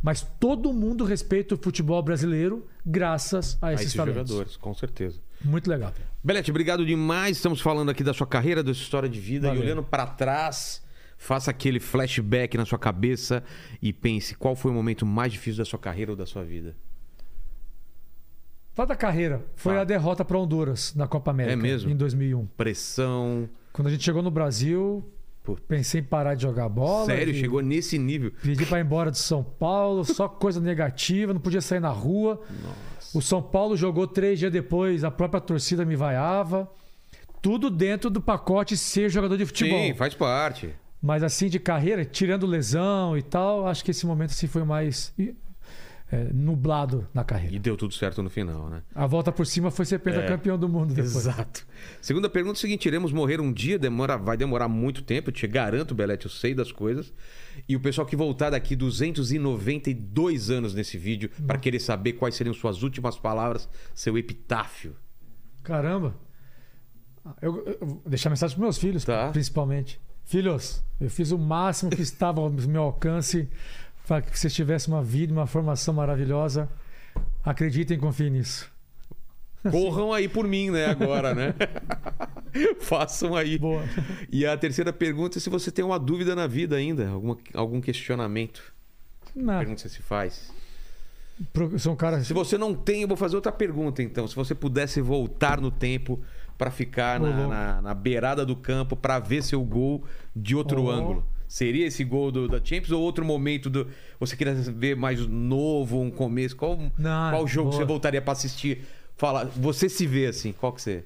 C: Mas todo mundo respeita o futebol brasileiro graças a
E: A
C: esses
E: esses
C: talentos.
E: jogadores, com certeza.
C: Muito legal.
A: Belete, obrigado demais. Estamos falando aqui da sua carreira, da sua história de vida. E olhando pra trás, faça aquele flashback na sua cabeça e pense qual foi o momento mais difícil da sua carreira ou da sua vida.
C: Lá da carreira foi
A: Tá.
C: a derrota para Honduras na Copa América
A: É mesmo?
C: em 2001.
A: Pressão.
C: Quando a gente chegou no Brasil,
A: Puta.
C: pensei em parar de jogar bola.
A: sério,
C: e
A: chegou nesse nível.
C: Pedi para ir embora de São Paulo, só coisa negativa, não podia sair na rua. O São Paulo jogou três dias depois, a própria torcida me vaiava. Tudo dentro do pacote ser jogador de futebol.
A: Sim, faz parte.
C: Mas assim, de carreira, tirando lesão e tal, acho que esse momento assim, foi mais eh, nublado na carreira.
A: E É. deu tudo certo no final, né?
C: A volta por cima foi ser pentacampeão do mundo depois.
E: Exato.
A: Segunda pergunta é o seguinte: iremos morrer um dia, demora, vai demorar muito tempo, eu te garanto, Belete, eu sei das coisas. E o pessoal que voltar daqui 292 anos nesse vídeo pra querer saber quais seriam suas últimas palavras, seu epitáfio.
C: Caramba. Eu, eu vou deixar mensagem para meus filhos,
A: Tá.
C: principalmente. Filhos, eu fiz o máximo que estava ao meu alcance para que vocês tivessem uma vida, uma formação maravilhosa. Acreditem e confiem nisso.
A: Corram aí por mim, né, agora, né? Façam aí.
C: Boa.
A: E a terceira pergunta é se você tem uma dúvida na vida ainda, alguma, algum questionamento.
C: Não,
A: Pergunta se se faz.
C: pro- eu sou um cara.
A: Se você não tem, eu vou fazer outra pergunta então. Se você pudesse voltar no tempo pra ficar
C: Ô,
A: na,
C: louco.
A: na- na beirada do campo pra ver seu gol de outro
C: Ó.
A: ângulo, seria esse gol do- da Champions ou outro momento do você queria ver mais novo, um começo? Qual,
C: Não,
A: qual jogo
C: boa.
A: você voltaria pra assistir? Fala, você se vê assim? Qual que você?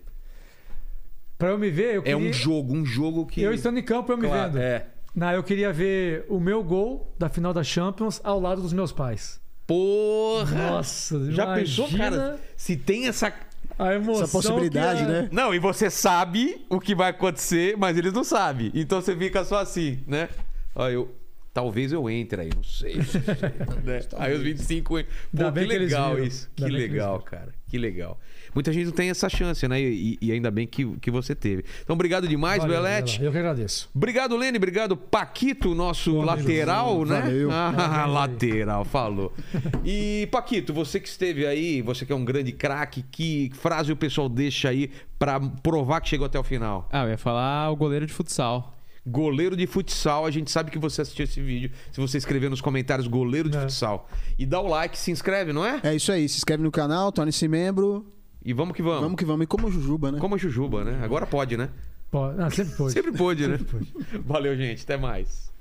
C: Para eu me ver, eu
A: É um
C: queria-
A: jogo, um jogo que
C: Eu estando em campo, eu me
A: Claro,
C: vendo.
A: É.
C: Não, eu queria ver o meu gol da final da Champions ao lado dos meus pais.
A: Porra!
C: Nossa,
A: Já pensou,
C: imagina
A: cara? Se tem essa
C: A emoção.
B: Essa possibilidade,
C: que é-
B: né?
A: Não, e você sabe o que vai acontecer, mas eles não sabem. Então você fica só assim, né? Ó, eu, talvez eu entre aí, não sei. Não sei né? Aí os 25. en- Pô,
C: Ainda
A: que
C: bem que eles
A: legal
C: viram.
A: isso. Que
C: Ainda bem que eles
A: legal, cara. Que legal. Muita gente não tem essa chance, né? E, e ainda bem que, que você teve. Então, obrigado demais,
C: Valeu,
A: Belete.
C: Bela, Eu que agradeço.
A: Obrigado, Lene. Obrigado, Paquito, nosso lateral, né?
B: Valeu.
A: Ah,
C: Valeu.
A: lateral, falou. E, Paquito, você que esteve aí, você que é um grande craque, que frase o pessoal deixa aí pra provar que chegou até o final?
D: Ah, eu ia falar o goleiro de futsal.
A: Goleiro de futsal, a gente sabe que você assistiu esse vídeo. Se você escrever nos comentários, goleiro de
C: É.
A: futsal. E dá o like, se inscreve, não é?
B: É isso aí. Se inscreve no canal, torne-se membro.
A: E vamos que vamos.
B: Vamos que vamos. E como Jujuba, né?
A: Como a Jujuba, né? Agora pode, né?
C: Pô, não, sempre foi.
A: Sempre pôde, né? Valeu, gente. Até mais.